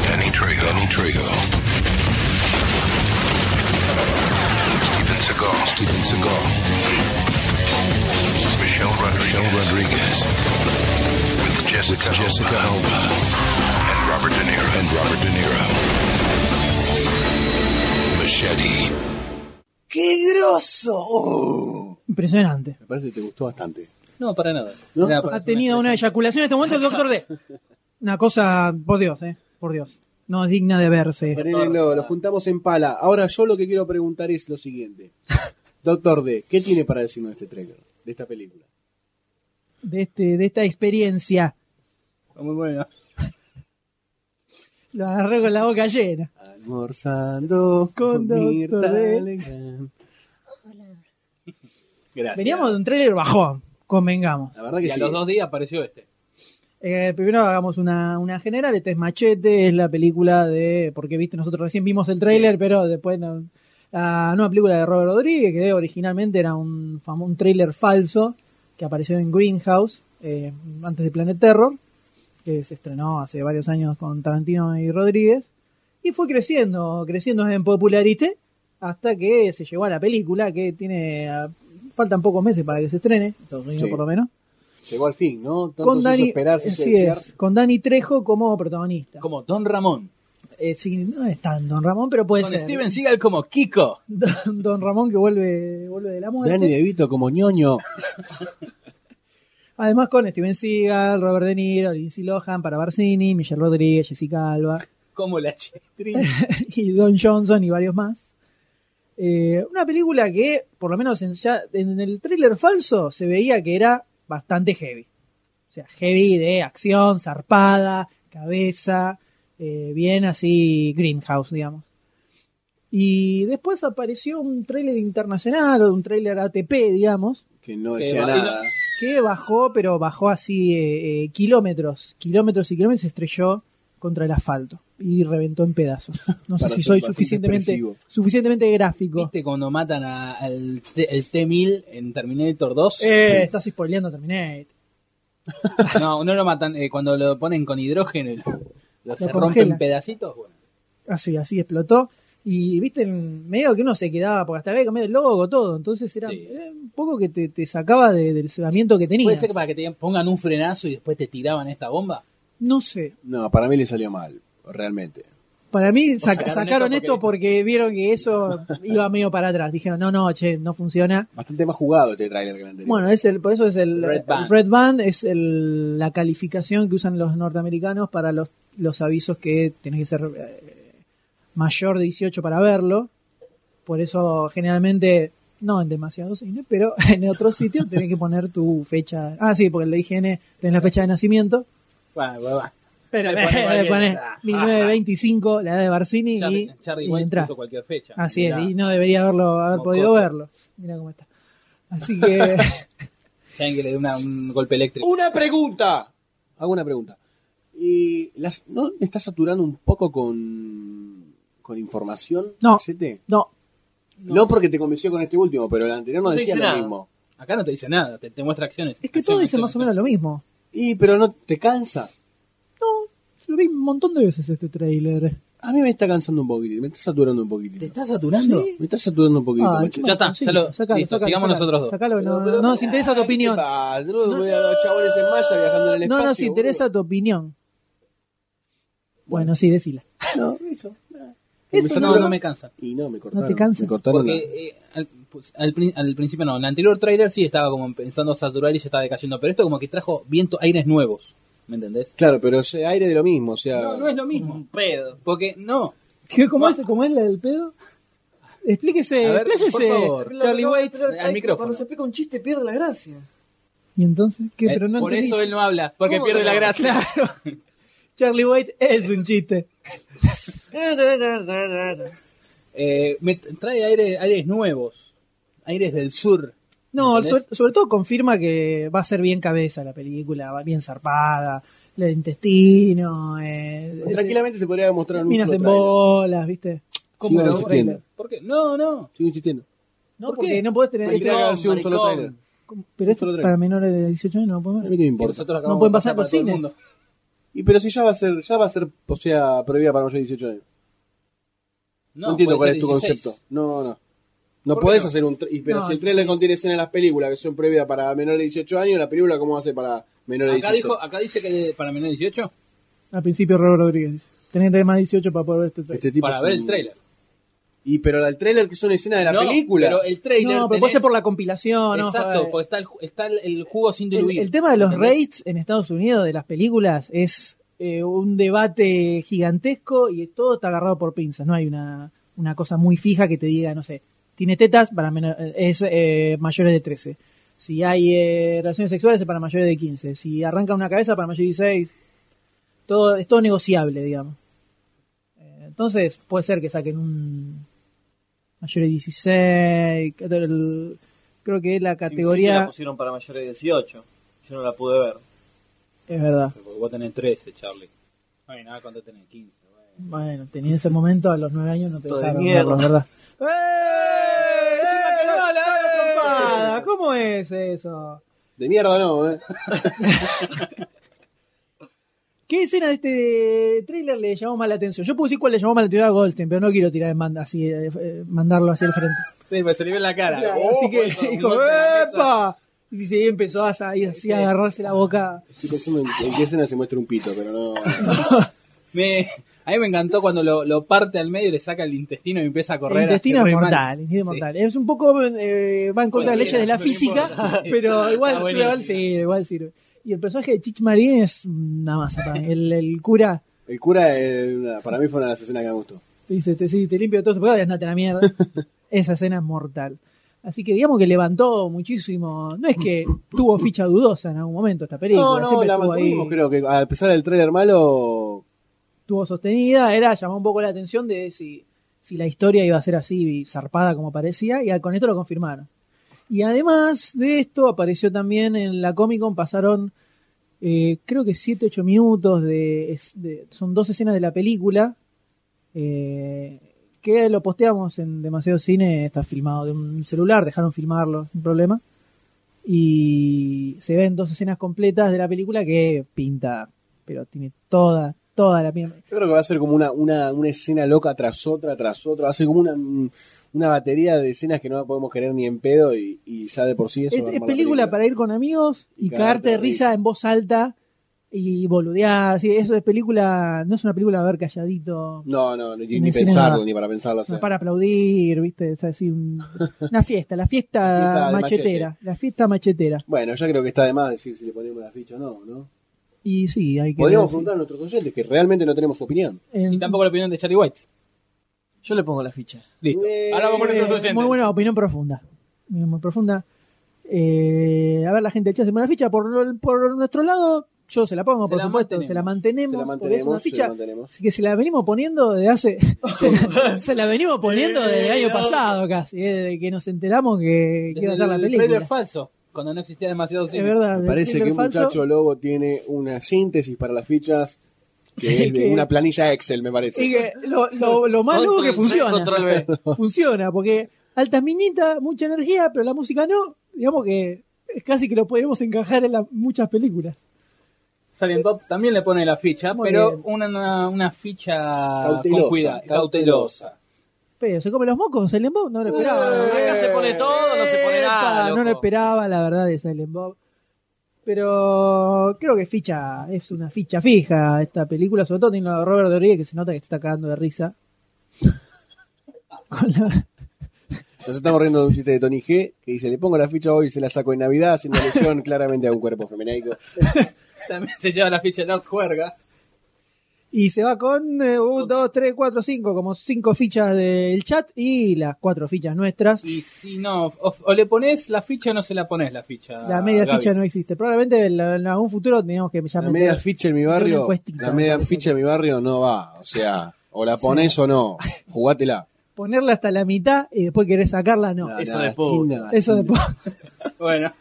Speaker 7: Danny Trejo. Danny Trejo. Steven Seagal. Steven Seagal. Michelle Rodriguez. Michelle Rodriguez. With Jessica, Jessica Alba. And Robert De Niro. And Robert De Niro. Machete.
Speaker 3: ¡Qué grosso! Oh.
Speaker 2: Impresionante.
Speaker 3: Me parece que te gustó bastante.
Speaker 4: No, para nada.
Speaker 3: ¿No?
Speaker 4: Era para-
Speaker 2: Ha tenido una eyaculación en este momento el Doctor D. Una cosa, por Dios, eh, por Dios. No es digna de verse.
Speaker 3: Ponele, lo, lo juntamos en pala. Ahora yo lo que quiero preguntar es lo siguiente. Doctor D, ¿qué tiene para decirnos de este trailer, de esta película?
Speaker 2: De, este, de esta experiencia.
Speaker 4: Muy bueno.
Speaker 2: Lo agarré con la boca llena.
Speaker 3: Almorzando
Speaker 2: Con
Speaker 3: con,
Speaker 2: Doctor
Speaker 3: Mirta
Speaker 2: D.
Speaker 3: Legrand.
Speaker 4: Gracias.
Speaker 2: Veníamos de un trailer bajón, convengamos.
Speaker 3: La verdad
Speaker 4: Y
Speaker 3: que
Speaker 4: a
Speaker 3: sí.
Speaker 4: los dos días apareció este.
Speaker 2: Eh, primero hagamos una, una general. Este es Machete, es la película de. Porque viste, nosotros recién vimos el tráiler, pero después. No, la nueva película de Robert Rodríguez, que originalmente era un, famo- un tráiler falso que apareció en Greenhouse eh, antes de Planet Terror, que se estrenó hace varios años con Tarantino y Rodríguez. Y fue creciendo, creciendo en popularidad hasta que se llegó a la película que tiene. ah, Faltan pocos meses para que se estrene, en Estados Unidos
Speaker 3: Sí.
Speaker 2: por lo menos
Speaker 3: Llegó al fin, ¿no? Tanto
Speaker 2: con
Speaker 3: se hizo
Speaker 2: Dani,
Speaker 3: esperar, se hizo
Speaker 2: así
Speaker 3: desear.
Speaker 2: es, con Dani Trejo como protagonista.
Speaker 4: Como Don Ramón.
Speaker 2: Eh, sí, no es tan Don Ramón, pero puede
Speaker 4: Con
Speaker 2: ser.
Speaker 4: Steven Seagal como Kiko.
Speaker 2: Don, Don Ramón que vuelve, vuelve de la muerte.
Speaker 3: Danny DeVito como ñoño.
Speaker 2: Además con Steven Seagal, Robert De Niro, Lindsay Lohan para Barcini, Michelle Rodríguez, Jessica Alba
Speaker 4: Como la chitrina.
Speaker 2: y Don Johnson y varios más. Eh, una película que, por lo menos en, ya, en el tráiler falso, se veía que era bastante heavy. O sea, heavy de acción, zarpada, cabeza, eh, bien así Greenhouse, digamos. Y después apareció un tráiler internacional, un tráiler ATP, digamos,
Speaker 3: Que no
Speaker 4: Que
Speaker 3: decía
Speaker 4: va-
Speaker 3: nada.
Speaker 2: que bajó, pero bajó así eh, eh, kilómetros, kilómetros y kilómetros, se estrelló contra el asfalto y reventó en pedazos. No sé
Speaker 3: Para
Speaker 2: si
Speaker 3: ser
Speaker 2: soy
Speaker 3: bastante
Speaker 2: suficientemente,
Speaker 3: expresivo.
Speaker 2: suficientemente gráfico.
Speaker 4: ¿Viste cuando matan a- al T- el T-1000 en Terminator 2?
Speaker 2: Eh, Estás spoileando Terminator.
Speaker 4: No, no lo matan. eh, cuando lo ponen con hidrógeno, y lo, lo se rompe
Speaker 2: congela.
Speaker 4: en pedacitos. Bueno,
Speaker 2: Así, así explotó. Y viste, en medio que uno se quedaba, porque hasta había comido el logo, todo. Entonces era
Speaker 4: Sí.
Speaker 2: era un poco que te, te sacaba de- del cebamiento que tenías.
Speaker 4: Puede ser que para que te pongan un frenazo y después te tiraban esta bomba.
Speaker 2: No sé.
Speaker 3: No, para mí le salió mal, realmente.
Speaker 2: Para mí sac-
Speaker 4: sacaron
Speaker 2: sacaron, esto
Speaker 4: esto
Speaker 2: porque... vieron que eso iba medio para atrás. Dijeron, no, no, che, no funciona.
Speaker 3: Bastante más jugado este trailer que el anterior.
Speaker 2: Bueno, es el, por eso es el
Speaker 4: Red
Speaker 2: el
Speaker 4: Band.
Speaker 2: Red Band, es el- la calificación que usan los norteamericanos para los, los avisos que tenés que ser eh, mayor de 18 para verlo. Por eso generalmente no en demasiados cines, pero en otros sitios tenés que poner tu fecha. Ah, sí, porque el de IGN tenés la fecha de nacimiento.
Speaker 4: Bueno, bueno, bueno.
Speaker 2: Pero
Speaker 4: Le
Speaker 2: le
Speaker 4: pone
Speaker 2: ponés,
Speaker 4: cualquier- Ah,
Speaker 2: 1925, la edad de Barcini,
Speaker 4: Charlie,
Speaker 2: y,
Speaker 4: Charlie
Speaker 2: y
Speaker 4: White
Speaker 2: entrá.
Speaker 4: puso cualquier fecha.
Speaker 2: Así
Speaker 4: Mirá.
Speaker 2: es, y no debería haberlo, haber
Speaker 4: Mocoso.
Speaker 2: podido verlo. Mira cómo está. Así que.
Speaker 4: Saben que le dio una- un golpe eléctrico.
Speaker 3: Una pregunta. Hago una pregunta. ¿Y las, ¿No me estás saturando un poco con, con información?
Speaker 2: No.
Speaker 3: Chete?
Speaker 2: No.
Speaker 3: no. porque te convenció con este último, pero el anterior no,
Speaker 4: No te
Speaker 3: decía
Speaker 4: dice
Speaker 3: lo
Speaker 4: nada.
Speaker 3: mismo.
Speaker 4: Acá no te dice nada, te, te muestra acciones.
Speaker 2: Es que todos dicen más o menos lo mismo.
Speaker 3: Y, pero no te cansa.
Speaker 2: Yo lo vi un montón de veces este trailer.
Speaker 3: A mí me está cansando un poquitito, me está saturando un poquitito. ¿Te
Speaker 4: está saturando?
Speaker 3: Me está saturando un poquitito.
Speaker 2: Ah,
Speaker 3: macho.
Speaker 2: encima-
Speaker 4: Ya está,
Speaker 2: sí,
Speaker 4: ya lo-
Speaker 2: sacalo,
Speaker 4: listo,
Speaker 2: sacalo,
Speaker 4: sigamos
Speaker 2: sacalo,
Speaker 4: nosotros dos.
Speaker 2: sacalo, no,
Speaker 3: Pero- pero-
Speaker 2: no nos interesa tu
Speaker 3: Ay,
Speaker 2: opinión.
Speaker 3: ¿qué pasa? No, voy a los chabones en malla viajando en el
Speaker 2: No
Speaker 3: espacio.
Speaker 2: nos interesa tu opinión. Bueno, sí, decila.
Speaker 3: boludo. No, eso.
Speaker 2: Eso
Speaker 3: nada. Me
Speaker 4: no,
Speaker 3: saturó
Speaker 4: no me cansa.
Speaker 3: Y no, me cortaron.
Speaker 2: te cansa?
Speaker 3: Me cortaron
Speaker 4: Porque eh, al, pues, al prin- al principio no, en el anterior trailer sí estaba como pensando saturar y ya estaba decayendo, pero esto como que trajo viento, aires nuevos, ¿me entendés?
Speaker 3: la- Claro, pero o sea, aire de lo mismo, o sea...
Speaker 4: No, no es lo mismo. Un pedo. Porque no,
Speaker 2: ¿Qué, ¿Cómo, es, ¿Cómo es la del pedo? Explíquese,
Speaker 4: A ver,
Speaker 2: expláyese,
Speaker 4: por favor.
Speaker 2: Charlie White.
Speaker 4: al micrófono.
Speaker 12: Cuando se explica un chiste pierde la gracia.
Speaker 2: ¿Y entonces qué?
Speaker 4: Eh,
Speaker 2: Pero no
Speaker 4: por
Speaker 2: entendí.
Speaker 4: eso él no habla, porque
Speaker 12: ¿Cómo
Speaker 4: pierde
Speaker 12: no?
Speaker 4: la gracia.
Speaker 2: Charlie White es un chiste.
Speaker 4: Eh, me t- trae aire- aires nuevos, aires del sur.
Speaker 2: No,
Speaker 4: ¿Entendés?
Speaker 2: sobre, sobre todo confirma que va a ser bien cabeza la película, va bien zarpada, el intestino, eh,
Speaker 3: Pues Tranquilamente se podría mostrar en un
Speaker 2: minas
Speaker 3: solo
Speaker 2: en
Speaker 3: trailer.
Speaker 2: bolas, ¿viste? Como
Speaker 3: Sigo
Speaker 2: los
Speaker 3: insistiendo.
Speaker 2: trailers.
Speaker 4: ¿Por qué? No, no.
Speaker 3: Sigo insistiendo.
Speaker 2: No,
Speaker 4: ¿Por
Speaker 2: porque
Speaker 4: qué?
Speaker 2: no podés tener.
Speaker 3: Tendría que
Speaker 2: este-
Speaker 3: haber sido un solo
Speaker 4: maricón.
Speaker 3: trailer.
Speaker 2: pero esto
Speaker 3: solo trailer.
Speaker 2: para menores de 18 años no lo podemos
Speaker 3: A
Speaker 2: ver.
Speaker 3: mí que me
Speaker 4: Que
Speaker 3: importa.
Speaker 4: nosotros acabamos
Speaker 2: No pueden
Speaker 4: de
Speaker 2: pasar por
Speaker 4: para todo el
Speaker 2: cine.
Speaker 4: mundo.
Speaker 3: Y pero si ya va a ser, ya va a ser, o sea, prohibida para mayores de 18 años. No, entiendo
Speaker 4: puede
Speaker 3: cuál
Speaker 4: ser
Speaker 3: es tu
Speaker 4: 16.
Speaker 3: concepto. No, no. No
Speaker 4: ¿Por
Speaker 3: podés
Speaker 4: qué no?
Speaker 3: hacer un... tra- y, pero
Speaker 2: No,
Speaker 3: si el trailer
Speaker 2: sí.
Speaker 3: contiene escenas de las películas que son prohibidas para menores de 18 años, ¿la película cómo va a ser para menores de
Speaker 4: Acá,
Speaker 3: 16?
Speaker 4: dijo, ah, acá dice que de- para menores de 18,
Speaker 2: Al principio Robert Rodríguez dice, tenés que tener más de 18 para poder ver este trailer.
Speaker 3: Este tipo
Speaker 4: para
Speaker 3: es
Speaker 4: ver
Speaker 3: un-
Speaker 4: el trailer.
Speaker 3: Y pero el trailer que son escenas de la
Speaker 4: No,
Speaker 3: película.
Speaker 4: Pero el trailer.
Speaker 2: no, pero puede
Speaker 4: tenés-
Speaker 2: ser por la compilación. no,
Speaker 4: Exacto,
Speaker 2: joder.
Speaker 4: porque está el, ju- está el, el jugo sin
Speaker 2: el,
Speaker 4: diluir.
Speaker 2: el tema de los
Speaker 4: ¿Entendés?
Speaker 2: rates en Estados Unidos de las películas es eh, un debate gigantesco y todo está agarrado por pinzas. No hay una, una cosa muy fija que te diga, no sé, tiene tetas para menor- es eh, mayores de 13. Si hay eh, relaciones sexuales es para mayores de 15. Si arranca una cabeza para mayores de 16. Todo, es todo negociable, digamos. Eh, Entonces puede ser que saquen un mayor de 16. que- el- creo que la
Speaker 6: SimCity
Speaker 2: categoría...
Speaker 6: la pusieron para mayores de 18. Yo no la pude ver.
Speaker 2: es verdad.
Speaker 4: Porque vos tenés 13, Charlie. No hay nada cuando tenés 15. bueno.
Speaker 2: Bueno, tenía ese momento, a los nueve años no te
Speaker 6: Todo de
Speaker 2: dejaron
Speaker 6: mierda.
Speaker 2: verlo, ¿verdad?
Speaker 3: Encima que no, la-
Speaker 2: trompada! ¿Cómo es eso?
Speaker 3: De mierda no, eh.
Speaker 2: ¿Qué escena de este tráiler le llamó más la atención? Yo puedo decir cuál le llamó más la atención a Goldstein, pero no quiero tirar de manda así, eh, eh, mandarlo hacia el frente.
Speaker 4: Sí, me se le ve en la cara.
Speaker 2: Claro,
Speaker 4: Oh,
Speaker 2: así que
Speaker 4: eso, un
Speaker 2: dijo,
Speaker 4: golpe en la mesa.
Speaker 2: ¡epa! Y se empezó a salir así, a agarrarse la boca.
Speaker 3: Estoy pensando en, en qué escena se muestra un pito, pero no.
Speaker 4: Me- a mí me encantó cuando lo, lo parte al medio y le saca el intestino y empieza a
Speaker 2: El
Speaker 4: correr.
Speaker 2: intestino
Speaker 4: a
Speaker 2: es
Speaker 4: correr mal.
Speaker 2: mortal, el intestino es mortal. Es un poco, eh, va en contra de las
Speaker 4: Cualquiera,
Speaker 2: leyes de la
Speaker 4: no
Speaker 2: física,
Speaker 4: importa.
Speaker 2: pero igual,
Speaker 4: Está buenísimo.
Speaker 2: igual sirve, igual sirve. Y el personaje de Chich Marín es una masa para mí. El, el cura
Speaker 3: El cura, eh, una- para mí fue una de las escenas que me gustó.
Speaker 2: te dice, te, sí, te limpio de todos tus pecados y andate a la mierda. Esa escena es mortal. Así que digamos que levantó muchísimo. No es que tuvo ficha dudosa en algún momento esta película.
Speaker 3: No, no,
Speaker 2: siempre
Speaker 3: la
Speaker 2: estuvo ahí,
Speaker 3: mantuvimos, creo que a pesar del trailer malo.
Speaker 2: estuvo sostenida. Era llamó un poco la atención de si, si la historia iba a ser así zarpada como parecía. Y con esto lo confirmaron. Y además de esto, apareció también en la Comic Con, pasaron eh, creo que 7, 8 minutos, de, es- de- son dos escenas de la película, eh, que lo posteamos en demasiado cine, está filmado de un celular, dejaron filmarlo, sin problema. Y se ven dos escenas completas de la película que pinta, pero tiene toda, toda la piel.
Speaker 3: Yo creo que va a ser como una, una, una escena loca tras otra, tras otra. Va a ser como una, una batería de escenas que no podemos querer ni en pedo y, y ya de por sí eso.
Speaker 2: Es,
Speaker 3: va a
Speaker 2: es
Speaker 3: armar la
Speaker 2: película para ir con amigos y, cagarte de risa, en voz alta y boludear. así, eso es película, no es una película a ver calladito,
Speaker 3: No, no, ni,
Speaker 2: En
Speaker 3: ni
Speaker 2: el cine
Speaker 3: pensarlo,
Speaker 2: no.
Speaker 3: ni para pensarlo. O sea.
Speaker 2: para aplaudir, ¿viste? Es así un- una fiesta, la fiesta,
Speaker 3: Fiesta de
Speaker 2: machetera, la fiesta machetera.
Speaker 3: Bueno, ya creo que está de más decir si le ponemos la ficha o no, ¿no?
Speaker 2: Y sí, hay que
Speaker 3: Podríamos
Speaker 2: decir.
Speaker 3: preguntar a nuestros oyentes que realmente no tenemos opinión.
Speaker 2: En-
Speaker 4: Y tampoco la opinión de Charlie White.
Speaker 12: Yo le pongo la ficha.
Speaker 4: Listo. Ahora vamos con
Speaker 2: eh,
Speaker 4: nuestros oyentes.
Speaker 2: Muy buena opinión profunda. muy, muy profunda. Eh, a ver, la gente de Chas se pone la ficha. Por, por nuestro lado, yo se la pongo,
Speaker 4: Se
Speaker 2: por
Speaker 4: la
Speaker 2: supuesto.
Speaker 4: mantenemos.
Speaker 2: Se la mantenemos.
Speaker 3: Se la
Speaker 2: porque es una
Speaker 3: mantenemos, se
Speaker 2: ficha.
Speaker 3: la mantenemos.
Speaker 2: Así que se la venimos poniendo desde hace. se, la, se la venimos poniendo desde el año pasado casi. eh, Desde que nos enteramos que, que iba a estar la
Speaker 4: el
Speaker 2: película.
Speaker 4: trailer falso, cuando no existía demasiado cine.
Speaker 2: verdad.
Speaker 3: Me parece que
Speaker 2: Hitler
Speaker 3: un
Speaker 2: falso.
Speaker 3: muchacho lobo tiene una síntesis para las fichas que
Speaker 2: Sí,
Speaker 3: es de
Speaker 2: que-
Speaker 3: una planilla Excel, me parece.
Speaker 2: Y que lo, lo, lo malo es que funciona. Funciona, porque altas minitas, mucha energía, pero la música no. Digamos que es casi que lo podemos encajar en las muchas películas.
Speaker 4: Silent Bob también le pone la ficha,
Speaker 2: Muy
Speaker 4: pero
Speaker 2: bien.
Speaker 4: una, una, una ficha
Speaker 3: Cautelosa,
Speaker 4: con cuidado,
Speaker 3: cautelosa.
Speaker 4: cautelosa.
Speaker 2: Pero se come los mocos, Silent Bob, no lo esperaba.
Speaker 6: Eh, Acá se pone todo, no se pone
Speaker 2: Epa,
Speaker 6: nada.
Speaker 2: no lo
Speaker 6: loco.
Speaker 2: esperaba, la verdad, de Silent Bob. Pero creo que ficha, es una ficha fija esta película, sobre todo tiene a Robert Rodríguez que se nota que se está cagando de risa. Con la-
Speaker 3: Nos estamos riendo de un chiste de Tony G que dice, le pongo la ficha hoy y se la saco en Navidad, haciendo alusión claramente a un cuerpo femenino.
Speaker 4: También se lleva la ficha Lord Juerga.
Speaker 2: Y se va con eh, 1, 2, 3, 4, 5, como cinco fichas del chat y las cuatro fichas nuestras.
Speaker 4: Y si no, o, o le pones la ficha o no se la pones la ficha.
Speaker 2: La media
Speaker 4: Gaby.
Speaker 2: ficha no existe. Probablemente en, la- en algún futuro teníamos que
Speaker 3: La
Speaker 2: llamar
Speaker 3: media ficha en mi
Speaker 2: Una
Speaker 3: barrio,
Speaker 2: encuestita,
Speaker 3: la media
Speaker 2: me parece.
Speaker 3: ficha en mi barrio no va. O sea, o la pones o no, jugátela.
Speaker 2: ponerla hasta la mitad y después querés sacarla, no.
Speaker 3: No,
Speaker 6: Eso
Speaker 3: no,
Speaker 6: después.
Speaker 3: China,
Speaker 2: Eso
Speaker 3: China.
Speaker 2: después.
Speaker 4: Bueno,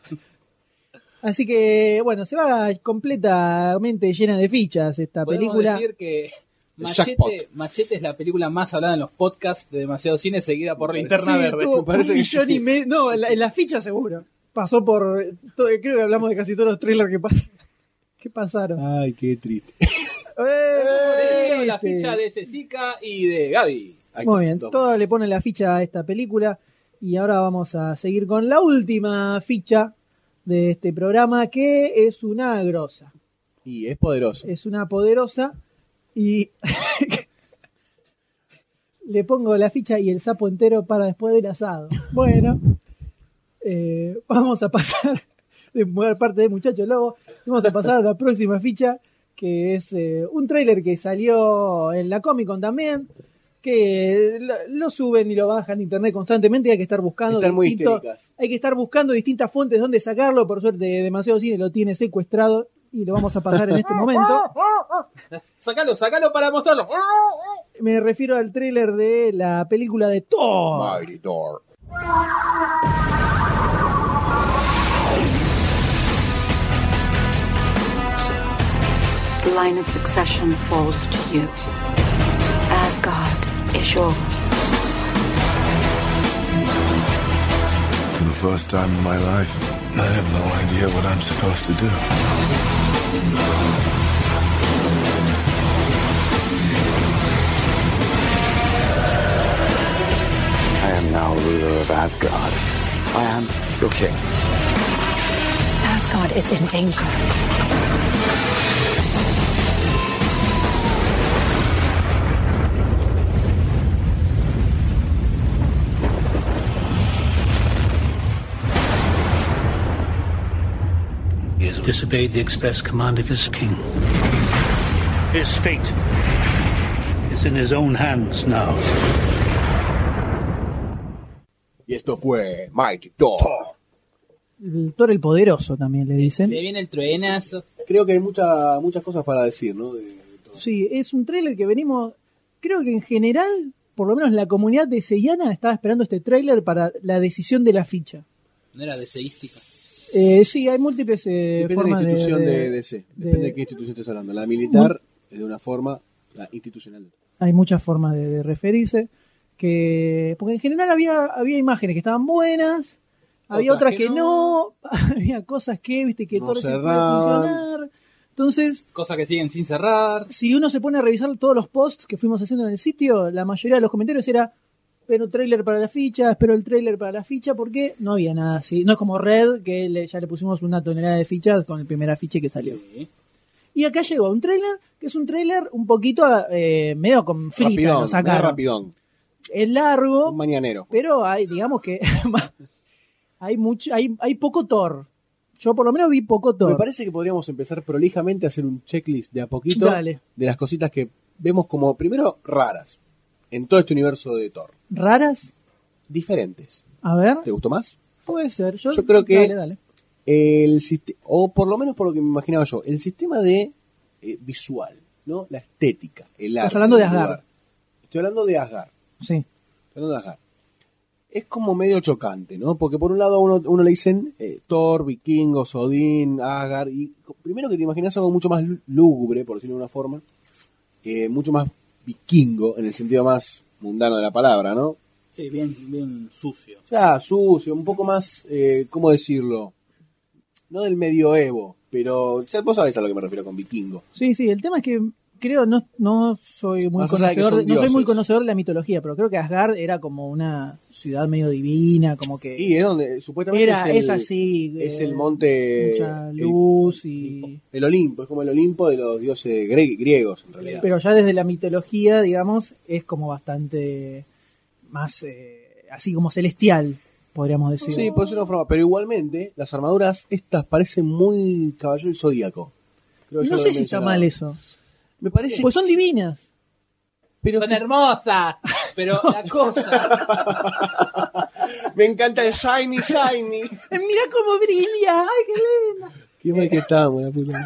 Speaker 2: Así que, bueno, se va completamente llena de fichas esta
Speaker 4: podemos
Speaker 2: película.
Speaker 4: decir que Machete,
Speaker 3: jackpot.
Speaker 4: Machete es la película más hablada en los podcasts de Demasiado Cine, seguida por Linterna
Speaker 2: Sí,
Speaker 4: Verde.
Speaker 2: tuvo
Speaker 3: me parece
Speaker 2: un
Speaker 3: que
Speaker 2: millón
Speaker 3: sí.
Speaker 2: y medio. No, en la, en la ficha seguro. Pasó por. todo- creo que hablamos de casi todos los trailers que, pas- que pasaron.
Speaker 3: Ay, qué triste.
Speaker 2: ¡Eh,
Speaker 4: Tenemos La
Speaker 2: este!
Speaker 4: ficha de Cecica y de Gaby.
Speaker 3: Ahí
Speaker 2: Muy
Speaker 3: está,
Speaker 2: bien,
Speaker 3: toma.
Speaker 2: todo le pone la ficha a esta película. Y ahora vamos a seguir con la última ficha de este programa, que es una grosa.
Speaker 3: Y es poderoso.
Speaker 2: Es una poderosa y le pongo la ficha y el sapo entero para después del asado. Bueno, eh, vamos a pasar de mover parte de Muchacho Lobo. Vamos a pasar a la próxima ficha, que es eh, un tráiler que salió en la Comic Con también, que lo, lo suben y lo bajan de internet constantemente y hay que estar buscando
Speaker 3: Están muy
Speaker 2: distintos-
Speaker 3: histéricas.
Speaker 2: hay que estar buscando distintas fuentes donde sacarlo. Por suerte, demasiado cine lo tiene secuestrado y lo vamos a pasar en este momento.
Speaker 4: Sácalo, sácalo para mostrarlo.
Speaker 2: Me refiero al tráiler de la película de Thor.
Speaker 3: Mighty Thor.
Speaker 5: The line of succession falls to you. Asgard is yours.
Speaker 7: For the first time in my life, I have no idea what I'm supposed to do.
Speaker 13: I am now ruler of Asgard. I am your king.
Speaker 5: Asgard is in danger.
Speaker 14: He has disobeyed the express command of his king. His fate is in his own hands now.
Speaker 3: Y esto fue Mighty Thor.
Speaker 2: El Thor el Poderoso también le
Speaker 4: Se
Speaker 2: dicen.
Speaker 4: viene el truenazo.
Speaker 3: Creo que hay mucha- muchas cosas para decir, ¿no? De- de Thor.
Speaker 2: Sí, es un tráiler que venimos, creo que en general, por lo menos la comunidad de Seyana estaba esperando este tráiler para la decisión de la ficha.
Speaker 4: No era deseística.
Speaker 2: Eh, sí, hay múltiples eh,
Speaker 3: Depende de la
Speaker 2: formas
Speaker 3: institución de,
Speaker 2: de-
Speaker 3: DC.
Speaker 2: de-
Speaker 3: Depende de, qué institución estés hablando. La militar es de una forma, la institucional. de otra.
Speaker 2: hay muchas formas de, de referirse. Que, porque en general había, había imágenes que estaban buenas, había otras,
Speaker 4: Otras
Speaker 2: que,
Speaker 4: que
Speaker 2: no. había cosas que, viste, que
Speaker 3: No
Speaker 2: todo se puede
Speaker 3: cerraban.
Speaker 2: funcionar. Entonces,
Speaker 4: Cosas que siguen sin cerrar.
Speaker 2: si uno se pone a revisar todos los posts que fuimos haciendo en el sitio, la mayoría de los comentarios era espero trailer para la ficha, espero el trailer para la ficha, porque no había nada así. No es como Red, que le- ya le pusimos una tonelada de fichas con el primer afiche que salió.
Speaker 4: Sí.
Speaker 2: Y acá llegó un trailer, que es un trailer un poquito eh, medio con frita,
Speaker 3: rapidón,
Speaker 2: lo
Speaker 3: más
Speaker 2: sacaron.
Speaker 3: rapidón.
Speaker 2: Es largo,
Speaker 3: Un mañanero.
Speaker 2: pero hay, digamos que hay mucho, hay, hay poco Thor. Yo por lo menos vi poco Thor.
Speaker 3: Me parece que podríamos empezar prolijamente a hacer un checklist de a poquito
Speaker 2: Dale.
Speaker 3: de las cositas que vemos como, primero, raras en todo este universo de Thor.
Speaker 2: ¿Raras?
Speaker 3: Diferentes.
Speaker 2: A ver.
Speaker 3: ¿Te gustó más?
Speaker 2: Puede ser. Yo,
Speaker 3: Yo creo que
Speaker 2: Dale, dale.
Speaker 3: el siste- o por lo menos por lo que me imaginaba yo, el sistema de eh, visual, ¿no? La estética, el
Speaker 2: Estás
Speaker 3: arte
Speaker 2: hablando de
Speaker 3: del
Speaker 2: Asgard.
Speaker 3: lugar. Estoy hablando de Asgard.
Speaker 2: Sí.
Speaker 3: Estoy hablando de Asgard. Es como medio chocante, ¿no? Porque por un lado a uno, uno le dicen eh, Thor, vikingos, Odín, Asgard, y co- primero que te imaginas algo mucho más lú- lúgubre, por decirlo de una forma, eh, mucho más vikingo, en el sentido más mundano de la palabra, ¿no?
Speaker 4: Sí, bien, bien sucio.
Speaker 3: Ya, sucio, un poco más, eh, ¿cómo decirlo? No del medioevo, pero ya vos sabés a lo que me refiero con vikingo.
Speaker 2: Sí, sí, el tema es que creo no, no soy muy
Speaker 3: Más allá de que son
Speaker 2: conocedor, no soy muy
Speaker 3: dioses.
Speaker 2: conocedor de la mitología, pero creo que Asgard era como una ciudad medio divina, como que
Speaker 3: Y es donde supuestamente
Speaker 2: era
Speaker 3: es, el,
Speaker 2: es así,
Speaker 3: es
Speaker 2: eh,
Speaker 3: el monte,
Speaker 2: mucha
Speaker 3: el,
Speaker 2: luz y
Speaker 3: el Olimpo, es como el Olimpo de los dioses gre- griegos, en realidad.
Speaker 2: pero ya desde la mitología, digamos, es como bastante más eh, así como celestial, podríamos decir.
Speaker 3: Sí, puede ser una forma, pero igualmente las armaduras estas parecen muy caballero del zodíaco. Creo que yo
Speaker 2: no
Speaker 3: lo
Speaker 2: sé
Speaker 3: había
Speaker 2: si está
Speaker 3: mencionado.
Speaker 2: mal eso.
Speaker 3: Me parece
Speaker 2: Pues son divinas.
Speaker 3: Pero
Speaker 4: Son hermosas, pero la cosa.
Speaker 3: Me encanta el shiny shiny.
Speaker 2: Mira cómo brilla, ay qué linda.
Speaker 3: Qué mal que estábamos, la puta.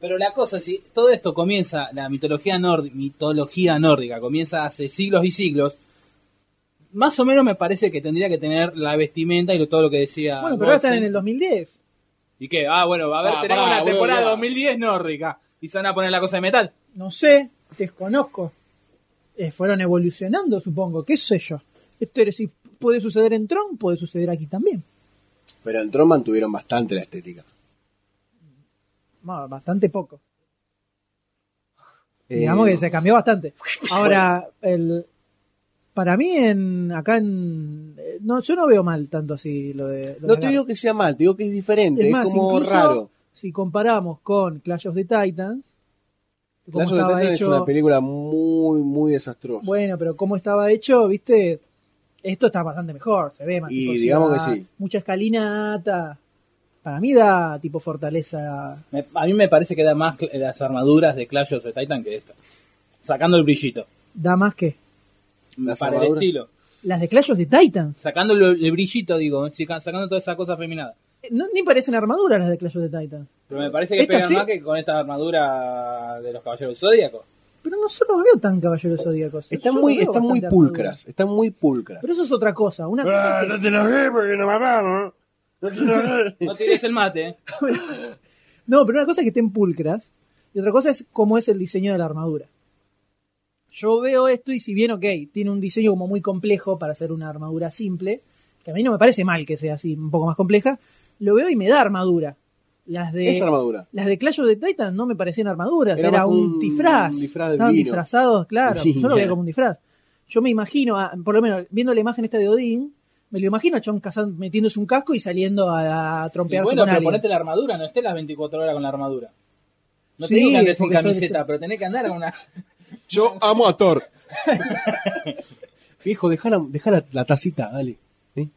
Speaker 4: Pero la cosa, si todo esto comienza, la mitología, nórdica, mitología nórdica comienza hace siglos y siglos, más o menos me parece que tendría que tener la vestimenta y lo- todo lo que decía.
Speaker 2: Bueno, pero ahora están
Speaker 4: Goldstein.
Speaker 2: en el 2010.
Speaker 4: ¿Y qué? Ah, bueno, va a haber,
Speaker 2: Ah,
Speaker 4: tenemos
Speaker 2: pará,
Speaker 4: una
Speaker 2: boludo,
Speaker 4: temporada
Speaker 2: ya.
Speaker 4: 2010 nórdica. Y se van a poner la cosa de metal.
Speaker 2: No sé, desconozco. Eh, fueron evolucionando, supongo, qué sé yo. Esto era, si puede suceder en Tron, puede suceder aquí también.
Speaker 3: Pero en Tron mantuvieron bastante la estética.
Speaker 2: Ma- Bastante poco.
Speaker 3: Eh,
Speaker 2: Digamos que se cambió bastante. Ahora, el, para mí, en, acá en. eh, No, yo no veo mal tanto así lo de. lo de
Speaker 3: No te
Speaker 2: Agar.
Speaker 3: digo que sea mal, te digo que es diferente, es,
Speaker 2: Es más,
Speaker 3: como
Speaker 2: incluso
Speaker 3: raro.
Speaker 2: si comparamos con Clash of the Titans, cómo
Speaker 3: Clash of the
Speaker 2: estaba
Speaker 3: Titans
Speaker 2: hecho-
Speaker 3: es una película muy, muy desastrosa.
Speaker 2: Bueno, pero como estaba hecho, viste, esto está bastante mejor, se ve más.
Speaker 3: Y
Speaker 2: tipo
Speaker 3: digamos que
Speaker 2: ciudad,
Speaker 3: sí.
Speaker 2: Mucha escalinata. Para mí da tipo fortaleza.
Speaker 4: Me- a mí me parece que da más cl- las armaduras de Clash of the Titan que esta. Sacando el brillito.
Speaker 2: Da más que.
Speaker 3: Las
Speaker 4: para
Speaker 3: armaduras.
Speaker 4: el estilo.
Speaker 2: Las de Clash of the Titans.
Speaker 4: Sacando lo- el brillito, digo, eh, saca- sacando toda esa cosa feminada.
Speaker 2: Eh, No, ni parecen armaduras las de Clash of the Titans.
Speaker 4: Pero me parece que
Speaker 2: Esta
Speaker 4: pega
Speaker 2: sí.
Speaker 4: más que con esta armadura de los caballeros del zodíaco.
Speaker 2: Pero no solo veo tan caballeros zodíacos.
Speaker 3: Están
Speaker 2: Yo
Speaker 3: muy,
Speaker 2: veo
Speaker 3: están muy
Speaker 2: bastante armaduras.
Speaker 3: pulcras, están muy pulcras.
Speaker 2: Pero eso es otra cosa. Una
Speaker 3: Ah,
Speaker 2: cosa es que-
Speaker 3: porque nos matamos.
Speaker 4: No tires el mate. eh.
Speaker 2: No, pero una cosa es que estén pulcras y otra cosa es cómo es el diseño de la armadura. Yo veo esto y si bien, ok, tiene un diseño como muy complejo para hacer una armadura simple, que a mí no me parece mal que sea así, un poco más compleja, lo veo y me da armadura. Las de,
Speaker 3: Es armadura.
Speaker 2: Las de Clash of the Titan no me parecían armaduras,
Speaker 3: Era
Speaker 2: era,
Speaker 3: más
Speaker 2: un,
Speaker 3: un-
Speaker 2: disfraz.
Speaker 3: un disfraz de
Speaker 2: Estaban
Speaker 3: vino.
Speaker 2: disfrazados, claro,
Speaker 3: Sí.
Speaker 2: yo lo veo como un disfraz. Yo me imagino, a- por lo menos viendo la imagen esta de Odín, me lo imagino a John Kazan metiéndose un casco y saliendo a, a
Speaker 4: Y
Speaker 2: trompearse
Speaker 4: bueno,
Speaker 2: con
Speaker 4: pero
Speaker 2: alguien.
Speaker 4: ponete la armadura, no estés las 24 horas con la armadura. No te
Speaker 2: Sí,
Speaker 4: digo que andes sin
Speaker 2: porque son-
Speaker 4: camiseta, pero tenés que andar con una.
Speaker 3: Yo amo a Thor. Viejo, dejá la, dejá la, la tacita, dale. ¿Eh?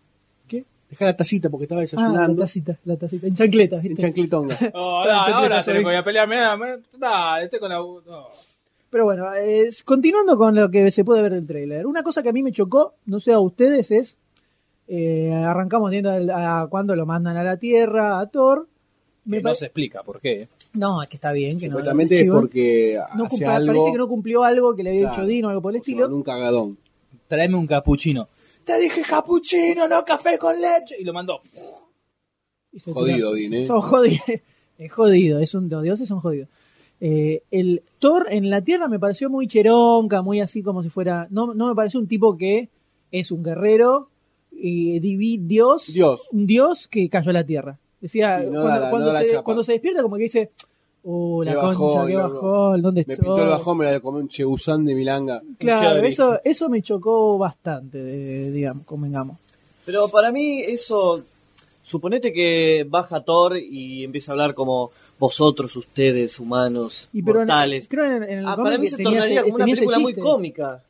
Speaker 2: ¿Qué?
Speaker 3: Dejá la tacita porque estaba
Speaker 2: Ah, la
Speaker 3: desayunando.
Speaker 2: tacita, la tacita. En chancletas,
Speaker 3: en
Speaker 2: ¿viste?
Speaker 3: chancletonga.
Speaker 4: Oh, dale, ahora se
Speaker 2: Soy-
Speaker 4: le voy a pelear. mirá, mirá, Dale, esté con la. no.
Speaker 2: Pero bueno, es- continuando con lo que se puede ver del tráiler. Una cosa que a mí me chocó, no sé a ustedes, es... eh, arrancamos viendo al- a, cuando lo mandan a la Tierra, a Thor. Me
Speaker 4: Que
Speaker 2: pare-
Speaker 4: no se explica por qué. eh.
Speaker 2: No, es que está bien. Que no-
Speaker 3: Supuestamente es
Speaker 2: chivo.
Speaker 3: porque
Speaker 2: No
Speaker 3: hace
Speaker 2: cumple-
Speaker 3: algo.
Speaker 2: Parece que no cumplió algo que le había
Speaker 3: Claro.
Speaker 2: dicho Dino o algo por el
Speaker 3: se
Speaker 2: estilo.
Speaker 3: mandó un cagadón.
Speaker 4: Traeme un capuchino.
Speaker 3: Te dije capuchino, no café con leche.
Speaker 4: Y lo mandó.
Speaker 2: Y se
Speaker 3: Jodido,
Speaker 2: tiró-
Speaker 3: Odín, ¿eh?
Speaker 2: Son jodidos. Es jodido, es un, los dioses son jodidos. Eh, el Thor en la Tierra me pareció muy cheronca, muy así como si fuera. No, no me parece un tipo que es un guerrero, eh, divi- dios,
Speaker 3: Dios.
Speaker 2: un dios que cayó a la Tierra. Decía,
Speaker 3: Sí, no
Speaker 2: cuando,
Speaker 3: da la-
Speaker 2: cuando
Speaker 3: no da la
Speaker 2: se,
Speaker 3: chapa.
Speaker 2: cuando se despierta, como que dice: Oh, la
Speaker 3: Qué
Speaker 2: concha,
Speaker 3: bajón,
Speaker 2: qué
Speaker 3: loco.
Speaker 2: bajón, ¿dónde
Speaker 3: Me
Speaker 2: estoy?
Speaker 3: pintó el bajón, me la comí un chebusán de milanga.
Speaker 2: Claro,
Speaker 6: Chévere.
Speaker 2: eso, eso me chocó bastante, eh, digamos, convengamos.
Speaker 6: Pero para mí eso, suponete que baja Thor y empieza a hablar como vosotros, ustedes, humanos,
Speaker 2: Y pero en-
Speaker 6: mortales.
Speaker 2: creo en, en el
Speaker 6: Ah,
Speaker 2: cómic
Speaker 6: para mí
Speaker 2: que
Speaker 6: se
Speaker 2: tenía
Speaker 6: tornaría
Speaker 2: ese-
Speaker 6: como una
Speaker 2: tenía ese
Speaker 6: película muy
Speaker 2: chiste.
Speaker 6: cómica.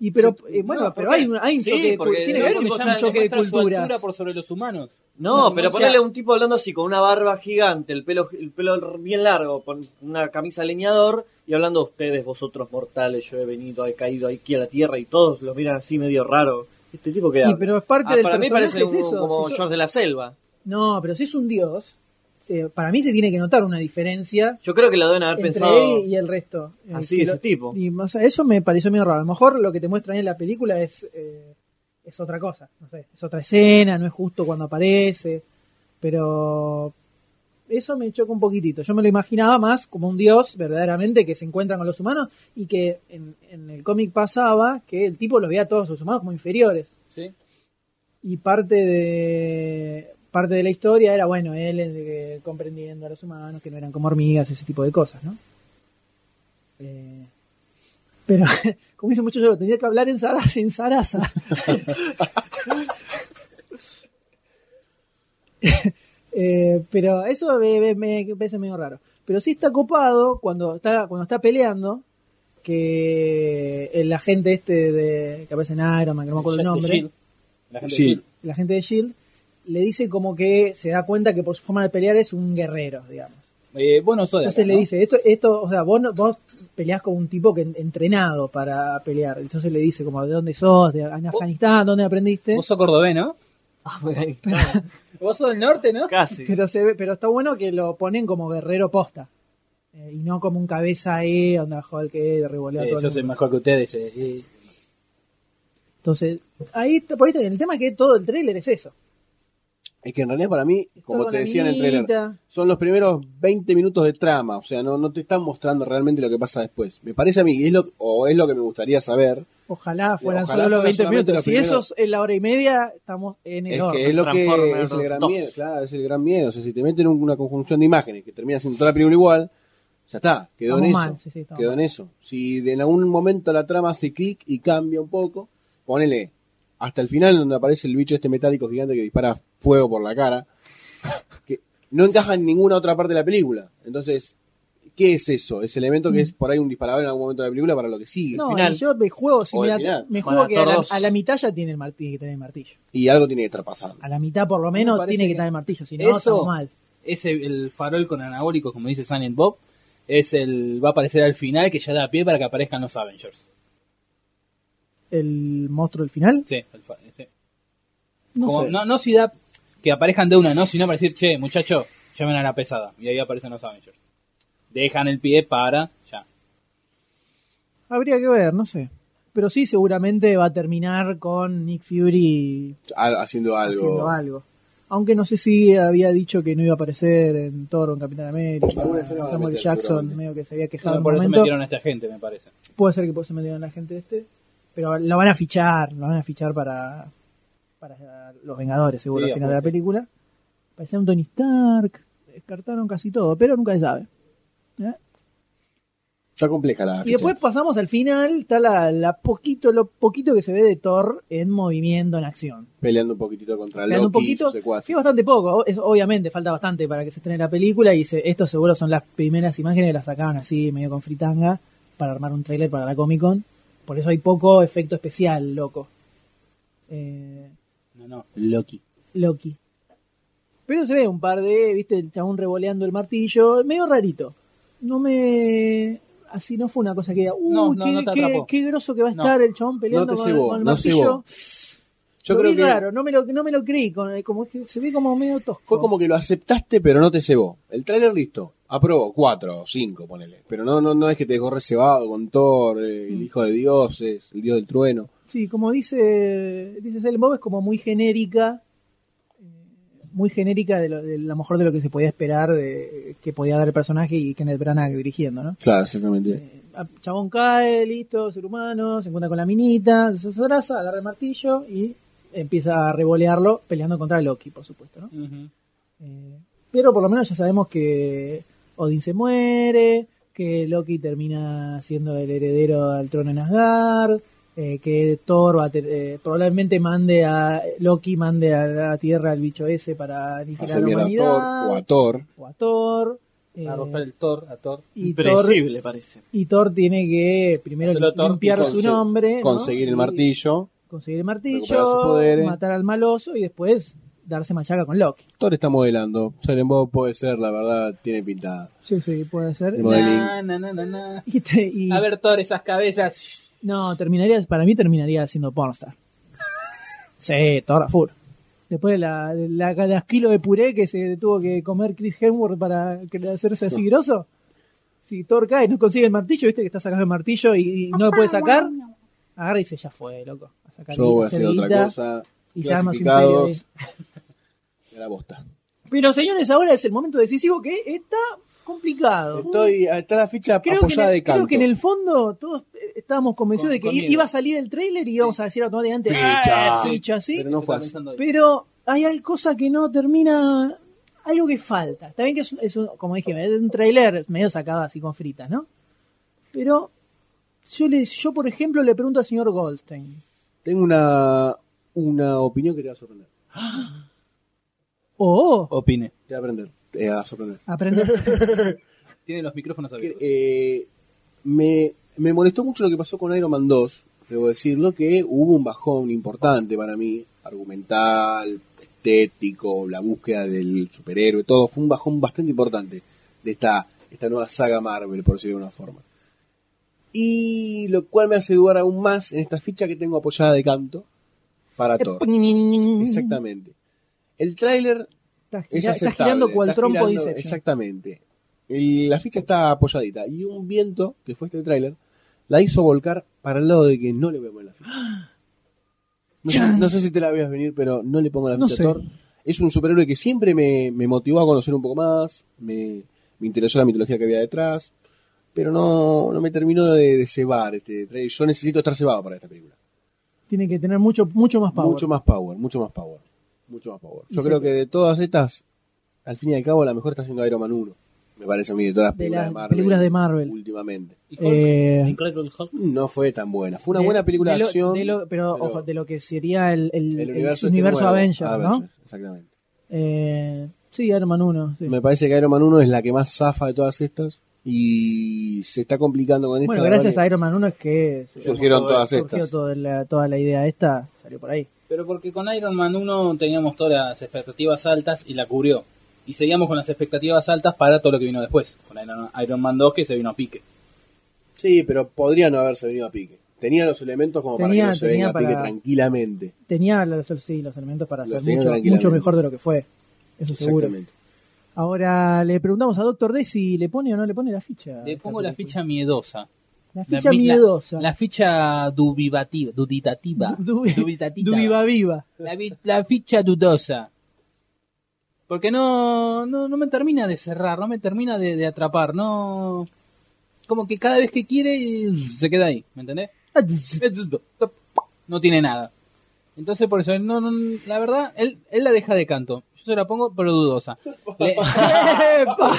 Speaker 2: Y pero,
Speaker 6: Sí,
Speaker 2: eh, bueno,
Speaker 6: no,
Speaker 2: pero
Speaker 6: porque-
Speaker 2: hay un, hay un
Speaker 6: sí,
Speaker 2: choque, de
Speaker 6: porque
Speaker 2: cul- tiene
Speaker 6: el
Speaker 2: que ver
Speaker 6: tipo
Speaker 2: con
Speaker 6: está-
Speaker 2: un choque de
Speaker 4: Muestra su
Speaker 2: culturas.
Speaker 4: altura por sobre los humanos.
Speaker 6: No,
Speaker 4: No,
Speaker 6: pero
Speaker 4: o sea-
Speaker 6: ponerle a un tipo hablando así, con una barba gigante, el pelo, el pelo bien largo, con una camisa leñador, y hablando a ustedes, vosotros mortales, yo he venido, he caído aquí a la tierra, y todos los miran así medio raro. Este tipo que Ah,
Speaker 2: Y, pero es parte del
Speaker 6: Para mí
Speaker 2: personaje,
Speaker 6: parece
Speaker 2: es
Speaker 6: un-
Speaker 2: eso,
Speaker 6: como
Speaker 2: si yo-
Speaker 6: George de la Selva.
Speaker 2: No, pero si es un dios, eh, para mí se tiene que notar una diferencia
Speaker 6: Yo creo que lo deben haber
Speaker 2: entre
Speaker 6: pensado
Speaker 2: él y el resto. Eh,
Speaker 6: así,
Speaker 2: que
Speaker 6: ese
Speaker 2: lo-
Speaker 6: tipo.
Speaker 2: Y más, eso me pareció medio raro. A lo mejor lo que te muestran en la película es, eh, es otra cosa. No sé, es otra escena, no es justo cuando aparece. Pero eso me choca un poquitito. Yo me lo imaginaba más como un dios verdaderamente que se encuentra con los humanos y que en, en el cómic pasaba que el tipo los veía a todos los humanos como inferiores
Speaker 4: Sí.
Speaker 2: y parte de parte de la historia era bueno él eh, comprendiendo a los humanos que no eran como hormigas ese tipo de cosas no Eh, pero como dice mucho yo tenía que hablar en zaraza en zaraza Eh, pero eso me, me- me parece medio raro pero sí está copado cuando está cuando está peleando que el agente este de que aparece en Iron Man que no me acuerdo el
Speaker 4: De
Speaker 2: nombre
Speaker 4: Shield. La gente de
Speaker 3: Sí.
Speaker 4: Shield.
Speaker 2: la gente de Shield E le dice como que se da cuenta que por su forma de pelear es un guerrero, digamos.
Speaker 4: Eh, vos no sos de acá,
Speaker 2: Entonces le
Speaker 4: ¿no?
Speaker 2: dice, esto, esto, o sea, vos, no- vos peleás con un tipo que en- entrenado para pelear. Entonces le dice como, ¿de dónde sos? ¿De, ¿En Afganistán? ¿Dónde aprendiste?
Speaker 4: Vos sos cordobés, ¿no?
Speaker 2: Ah,
Speaker 4: Vos sos del norte, ¿no?
Speaker 6: Casi.
Speaker 2: Pero, se ve- pero está bueno que lo ponen como guerrero posta. Eh, y no como un cabeza E, onda, joder, que revolea
Speaker 4: Eh,
Speaker 2: todo el
Speaker 4: yo soy
Speaker 2: mundo.
Speaker 4: mejor que ustedes. eh, eh.
Speaker 2: Entonces, ahí, está- por ahí está, el tema es que todo el tráiler es eso.
Speaker 3: Es que en realidad para mí, como
Speaker 2: con
Speaker 3: te
Speaker 2: la
Speaker 3: decía en el
Speaker 2: minita.
Speaker 3: trailer, son los primeros 20 minutos de trama, o sea, no, no te están mostrando realmente lo que pasa después. Me parece a mí, y es lo, o es lo que me gustaría saber,
Speaker 2: Ojalá fueran
Speaker 3: Ojalá
Speaker 2: solo
Speaker 3: fueran
Speaker 2: 20
Speaker 3: solamente
Speaker 2: minutos.
Speaker 3: los
Speaker 2: Si
Speaker 3: primeros-
Speaker 2: eso es en la hora y media, estamos en el
Speaker 3: es
Speaker 2: horno.
Speaker 3: que es lo que
Speaker 6: Transformers
Speaker 3: es el gran
Speaker 6: dos.
Speaker 3: miedo, claro, es el gran miedo, o sea, si te meten un- una conjunción de imágenes que termina siendo toda la película igual, ya está, quedó en eso,
Speaker 2: Estamos mal, sí, sí, estamos
Speaker 3: quedó en eso. Si de- en algún momento la trama hace clic y cambia un poco, ponele hasta el final donde aparece el bicho este metálico gigante que dispara fuego por la cara, que no encaja en ninguna otra parte de la película, entonces... ¿Qué es eso? Ese elemento que es por ahí un disparador en algún momento de la película para lo que sigue.
Speaker 2: No, y yo me juego, si
Speaker 3: O
Speaker 2: me,
Speaker 3: el
Speaker 2: la-
Speaker 3: final.
Speaker 2: me
Speaker 3: Para
Speaker 2: juego que a la,
Speaker 3: todos.
Speaker 2: a la mitad ya tiene el martillo, tiene que tener el martillo.
Speaker 3: Y algo tiene que estar pasando.
Speaker 2: A la mitad por lo
Speaker 4: me
Speaker 2: menos
Speaker 4: parece
Speaker 2: tiene que,
Speaker 4: que
Speaker 2: tener el martillo, si no,
Speaker 4: Eso
Speaker 2: estamos mal.
Speaker 4: es el, el farol con anabólicos, como dice Silent Bob. Es el va a aparecer al final que ya da pie para que aparezcan los Avengers.
Speaker 2: ¿El monstruo del final?
Speaker 4: Sí, el fa- sí.
Speaker 2: No
Speaker 4: Como-
Speaker 2: sé.
Speaker 4: no, no si da que aparezcan de una, no, sino para decir, che, muchacho, llamen a la pesada. Y ahí aparecen los Avengers. Dejan el pie para ya.
Speaker 2: Habría que ver, no sé. Pero sí, seguramente va a terminar con Nick Fury
Speaker 3: Ha- haciendo algo.
Speaker 2: haciendo algo. Aunque no sé si había dicho que no iba a aparecer en Thor o en Capitán América.
Speaker 3: Alguna escena van a
Speaker 2: Samuel
Speaker 3: meter,
Speaker 2: Jackson,
Speaker 3: seguramente.
Speaker 2: medio que se había
Speaker 4: No,
Speaker 2: quejado. en un
Speaker 4: por eso
Speaker 2: momento.
Speaker 4: metieron a esta gente, me parece.
Speaker 2: Puede ser que por eso metieron a la gente este. Pero lo van a fichar, lo van a fichar para, para los Vengadores, seguro,
Speaker 4: Sí,
Speaker 2: al final de la
Speaker 4: aparte.
Speaker 2: película. Parecía un Tony Stark, descartaron casi todo, pero nunca se sabe.
Speaker 3: Está compleja
Speaker 4: Ah,
Speaker 3: la
Speaker 2: Y después pasamos al final, está la, la poquito, lo poquito que se ve de Thor en movimiento, en acción.
Speaker 3: peleando un poquitito contra
Speaker 2: Peleando
Speaker 3: Loki,
Speaker 2: un poquito,
Speaker 3: sus secuaces.
Speaker 2: sí, bastante poco, o- es- obviamente falta bastante para que se estrene la película y se- estos seguro son las primeras imágenes que las sacaban así, medio con fritanga, para armar un tráiler para la Comic Con. Por eso hay poco efecto especial, loco. Eh,
Speaker 4: No, no, Loki.
Speaker 2: Loki. Pero se ve un par de, viste, el chabón revoleando el martillo, medio rarito. No me... Así no fue una cosa que diga, uy,
Speaker 4: No, no,
Speaker 2: qué,
Speaker 4: no te
Speaker 2: qué-
Speaker 4: atrapó.
Speaker 2: qué groso que va a
Speaker 4: No.
Speaker 2: estar el chabón peleando
Speaker 3: No te
Speaker 2: con,
Speaker 3: cebó,
Speaker 2: con el
Speaker 3: no
Speaker 2: martillo.
Speaker 3: cebó. Yo
Speaker 2: Lo
Speaker 3: creo
Speaker 2: vi
Speaker 3: que
Speaker 2: raro, no me lo, no me lo creí, con- eh, como que se ve como medio tosco.
Speaker 3: fue como que lo aceptaste, pero no te cebó. El tráiler listo, aprobó, cuatro o cinco, ponele. Pero no, no, no es que te corres cebado con Thor, eh,
Speaker 2: Mm.
Speaker 3: el hijo de dioses, el dios del trueno.
Speaker 2: Sí, como dice, dice Silent Bob, es como muy genérica, eh, muy genérica de lo, de lo mejor de lo que se podía esperar de, que podía dar el personaje y Kenneth Branagh dirigiendo, ¿no?
Speaker 3: Claro, exactamente.
Speaker 2: Ah, Chabón cae, listo, ser humano, se encuentra con la minita, se abraza, agarra el martillo y empieza a revolearlo peleando contra Loki, por supuesto, ¿no? Eh, pero por lo menos ya sabemos que Odin se muere, que Loki termina siendo el heredero al trono en Asgard, eh, que Thor va a ter- eh, probablemente mande a Loki mande a la Tierra al bicho ese para aniquilar
Speaker 3: Hacer
Speaker 2: la
Speaker 3: mierda a
Speaker 2: humanidad
Speaker 3: Thor o a Thor.
Speaker 2: o a Thor, eh,
Speaker 4: A romper el Thor, a Thor.
Speaker 2: y
Speaker 6: Impredecible, parece.
Speaker 2: y Thor tiene que primero
Speaker 4: Hacerlo Thor
Speaker 2: limpiar
Speaker 4: y
Speaker 2: su
Speaker 4: conse-
Speaker 2: nombre, Eh, ¿no?
Speaker 3: Conseguir el
Speaker 2: Y
Speaker 3: martillo.
Speaker 2: conseguir el
Speaker 3: recuperar sus
Speaker 2: martillo,
Speaker 3: poderes.
Speaker 2: matar al maloso y después darse machaca con Loki.
Speaker 3: Thor está modelando. Silent Bob puede ser, la verdad, tiene pintada.
Speaker 2: Sí, sí, puede ser.
Speaker 3: El modeling.
Speaker 4: Na, na, na, na, na.
Speaker 2: Y te- y-
Speaker 4: A ver, Thor, esas cabezas.
Speaker 2: no, terminaría, para mí terminaría siendo pornstar. Sí, Thor a full. Después de la, de la, de las kilos de puré que se tuvo que comer Chris Hemsworth para que- hacerse así grosso. Si Thor cae, no consigue el martillo, viste que está sacando el martillo y, y no lo puede sacar. Agarra y dice, ya fue, loco. A sacar
Speaker 3: Yo voy a
Speaker 2: la
Speaker 3: hacer otra
Speaker 2: cervita.
Speaker 3: cosa.
Speaker 2: Y se arma su imperio ahí.
Speaker 3: Clasificados. De la bosta.
Speaker 2: Pero señores, ahora es el momento decisivo que está complicado.
Speaker 3: Estoy, está la ficha
Speaker 2: Creo que, en
Speaker 3: apoyada
Speaker 2: el,
Speaker 3: de
Speaker 2: creo
Speaker 3: canto.
Speaker 2: que en el fondo todos eh, estábamos convencidos
Speaker 3: Con-
Speaker 2: de que
Speaker 3: con
Speaker 2: i-
Speaker 3: miedo.
Speaker 2: iba a salir el trailer y íbamos a decir automáticamente
Speaker 3: Ficha.
Speaker 2: "Eh, ficha, sí.
Speaker 3: Pero no fue así.
Speaker 2: Pero hay algo cosa que no termina, algo que falta. Está bien que es, un- es un- como dije, es un trailer medio sacado así con fritas, ¿no? Pero yo, les, yo por ejemplo, le pregunto al señor Goldstein.
Speaker 3: Tengo una, una opinión que te va a sorprender.
Speaker 2: Oh,
Speaker 4: Opine.
Speaker 3: Te va a aprender. Te va a sorprender.
Speaker 2: aprende.
Speaker 4: Tiene los micrófonos abiertos.
Speaker 3: Eh, me, me molestó mucho lo que pasó con Iron Man 2, debo decirlo, que hubo un bajón importante para mí, argumental, estético, la búsqueda del superhéroe, todo, fue un bajón bastante importante de esta, esta nueva saga Marvel, por decirlo de una forma. Y lo cual me hace dudar aún más en esta ficha que tengo apoyada de canto para Thor. Exactamente. El tráiler
Speaker 2: Estás
Speaker 3: es
Speaker 2: gira- estás
Speaker 3: aceptable,
Speaker 2: girando cual
Speaker 3: estás
Speaker 2: trompo
Speaker 3: girando-
Speaker 2: Inception.
Speaker 3: Exactamente. El- la ficha está apoyadita. Y un viento, que fue este tráiler, la hizo volcar para el lado de que no le vemos la ficha. No, sé, no sé si te la veas venir, pero no le pongo la
Speaker 2: No
Speaker 3: ficha
Speaker 2: sé.
Speaker 3: a Thor. Es un superhéroe que siempre me, me motivó a conocer un poco más. Me, me interesó la mitología que había detrás. Pero no, no me terminó de, de cebar este tráiler. Yo necesito estar cebado para esta película.
Speaker 2: Tiene que tener mucho, mucho más power.
Speaker 3: Mucho más power, mucho más power. Mucho más power. Yo
Speaker 2: Sí.
Speaker 3: creo que de todas estas, al fin y al cabo, la mejor está siendo Iron Man 1. Me parece a mí, de todas las
Speaker 2: de
Speaker 3: películas de,
Speaker 2: las
Speaker 3: Marvel.
Speaker 2: películas de Marvel.
Speaker 3: Últimamente.
Speaker 2: Eh,
Speaker 3: No fue tan buena. Fue una
Speaker 2: de-
Speaker 3: buena película de,
Speaker 2: lo-
Speaker 3: acción.
Speaker 2: de lo- pero, ojo, de lo que sería el, el- el universo,
Speaker 3: este nuevo,
Speaker 2: Avengers, ¿no?
Speaker 3: Exactamente.
Speaker 2: Eh, sí, Iron Man 1. sí.
Speaker 3: Me parece que Iron Man 1 es la que más zafa de todas estas. Y se está complicando con
Speaker 2: Bueno,
Speaker 3: esta.
Speaker 2: gracias
Speaker 3: ¿vale?
Speaker 2: a Iron Man 1 es que
Speaker 3: Surgieron
Speaker 2: surgió
Speaker 3: todas
Speaker 2: surgió
Speaker 3: estas.
Speaker 2: toda la, toda la idea esta, salió por ahí.
Speaker 4: Pero porque con Iron Man 1 teníamos todas las expectativas altas y la cubrió. Y seguíamos con las expectativas altas para todo lo que vino después. Con Iron Iron Man 2 que se vino a pique.
Speaker 3: Sí, pero podría no haberse venido a pique. Tenía los elementos como
Speaker 2: Tenía-
Speaker 3: para que no se
Speaker 2: tenía
Speaker 3: venga a pique
Speaker 2: para-
Speaker 3: tranquilamente.
Speaker 2: Tenía los, sí, los elementos para
Speaker 3: Los
Speaker 2: hacer
Speaker 3: tenía
Speaker 2: mucho,
Speaker 3: tranquilamente.
Speaker 2: mucho mejor de lo que fue, eso seguro.
Speaker 3: Exactamente.
Speaker 2: Ahora le preguntamos a Doctor D si le pone o no le pone la ficha.
Speaker 4: Le pongo la ficha miedosa.
Speaker 2: La ficha
Speaker 4: mi-
Speaker 2: miedosa.
Speaker 4: La, ficha dubivativa, duditativa. dubitativa.
Speaker 2: Duviva viva.
Speaker 4: La, vi- la ficha dudosa. Porque no, no, no me termina de cerrar, no me termina de, de atrapar, no... Como que cada vez que quiere eh, se queda ahí, ¿me entendés? No tiene nada. Entonces por eso, no, no, la verdad, él, él la deja de canto. Yo se la pongo, pero dudosa. Le-
Speaker 2: ¡Epa!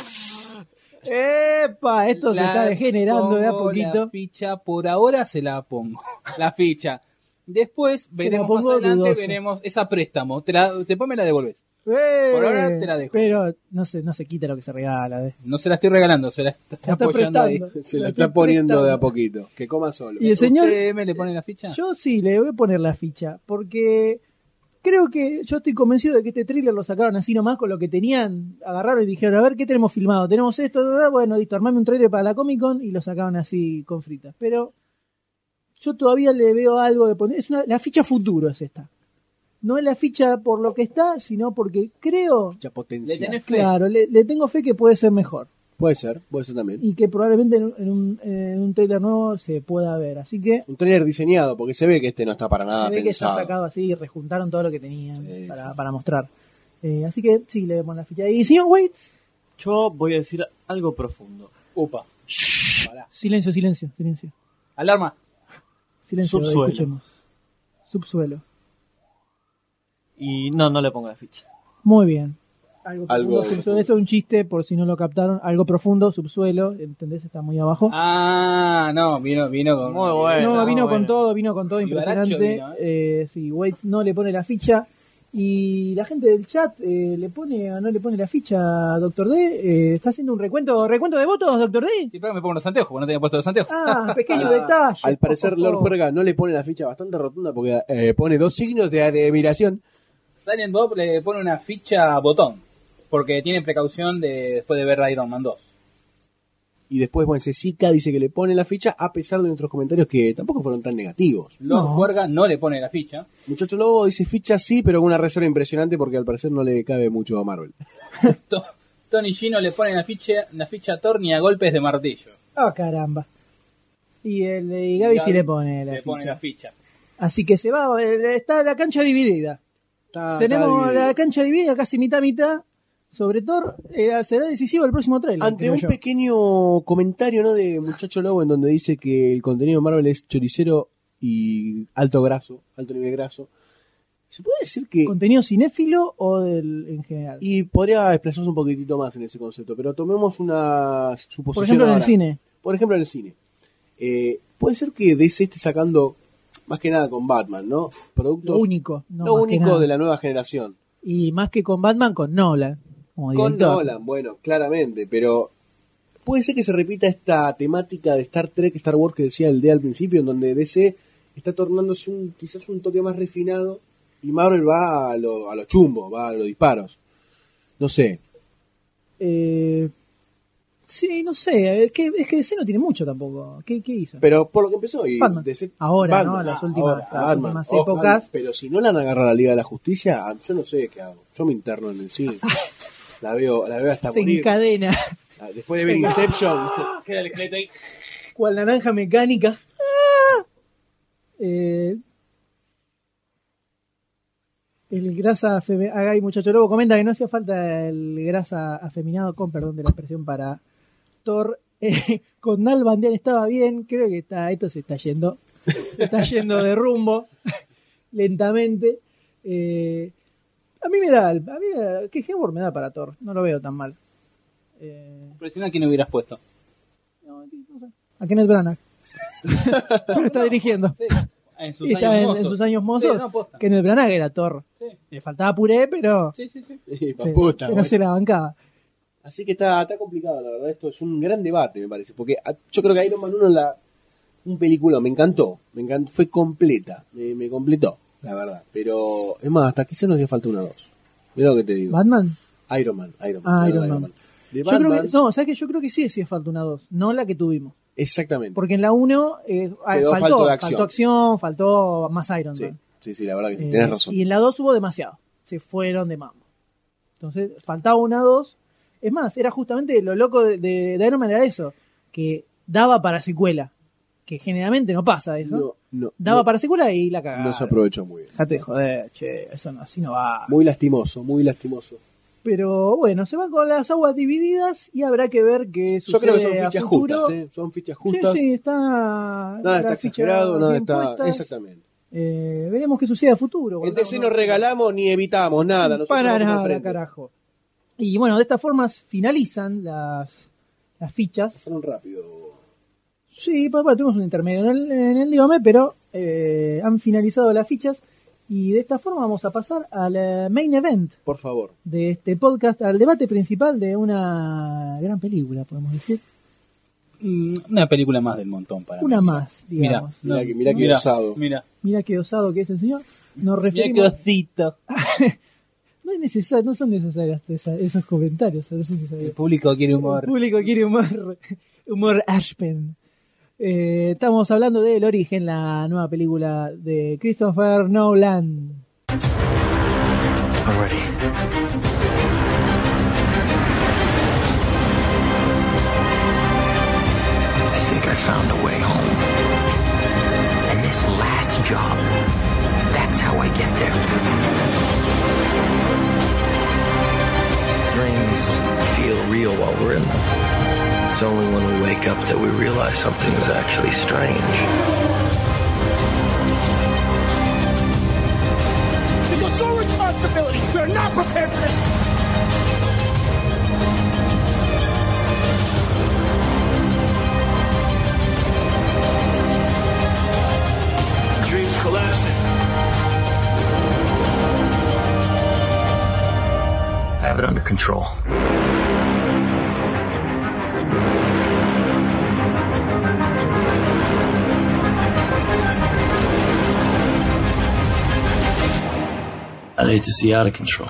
Speaker 2: ¡Epa! Esto se
Speaker 4: La
Speaker 2: está degenerando de a
Speaker 4: pongo
Speaker 2: poquito.
Speaker 4: La ficha por ahora se la pongo. La ficha. Después
Speaker 2: la
Speaker 4: veremos más
Speaker 2: pongo
Speaker 4: adelante,
Speaker 2: dudosa.
Speaker 4: veremos esa préstamo. Te la- después me la devolves.
Speaker 2: Eh,
Speaker 4: Por ahora te la dejo.
Speaker 2: Pero no se, no se quita lo que se regala. eh.
Speaker 4: No se la estoy regalando, se la está,
Speaker 2: está
Speaker 4: apoyando ahí.
Speaker 2: prestando.
Speaker 3: Se la
Speaker 2: La
Speaker 3: está
Speaker 2: estoy
Speaker 3: poniendo de a
Speaker 2: prestando.
Speaker 3: poquito. Que coma solo.
Speaker 2: Y el señor-
Speaker 4: ¿Usted me le pone la ficha?
Speaker 2: Yo sí, le voy a poner la ficha, porque creo que yo estoy convencido de que este thriller lo sacaron así nomás con lo que tenían, agarraron y dijeron, a ver, ¿qué tenemos filmado? Tenemos esto, da, da, bueno, listo, armame un trailer para la Comic Con y lo sacaron así con fritas. Pero yo todavía le veo algo de poner, es una, la ficha futuro es esta. No es la ficha por lo que está, sino porque creo,
Speaker 3: Mucha
Speaker 4: Le
Speaker 3: potencia.
Speaker 4: tenés fe.
Speaker 2: claro, le- le tengo fe que puede ser mejor
Speaker 3: Puede ser, puede ser también.
Speaker 2: y que probablemente en un, en un- en un trailer nuevo se pueda ver. Así que
Speaker 3: Un trailer diseñado, porque se ve que este no está para nada
Speaker 2: se ve que está
Speaker 3: pensado.
Speaker 2: sacado así y rejuntaron todo lo que tenían
Speaker 3: Sí,
Speaker 2: para,
Speaker 3: sí.
Speaker 2: para mostrar. Eh, así que sí, le damos la ficha. Y señor Waits,
Speaker 6: Yo voy a decir algo profundo.
Speaker 4: Upa.
Speaker 2: silencio, silencio, silencio.
Speaker 4: Alarma.
Speaker 2: Silencio,
Speaker 6: Subsuelo.
Speaker 2: escuchemos. Subsuelo.
Speaker 6: Y no, no le pongo la ficha.
Speaker 2: Muy bien. Algo,
Speaker 3: Algo
Speaker 2: profundo, subsuelo. Eso es un chiste, por si no lo captaron. Algo profundo, subsuelo, ¿entendés? Está muy abajo.
Speaker 4: Ah, no, vino, vino con.
Speaker 6: Muy bueno.
Speaker 2: no,
Speaker 6: muy
Speaker 2: vino con
Speaker 6: bueno.
Speaker 2: todo, vino con todo
Speaker 4: Y baracho
Speaker 2: impresionante.
Speaker 4: vino,
Speaker 2: Eh, sí, Waits no le pone la ficha. Y la gente del chat eh, le pone o no le pone la ficha a Doctor D. Eh, ¿Está haciendo un recuento recuento de votos, Doctor D?
Speaker 4: Sí, pero me pongo los anteojos, porque no tenía puesto los anteojos.
Speaker 2: Ah, pequeño detalle.
Speaker 3: Al parecer,
Speaker 2: Po, po,
Speaker 3: Lord
Speaker 2: po.
Speaker 3: Juerga no le pone la ficha bastante rotunda porque eh, pone dos signos de admiración.
Speaker 4: Silent Bob le pone una ficha botón. Porque tiene precaución de después de ver Iron Man 2.
Speaker 3: Y después, bueno, Cecica dice que le pone la ficha, a pesar de nuestros comentarios que tampoco fueron tan negativos.
Speaker 4: Los Juerga no le pone la ficha.
Speaker 3: Muchacho Lobo dice ficha sí, pero con una reserva impresionante porque al parecer no le cabe mucho a Marvel.
Speaker 4: Tony Gino le pone la ficha, la ficha a Thor ni a golpes de martillo.
Speaker 2: Ah, caramba. Y, el, y Gaby sí le pone la
Speaker 4: Le
Speaker 2: ficha.
Speaker 4: pone la ficha.
Speaker 2: Así que se va, eh, está la cancha dividida. Tenemos la cancha dividida casi mitad-mitad. Sobre Thor, eh, será decisivo el próximo trailer.
Speaker 3: Ante
Speaker 2: creo
Speaker 3: un
Speaker 2: yo.
Speaker 3: pequeño comentario ¿no? de Muchacho Lobo en donde dice que el contenido de Marvel es choricero y alto graso, alto nivel graso. ¿Se puede decir que...
Speaker 2: ¿Contenido cinéfilo o del, en general?
Speaker 3: Y podría expresarse un poquitito más en ese concepto, pero tomemos una suposición.
Speaker 2: Por ejemplo, en el
Speaker 3: ahora.
Speaker 2: cine.
Speaker 3: Por ejemplo, en el cine. Eh, puede ser que DC esté sacando, más que nada con Batman, ¿no? Productos,
Speaker 2: Lo único. no,
Speaker 3: lo
Speaker 2: más que
Speaker 3: único
Speaker 2: nada.
Speaker 3: de la nueva generación.
Speaker 2: Y más que con Batman, con Nolan. Como
Speaker 3: Con
Speaker 2: director.
Speaker 3: Nolan, bueno, claramente, pero puede ser que se repita esta temática de Star Trek, Star Wars que decía el D al principio, en donde DC está tornándose un, quizás un toque más refinado y Marvel va a los a lo chumbos, va a los disparos. No sé,
Speaker 2: Eh, sí, no sé. Es que, es que DC no tiene mucho tampoco. ¿Qué, qué hizo?
Speaker 3: pero por lo que empezó y
Speaker 2: Batman.
Speaker 3: DC
Speaker 2: Ahora, ¿no?
Speaker 3: Batman,
Speaker 2: Las últimas-
Speaker 3: ahora,
Speaker 2: las
Speaker 3: Batman,
Speaker 2: últimas
Speaker 3: ojo,
Speaker 2: épocas.
Speaker 3: Batman, pero si no la han agarrado la Liga de la Justicia, ah, yo no sé qué hago. Yo me interno en el cine. La veo, la veo hasta
Speaker 2: Se
Speaker 3: morir.
Speaker 2: encadena.
Speaker 3: Ah, Después de ver Inception.
Speaker 4: Ah, Queda el esqueleto ahí.
Speaker 2: Cual naranja mecánica. ¡Ah! Eh, el grasa afeme- Acá hay muchacho lobo comenta que no hacía falta el grasa afeminado con perdón de la expresión para Thor. Eh, con Nal Bandean estaba bien, creo que está, esto se está yendo, se está yendo de rumbo lentamente. Eh, a mí me da, a mí me da- que Hemsworth me da para Thor, no lo veo tan mal. Eh,
Speaker 4: Impresiona quién hubieras puesto.
Speaker 2: A Kenneth Branagh. Pero está dirigiendo.
Speaker 4: En sus
Speaker 2: Y está
Speaker 4: años
Speaker 2: en, en
Speaker 4: mozos.
Speaker 2: sus años mozos.
Speaker 4: Sí, no, posta.
Speaker 2: Kenneth Branagh era Thor.
Speaker 4: Sí.
Speaker 2: Le faltaba puré, pero,
Speaker 4: Sí, sí, sí.
Speaker 3: Sí, pa'
Speaker 2: se-
Speaker 3: puta,
Speaker 2: pero
Speaker 3: guacho.
Speaker 2: se la bancaba.
Speaker 3: Así que está, está complicado, la verdad. Esto es un gran debate, me parece. Porque ah, yo creo que Iron Man 1 la. Un película, me encantó. Me encantó, fue completa. Me, me completó, la verdad. Pero, es más, hasta quizás nos hacía falta una dos. Mira lo que te digo.
Speaker 2: ¿Batman?
Speaker 3: Iron Man, Iron Man.
Speaker 2: Ah,
Speaker 3: perdón,
Speaker 2: Iron Man.
Speaker 3: De
Speaker 2: Yo creo que,
Speaker 3: Batman,
Speaker 2: no, ¿sabes qué? Yo creo que sí hacía falta una 2, no la que tuvimos.
Speaker 3: Exactamente.
Speaker 2: Porque en la 1 eh, ah, faltó,
Speaker 3: Quedó falto
Speaker 2: faltó
Speaker 3: de
Speaker 2: acción. faltó
Speaker 3: acción.
Speaker 2: más Iron
Speaker 3: Sí,
Speaker 2: Man.
Speaker 3: sí, sí, la verdad que sí,
Speaker 2: Eh,
Speaker 3: tenés razón.
Speaker 2: Y en la 2 hubo demasiado. Se fueron de mambo. Entonces, faltaba una 2. Es más, era justamente lo loco de, de- de Iron Man era eso, que daba para secuela. Que generalmente no pasa eso.
Speaker 3: No, no,
Speaker 2: Daba
Speaker 3: no,
Speaker 2: para secuela y la cagaba.
Speaker 3: no se aprovechó muy bien.
Speaker 2: Dejate de joder, che, eso no, así no va.
Speaker 3: Muy lastimoso, muy lastimoso.
Speaker 2: Pero bueno, se van con las aguas divididas y habrá que ver qué sucede
Speaker 3: Yo creo que son
Speaker 2: a
Speaker 3: fichas
Speaker 2: futuro.
Speaker 3: justas, ¿eh? Son fichas justas.
Speaker 2: Sí, sí, está.
Speaker 3: Nada está
Speaker 2: la ficha
Speaker 3: exagerado, nada
Speaker 2: bien
Speaker 3: está.
Speaker 2: puesta.
Speaker 3: Exactamente.
Speaker 2: Eh, veremos qué sucede a futuro.
Speaker 3: En DC no regalamos ni evitamos nada. nosotros
Speaker 2: Para
Speaker 3: vamos al
Speaker 2: nada,
Speaker 3: frente.
Speaker 2: carajo. Y bueno, de esta forma finalizan las, las fichas.
Speaker 3: Pasaron rápido.
Speaker 2: Sí, pa- bueno, tuvimos un intermedio en el, en el Dígame, pero eh, han finalizado las fichas. Y de esta forma vamos a pasar al eh, main event
Speaker 3: Por favor.
Speaker 2: de este podcast, al debate principal de una gran película, podemos decir.
Speaker 4: Mm, Una película más del montón para
Speaker 2: Una
Speaker 4: mí.
Speaker 2: más,
Speaker 4: Mira,
Speaker 2: digamos.
Speaker 3: Mirá que- mirá que osado.
Speaker 4: Mira,
Speaker 2: Mira qué osado que es el señor. Nos
Speaker 4: mira qué
Speaker 2: referimos.
Speaker 4: osito.
Speaker 2: No, es necesa- no son necesarios esa- esos comentarios. no son necesarios.
Speaker 4: El público quiere humor.
Speaker 2: El público quiere humor. Humor Ashpen. Eh, estamos hablando de El Origen, la nueva película de Christopher Nolan.
Speaker 7: Already. I think I found a way home. And this last job, that's how I get there. Dreams feel real while we're in them. It's only when we wake up that we realize something is actually strange.
Speaker 8: This is your responsibility. We're not prepared for this.
Speaker 7: Dreams collapsing. I have it under control. I need to see out of control.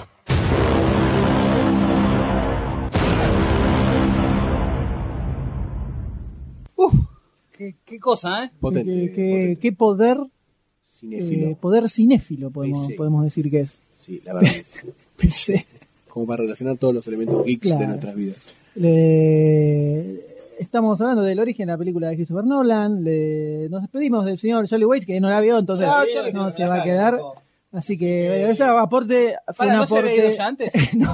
Speaker 4: qué, qué cosa, ¿eh?
Speaker 3: Potente,
Speaker 2: qué, qué- qué poder,
Speaker 3: Cinéfilo.
Speaker 2: eh, poder cinéfilo podemos,
Speaker 3: PC.
Speaker 2: podemos decir que es.
Speaker 3: Sí, la verdad. que sí.
Speaker 2: PC.
Speaker 3: Como para relacionar todos los elementos geeks
Speaker 2: Claro.
Speaker 3: de nuestras vidas.
Speaker 2: Le- Estamos hablando del origen de la película de Christopher Nolan. Le- Nos despedimos del señor Charlie Waits, que no la vio, entonces
Speaker 4: Chao, Charlie,
Speaker 2: no
Speaker 4: que
Speaker 2: se
Speaker 4: la
Speaker 2: va a
Speaker 4: cague,
Speaker 2: quedar.
Speaker 4: por favor.
Speaker 2: Así que bueno, ese aporte fue
Speaker 4: Para,
Speaker 2: un
Speaker 4: ¿no se había
Speaker 2: aporte.
Speaker 4: ido ya antes?
Speaker 2: no,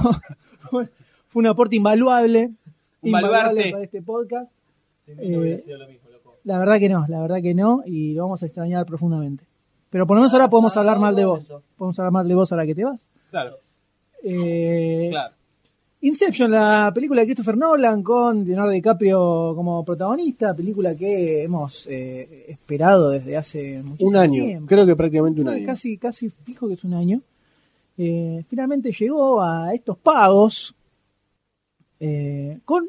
Speaker 2: fue fue un aporte invaluable.
Speaker 4: Un baluarte.
Speaker 2: para este podcast.
Speaker 4: mí no hubiera
Speaker 2: Eh, la verdad que no, la verdad que no, y lo vamos a extrañar profundamente. Pero por lo menos ahora podemos hablar mal de vos. Podemos hablar mal de vos ahora que te vas.
Speaker 4: Claro.
Speaker 2: Eh,
Speaker 4: Claro.
Speaker 2: Inception, la película de Christopher Nolan con Leonardo DiCaprio como protagonista, película que hemos eh, esperado desde hace muchísimo
Speaker 3: Un año,
Speaker 2: tiempo.
Speaker 3: creo que prácticamente un año.
Speaker 2: Casi, casi fijo que es un año. Eh, finalmente llegó a estos pagos eh, con,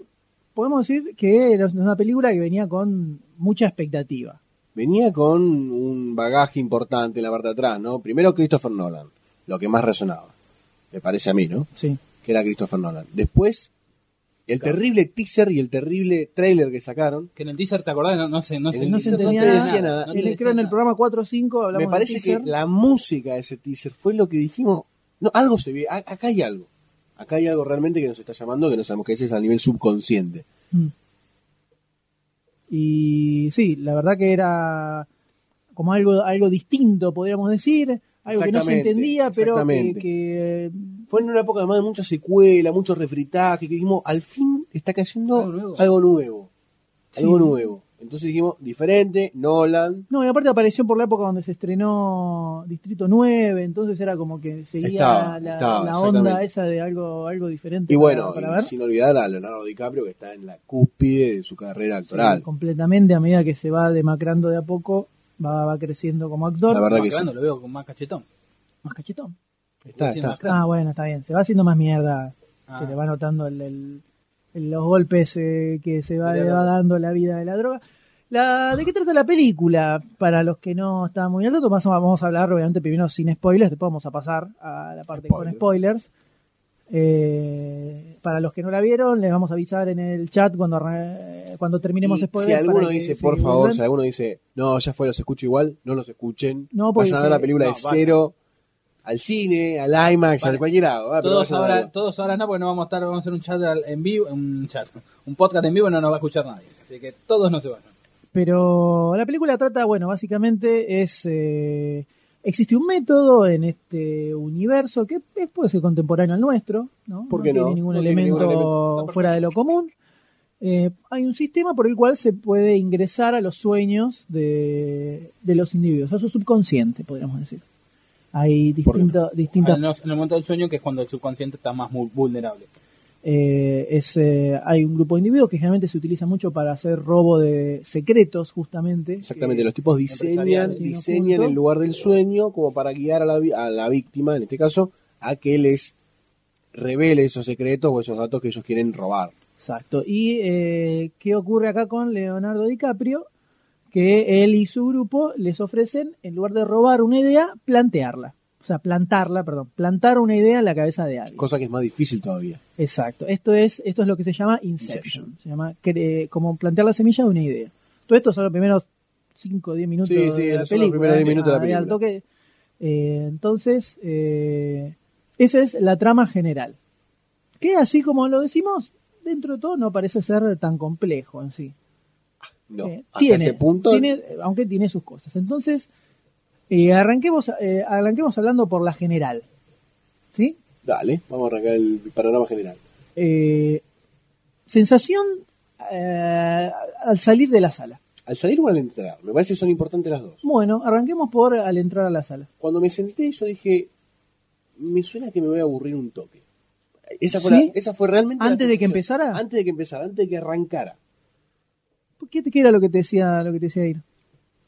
Speaker 2: podemos decir que era una película que venía con mucha expectativa.
Speaker 3: Venía con un bagaje importante en la parte de atrás, ¿no? Primero Christopher Nolan, lo que más resonaba, me parece a mí, ¿no?
Speaker 2: Sí.
Speaker 3: Que era Christopher Nolan. Después, el terrible teaser y el terrible trailer que sacaron.
Speaker 4: Que en el teaser, ¿te acordás? No, no sé, no
Speaker 3: En
Speaker 4: sé.
Speaker 3: el
Speaker 2: No se
Speaker 3: teaser
Speaker 2: entendía
Speaker 3: no te
Speaker 2: nada.
Speaker 3: decía nada.
Speaker 4: No
Speaker 2: En
Speaker 4: te
Speaker 2: el, creo en el programa 4 o 5 hablamos
Speaker 3: me parece
Speaker 2: del
Speaker 3: que
Speaker 2: teaser.
Speaker 3: la música de ese teaser fue lo que dijimos. No, algo se ve, a- acá hay algo. Acá hay algo realmente que nos está llamando, que no sabemos qué es, es a nivel subconsciente.
Speaker 2: Mm. Y sí, la verdad que era como algo, algo distinto, podríamos decir, algo que no se
Speaker 3: Exactamente,
Speaker 2: entendía, pero que,
Speaker 3: exactamente.
Speaker 2: que, eh,
Speaker 3: Fue en una época además de mucha secuela, mucho refritaje, que dijimos, al fin está cayendo algo nuevo. Algo nuevo.
Speaker 2: Sí.
Speaker 3: Entonces dijimos, diferente, Nolan.
Speaker 2: No, y aparte apareció por la época donde se estrenó Distrito 9, entonces era como que seguía
Speaker 3: Estaba,
Speaker 2: la,
Speaker 3: estaba,
Speaker 2: la
Speaker 3: exactamente.
Speaker 2: onda esa de algo, algo diferente
Speaker 3: Y
Speaker 2: para-
Speaker 3: bueno,
Speaker 2: para,
Speaker 3: y
Speaker 2: ver.
Speaker 3: sin olvidar a Leonardo DiCaprio, que está en la cúspide de su carrera actoral.
Speaker 2: Completamente a medida que se va demacrando de a poco, va, va creciendo como actor.
Speaker 3: La verdad que sí.
Speaker 4: Lo veo con más cachetón.
Speaker 2: Más cachetón.
Speaker 3: Está,
Speaker 4: Sí,
Speaker 3: está.
Speaker 4: más
Speaker 2: Ah, bueno, está bien. Se va haciendo más mierda.
Speaker 4: Ah.
Speaker 2: Se le va notando el- el- el- los golpes eh, que se va, le va dando la vida de la droga. La, ¿De qué trata la película? Para los que no están muy al tanto, más- vamos a hablar obviamente primero sin spoilers, después vamos a pasar a la parte con spoilers. Eh, para los que no la vieron, les vamos a avisar en el chat cuando, arran- cuando terminemos
Speaker 3: Y
Speaker 2: spoilers.
Speaker 3: si alguno
Speaker 2: para que
Speaker 3: dice,
Speaker 2: se
Speaker 3: por favor,
Speaker 2: vuelvan.
Speaker 3: si alguno dice, no, ya fue, los escucho igual, no los escuchen.
Speaker 2: No, porque
Speaker 3: vayan a ver la
Speaker 2: dice-
Speaker 3: película
Speaker 2: no,
Speaker 3: de
Speaker 2: vayan.
Speaker 3: cero, al cine, al IMAX,
Speaker 4: Vale.
Speaker 3: a cualquier lado. ah, pero
Speaker 4: Todos
Speaker 3: vayan a
Speaker 4: ahora,
Speaker 3: verla.
Speaker 4: todos ahora no, porque no vamos a estar, vamos a hacer un chat al- en vivo, un chat, un podcast en vivo y no nos va a escuchar nadie. Así que todos no se van.
Speaker 2: Pero la película trata, bueno, básicamente es. eh, existe un método en este universo que es, puede ser contemporáneo al nuestro, ¿no?
Speaker 3: ¿Por qué no?
Speaker 2: tiene ningún
Speaker 3: No tiene
Speaker 2: elemento
Speaker 3: ningún elemento. Está
Speaker 2: fuera de lo común. Eh, hay un sistema por el cual se puede ingresar a los sueños de, de los individuos, a su subconsciente, podríamos decir. Hay distinto- distintas
Speaker 4: Ah, no, En el momento del sueño, que es cuando el subconsciente está más mu- vulnerable.
Speaker 2: eh, es, eh, hay un grupo de individuos que generalmente se utiliza mucho para hacer robo de secretos, justamente.
Speaker 3: Exactamente, los tipos diseñan,
Speaker 2: empresariales,
Speaker 3: diseñan
Speaker 2: oculto.
Speaker 3: el lugar del sueño como para guiar a la, vi- a la víctima, en este caso, a que les revele esos secretos o esos datos que ellos quieren robar.
Speaker 2: Exacto. ¿Y eh, qué ocurre acá con Leonardo DiCaprio? Que él y su grupo les ofrecen, en lugar de robar una idea, plantearla. O sea, plantarla, perdón, plantar una idea en la cabeza de alguien.
Speaker 3: Cosa que es más difícil todavía.
Speaker 2: Exacto. Esto es, esto es lo que se llama inception. Se llama cre- como plantear la semilla de una idea. Todo esto son los primeros 5 o 10 minutos
Speaker 3: Sí, sí,
Speaker 2: de la película.
Speaker 3: son los primeros 10 minutos de la
Speaker 2: Ah, ahí al
Speaker 3: película.
Speaker 2: toque. Eh, entonces, eh, esa es la trama general. Que así como lo decimos, dentro de todo no parece ser tan complejo en sí.
Speaker 3: No,
Speaker 2: Eh,
Speaker 3: hasta ese punto.
Speaker 2: tiene- aunque tiene sus cosas. Entonces, eh, arranquemos, eh, arranquemos hablando por la general. ¿Sí?
Speaker 3: Dale, vamos a arrancar el panorama general.
Speaker 2: Eh, sensación eh, al salir de la sala.
Speaker 3: Al salir o al entrar, me parece que son importantes las dos.
Speaker 2: Bueno, arranquemos por al entrar a la sala.
Speaker 3: Cuando me senté, yo dije, me suena que me voy a aburrir un toque. Esa fue,
Speaker 2: ¿Sí?
Speaker 3: la- esa fue realmente.
Speaker 2: ¿Antes de que
Speaker 3: empezara? Antes de que empezara, antes de que arrancara.
Speaker 2: ¿Por ¿Qué, qué era lo que te decía lo que te decía Ir?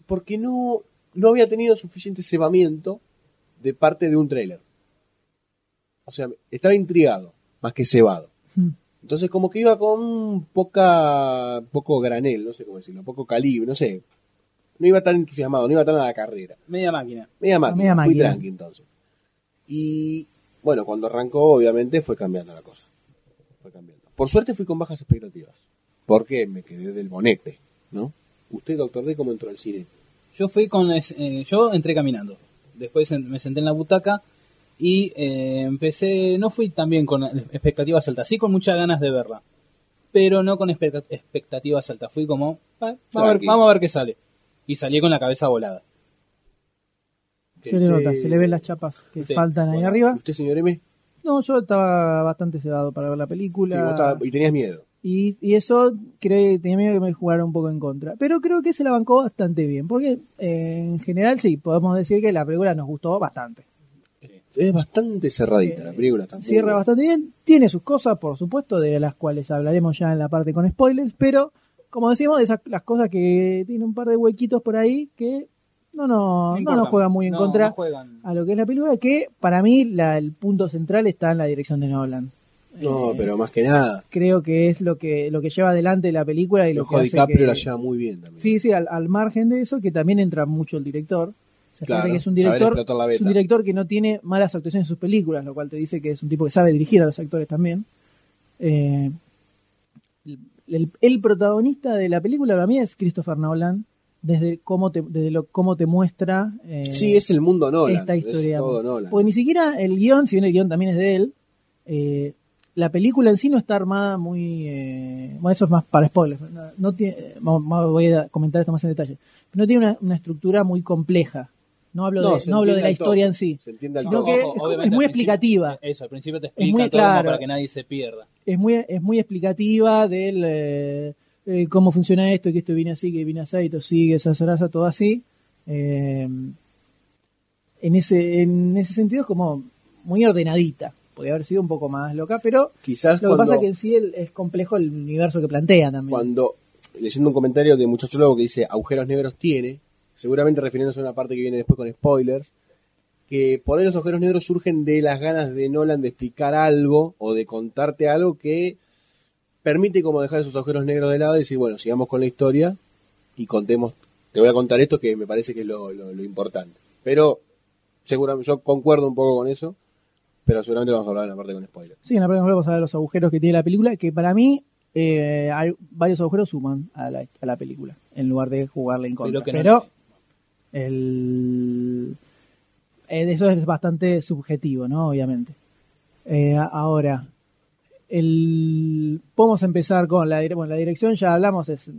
Speaker 3: Porque no, no había tenido suficiente cebamiento de parte de un trailer. O sea, estaba intrigado, más que cebado.
Speaker 2: Hmm.
Speaker 3: Entonces, como que iba con poca, poco granel, no sé cómo decirlo, poco calibre, no sé. No iba tan entusiasmado, no iba tan a la carrera.
Speaker 4: Media máquina.
Speaker 3: Media máquina,
Speaker 2: media
Speaker 3: fui
Speaker 2: máquina.
Speaker 3: tranqui entonces. Y bueno, cuando arrancó, obviamente, fue cambiando la cosa. Fue cambiando. Por suerte fui con bajas expectativas. Porque me quedé del bonete, ¿no? Usted, doctor D, ¿cómo entró al cine?
Speaker 4: Yo fui con. es- eh, yo entré caminando. Después en- me senté en la butaca y eh, empecé. No fui también con expectativas altas, sí con muchas ganas de verla. Pero no con expecta- expectativas altas. Fui como. "Ah, vamos, a ver,
Speaker 3: Tranqui.
Speaker 4: vamos a ver qué sale. Y salí con la cabeza volada.
Speaker 2: Se le nota, se le ven las chapas que
Speaker 4: Sí,
Speaker 2: faltan ahí arriba.
Speaker 3: ¿Usted, señor M?
Speaker 2: No, yo estaba bastante cebado para ver la
Speaker 3: Sí, vos
Speaker 2: película.
Speaker 3: estabas- y tenías miedo.
Speaker 2: Y, y eso creo que tenía miedo que me jugara un poco en contra. Pero creo que se la bancó bastante bien. Porque eh, en general sí, podemos decir que la película nos gustó bastante.
Speaker 3: Es bastante cerradita la película. está muy
Speaker 2: Eh, Cierra
Speaker 3: buena.
Speaker 2: bastante bien. Tiene sus cosas, por supuesto, de las cuales hablaremos ya en la parte con spoilers. Pero, como decimos, de esas las cosas que tiene un par de huequitos por ahí que no, no, no,
Speaker 4: importa.
Speaker 2: nos juegan muy en
Speaker 4: No,
Speaker 2: contra
Speaker 4: no juegan.
Speaker 2: a lo que es la película. Que para mí la- el punto central está en la dirección de Nolan.
Speaker 3: No,
Speaker 2: Eh,
Speaker 3: pero más que nada,
Speaker 2: creo que es lo que lo que lleva adelante la película y
Speaker 3: el
Speaker 2: lo
Speaker 3: ojo
Speaker 2: que
Speaker 3: de
Speaker 2: hace
Speaker 3: DiCaprio
Speaker 2: que-
Speaker 3: la lleva muy bien también.
Speaker 2: sí sí al, al margen de eso que también entra mucho el director O sea,
Speaker 3: Claro,
Speaker 2: fíjate que es un
Speaker 3: saber
Speaker 2: director
Speaker 3: explotar la beta.
Speaker 2: es un director que no tiene malas actuaciones en sus películas lo cual te dice que es un tipo que sabe dirigir a los actores también Eh, el, el protagonista de la película para mí es Christopher Nolan desde cómo te desde lo, cómo te muestra eh,
Speaker 3: Sí, es el mundo Nolan.
Speaker 2: esta historia. pues,
Speaker 3: Es todo Nolan.
Speaker 2: Porque ni siquiera el guión, si bien el guión también es de él, eh, la película en sí no está armada muy... eh, bueno, eso es más para spoilers. No, no tiene, eh, vamos- vamos- voy a comentar esto más en detalle. Pero no tiene una, una estructura muy compleja. No hablo,
Speaker 4: No,
Speaker 2: de,
Speaker 4: se
Speaker 2: no hablo de
Speaker 4: entiende
Speaker 2: la
Speaker 4: al toque,
Speaker 2: historia en sí.
Speaker 3: se entiende al
Speaker 2: sino
Speaker 4: toque.
Speaker 2: que
Speaker 4: Ojo,
Speaker 2: es como- es,
Speaker 4: obviamente
Speaker 2: muy
Speaker 4: al principio-
Speaker 2: explicativa.
Speaker 4: Eso, al principio te
Speaker 2: muy
Speaker 4: explican todo como
Speaker 2: claro.
Speaker 4: para que nadie se pierda.
Speaker 2: Es muy, es muy explicativa del eh, eh, cómo funciona esto, que esto viene así, que viene así, esto sigue, esa zaraza, todo así. Eh, en ese en ese sentido es como muy ordenadita. Podría haber sido un poco más loca, pero
Speaker 3: Quizás
Speaker 2: lo que
Speaker 3: cuando,
Speaker 2: pasa que en sí el- es complejo el universo que plantea también.
Speaker 3: cuando, leyendo un comentario de Muchacho Lobo que dice agujeros negros tiene, seguramente refiriéndose a una parte que viene después con spoilers, que por ahí los agujeros negros surgen de las ganas de Nolan de explicar algo o de contarte algo que permite como dejar esos agujeros negros de lado y decir, bueno, sigamos con la historia y contemos, te voy a contar esto que me parece que es lo, lo- lo importante. Pero seguramente, yo concuerdo un poco con eso, pero seguramente vamos a hablar en la parte con spoilers.
Speaker 2: Sí, en la próxima vamos a ver los agujeros que tiene la película, que para mí eh, hay varios agujeros suman a la, a la película, en lugar de jugarle en contra.
Speaker 4: Pero que no
Speaker 2: Pero el, eh, eso es bastante subjetivo, ¿no? Obviamente. Eh, a- ahora, el, podemos empezar con la, dire- bueno, la dirección, ya hablamos, es,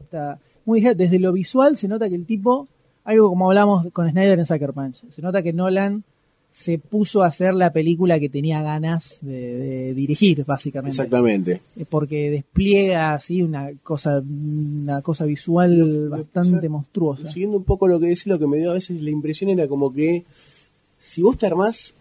Speaker 2: está muy bien. desde lo visual se nota que el tipo, algo como hablamos con Snyder en Sucker Punch, se nota que Nolan se puso a hacer la película que tenía ganas de, de dirigir, básicamente.
Speaker 3: Exactamente.
Speaker 2: Eh, Porque despliega así una cosa, una cosa visual bastante monstruosa.
Speaker 3: Siguiendo un poco lo que decís, lo que me dio a veces la impresión era como que si vos te armás,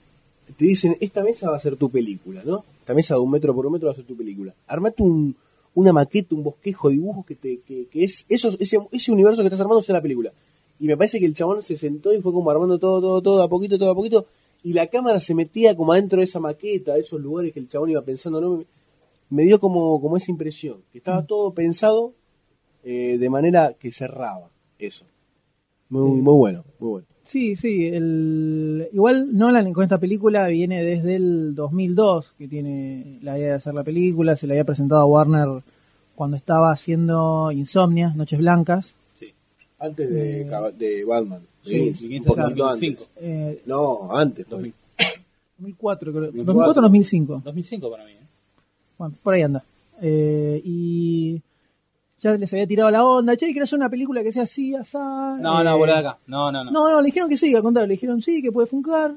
Speaker 3: te dicen, esta mesa va a ser tu película, ¿no? Esta mesa de un metro por un metro va a ser tu película. Armate un, una maqueta, un bosquejo, dibujos que, te, que, que es eso, ese, ese universo que estás armando es la película. Y me parece que el chabón se sentó y fue como armando todo, todo, todo, a poquito, todo a poquito. Y la cámara se metía como adentro de esa maqueta, de esos lugares que el chabón iba pensando, ¿no? Me, me dio como, como esa impresión, que estaba todo pensado eh, de manera que cerraba eso. Muy, muy bueno, muy bueno.
Speaker 2: Sí, sí. El... Igual Nolan con esta película viene desde el 2002, que tiene la idea de hacer la película. Se la había presentado a Warner cuando estaba haciendo Insomnia, Noches Blancas.
Speaker 3: Antes de, Cava- de Batman.
Speaker 2: Sí,
Speaker 3: Mm. Sí, un poquito antes.
Speaker 2: Eh,
Speaker 3: No, antes. fue.
Speaker 2: 2004, creo.
Speaker 3: 2004.
Speaker 2: 2004 o 2005.
Speaker 4: 2005 para mí. ¿eh?
Speaker 2: Bueno, por ahí anda. Eh, y ya les había tirado la onda. Che, quiero hacer una película que sea así, asá.
Speaker 4: No, no,
Speaker 2: Eh,
Speaker 4: volá de acá. No, no, no.
Speaker 2: No, no, le dijeron que sí, al contrario, le dijeron sí, que puede funcar.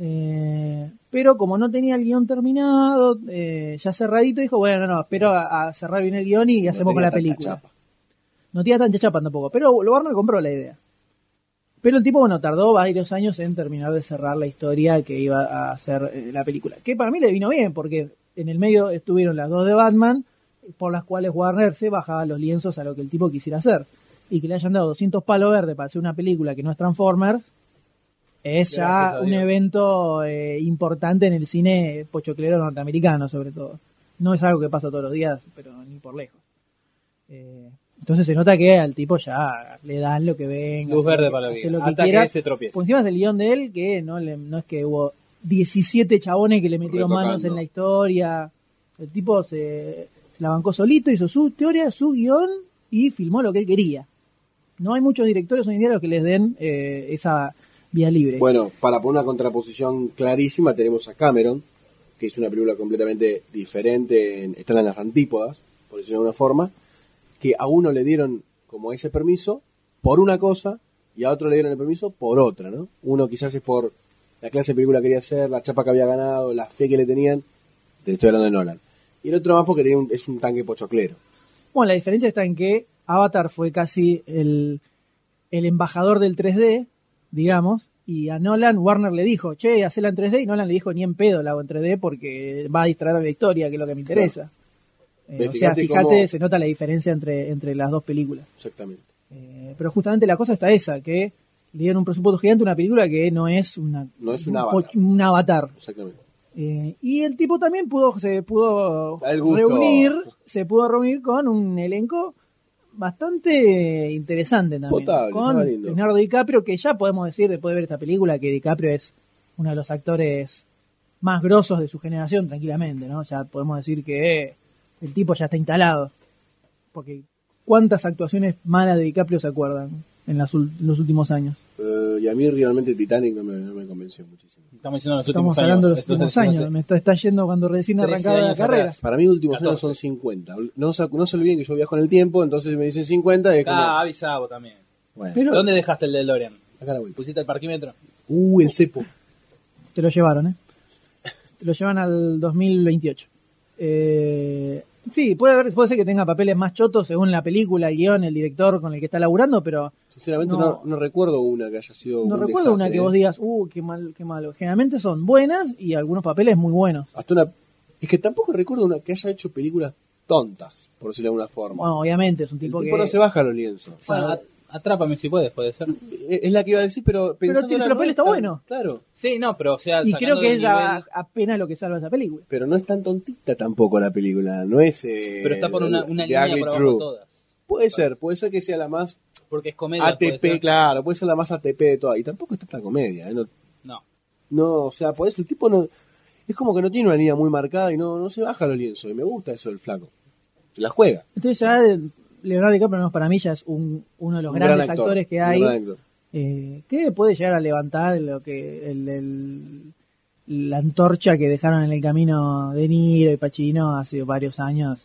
Speaker 2: Eh, pero como no tenía el guión terminado, eh, ya cerradito, dijo, bueno, no, espero a, a cerrar bien el guión y hacemos
Speaker 3: tenía
Speaker 2: con la
Speaker 3: tanta
Speaker 2: película.
Speaker 3: chapa.
Speaker 2: No tenía tanta chapa tampoco, pero lo Warner compró la idea. Pero el tipo, bueno, tardó varios años en terminar de cerrar la historia que iba a hacer eh, la película. Que para mí le vino bien, porque en el medio estuvieron las dos de Batman, por las cuales Warner se bajaba los lienzos a lo que el tipo quisiera hacer. Y que le hayan dado 200 palos verdes para hacer una película que no es Transformers, es
Speaker 4: Gracias
Speaker 2: ya
Speaker 4: a
Speaker 2: un
Speaker 4: Dios.
Speaker 2: evento eh, importante en el cine pochoclero norteamericano, sobre todo. No es algo que pasa todos los días, pero ni por lejos. Eh, entonces se nota que al tipo ya le das lo que venga.
Speaker 4: Luz
Speaker 2: hace lo
Speaker 4: verde
Speaker 2: que-
Speaker 4: para lo que
Speaker 2: hace
Speaker 4: quiera,
Speaker 2: que
Speaker 4: hasta
Speaker 2: quiera.
Speaker 4: que se tropiece.
Speaker 2: Por encima es el guión de él, que no, le- no es que hubo 17 chabones que le metieron
Speaker 4: Retocando.
Speaker 2: manos en la historia. El tipo se, se la bancó solito, hizo su teoría, su guión y filmó lo que él quería. No hay muchos directores hoy en día los que les den eh, esa vía libre.
Speaker 3: Bueno, para poner una contraposición clarísima, tenemos a Cameron, que hizo una película completamente diferente, en- están en las antípodas, por decirlo de alguna forma, que a uno le dieron como ese permiso por una cosa y a otro le dieron el permiso por otra, ¿no? Uno quizás es por la clase de película que quería hacer, la chapa que había ganado, la fe que le tenían, te estoy hablando de Nolan. Y el otro más porque tenía un- es un tanque pochoclero.
Speaker 2: Bueno, la diferencia está en que Avatar fue casi el, el embajador del 3D, digamos, y a Nolan Warner le dijo, che, hacela en 3D, y Nolan le dijo, ni en pedo la hago en 3D porque va a distraer a la historia, que es lo que me interesa. Eh,
Speaker 3: Ve,
Speaker 2: o sea,
Speaker 3: fíjate
Speaker 2: fíjate,
Speaker 3: cómo-
Speaker 2: se nota la diferencia entre, entre las dos películas.
Speaker 3: Exactamente.
Speaker 2: Eh, pero justamente la cosa está esa, que le dieron un presupuesto gigante a una película que no es una
Speaker 3: No es un
Speaker 2: po-
Speaker 3: avatar.
Speaker 2: un avatar.
Speaker 3: Exactamente.
Speaker 2: Eh, y el tipo también pudo, se pudo
Speaker 3: Da el gusto.
Speaker 2: reunir, se pudo reunir con un elenco bastante interesante también.
Speaker 3: Potable,
Speaker 2: con
Speaker 3: estaba lindo.
Speaker 2: Leonardo DiCaprio, que ya podemos decir, después de ver esta película, que DiCaprio es uno de los actores más grosos de su generación, tranquilamente, ¿no? Ya podemos decir que el tipo ya está instalado. Porque cuántas actuaciones malas de DiCaprio se acuerdan en las ul- los últimos años.
Speaker 3: Eh, y a mí realmente Titanic no me, no me convenció muchísimo.
Speaker 4: Estamos diciendo los últimos
Speaker 2: Estamos hablando de
Speaker 4: años.
Speaker 2: los
Speaker 4: estos
Speaker 2: últimos
Speaker 4: tres-
Speaker 2: años. Me está, está yendo cuando recién
Speaker 4: 13
Speaker 2: arrancaba la
Speaker 4: años
Speaker 2: carrera.
Speaker 4: atrás.
Speaker 3: Para mí últimos años
Speaker 4: 14.
Speaker 3: son 50. No, se- no se olviden que yo viajo en el tiempo, entonces me dicen 50 y es como,
Speaker 4: Ah, avisado también.
Speaker 3: bueno.
Speaker 4: ¿Dónde dejaste el DeLorean?
Speaker 3: Acá la voy. Pues,
Speaker 4: ¿Pusiste el parquímetro?
Speaker 3: Uh, el cepo.
Speaker 2: Te lo llevaron, ¿eh? Te lo llevan al 2028. Eh, sí, puede, haber, puede ser que tenga papeles más chotos según la película, el guión, el director con el que está laburando, pero
Speaker 3: Sinceramente no,
Speaker 2: No.
Speaker 3: no recuerdo una que haya sido
Speaker 2: no
Speaker 3: un
Speaker 2: recuerdo una
Speaker 3: desastre,
Speaker 2: que
Speaker 3: ¿eh?
Speaker 2: vos digas, uh, qué, mal, qué malo. Generalmente son buenas y algunos papeles muy buenos.
Speaker 3: Hasta una... Es que tampoco recuerdo una que haya hecho películas tontas, por decirlo de alguna forma.
Speaker 2: Bueno, obviamente, es un tipo
Speaker 3: el
Speaker 2: que...
Speaker 3: tipo no se baja los lienzos.
Speaker 4: Bueno, at- atrápame si puedes, puede ser.
Speaker 3: Eh, Es la que iba a decir, pero
Speaker 2: pero
Speaker 3: pensando
Speaker 2: el papel está bueno.
Speaker 3: Claro.
Speaker 4: Sí, no, pero o sea,
Speaker 2: Y creo
Speaker 4: sacando
Speaker 2: que
Speaker 4: del
Speaker 2: es a-
Speaker 4: nivel-
Speaker 2: apenas lo que salva esa película.
Speaker 3: Pero no es tan tontita tampoco la película, no es... eh,
Speaker 4: Pero está por una, una
Speaker 3: The
Speaker 4: línea
Speaker 3: Ugly
Speaker 4: por abajo
Speaker 3: Truth.
Speaker 4: todas.
Speaker 3: Puede ser, puede ser que sea la más
Speaker 4: Porque es comedia. puede
Speaker 3: ATP,
Speaker 4: ser.
Speaker 3: claro, puede ser la más ATP de todas. Y tampoco es tanta comedia, ¿eh? No,
Speaker 4: No.
Speaker 3: No, o sea, por eso el tipo no. Es como que no tiene una línea muy marcada y no, no se baja los lienzos. Y me gusta eso del flaco. Se la juega.
Speaker 2: Entonces ya eh, Leonardo DiCaprio, al menos para mí, ya es un- uno de los
Speaker 3: Un gran
Speaker 2: grandes
Speaker 3: actor,
Speaker 2: actores que
Speaker 3: un
Speaker 2: hay.
Speaker 3: gran actor.
Speaker 2: eh, que puede llegar a levantar lo que el, el- la antorcha que dejaron en el camino de Niro y Pacino hace varios años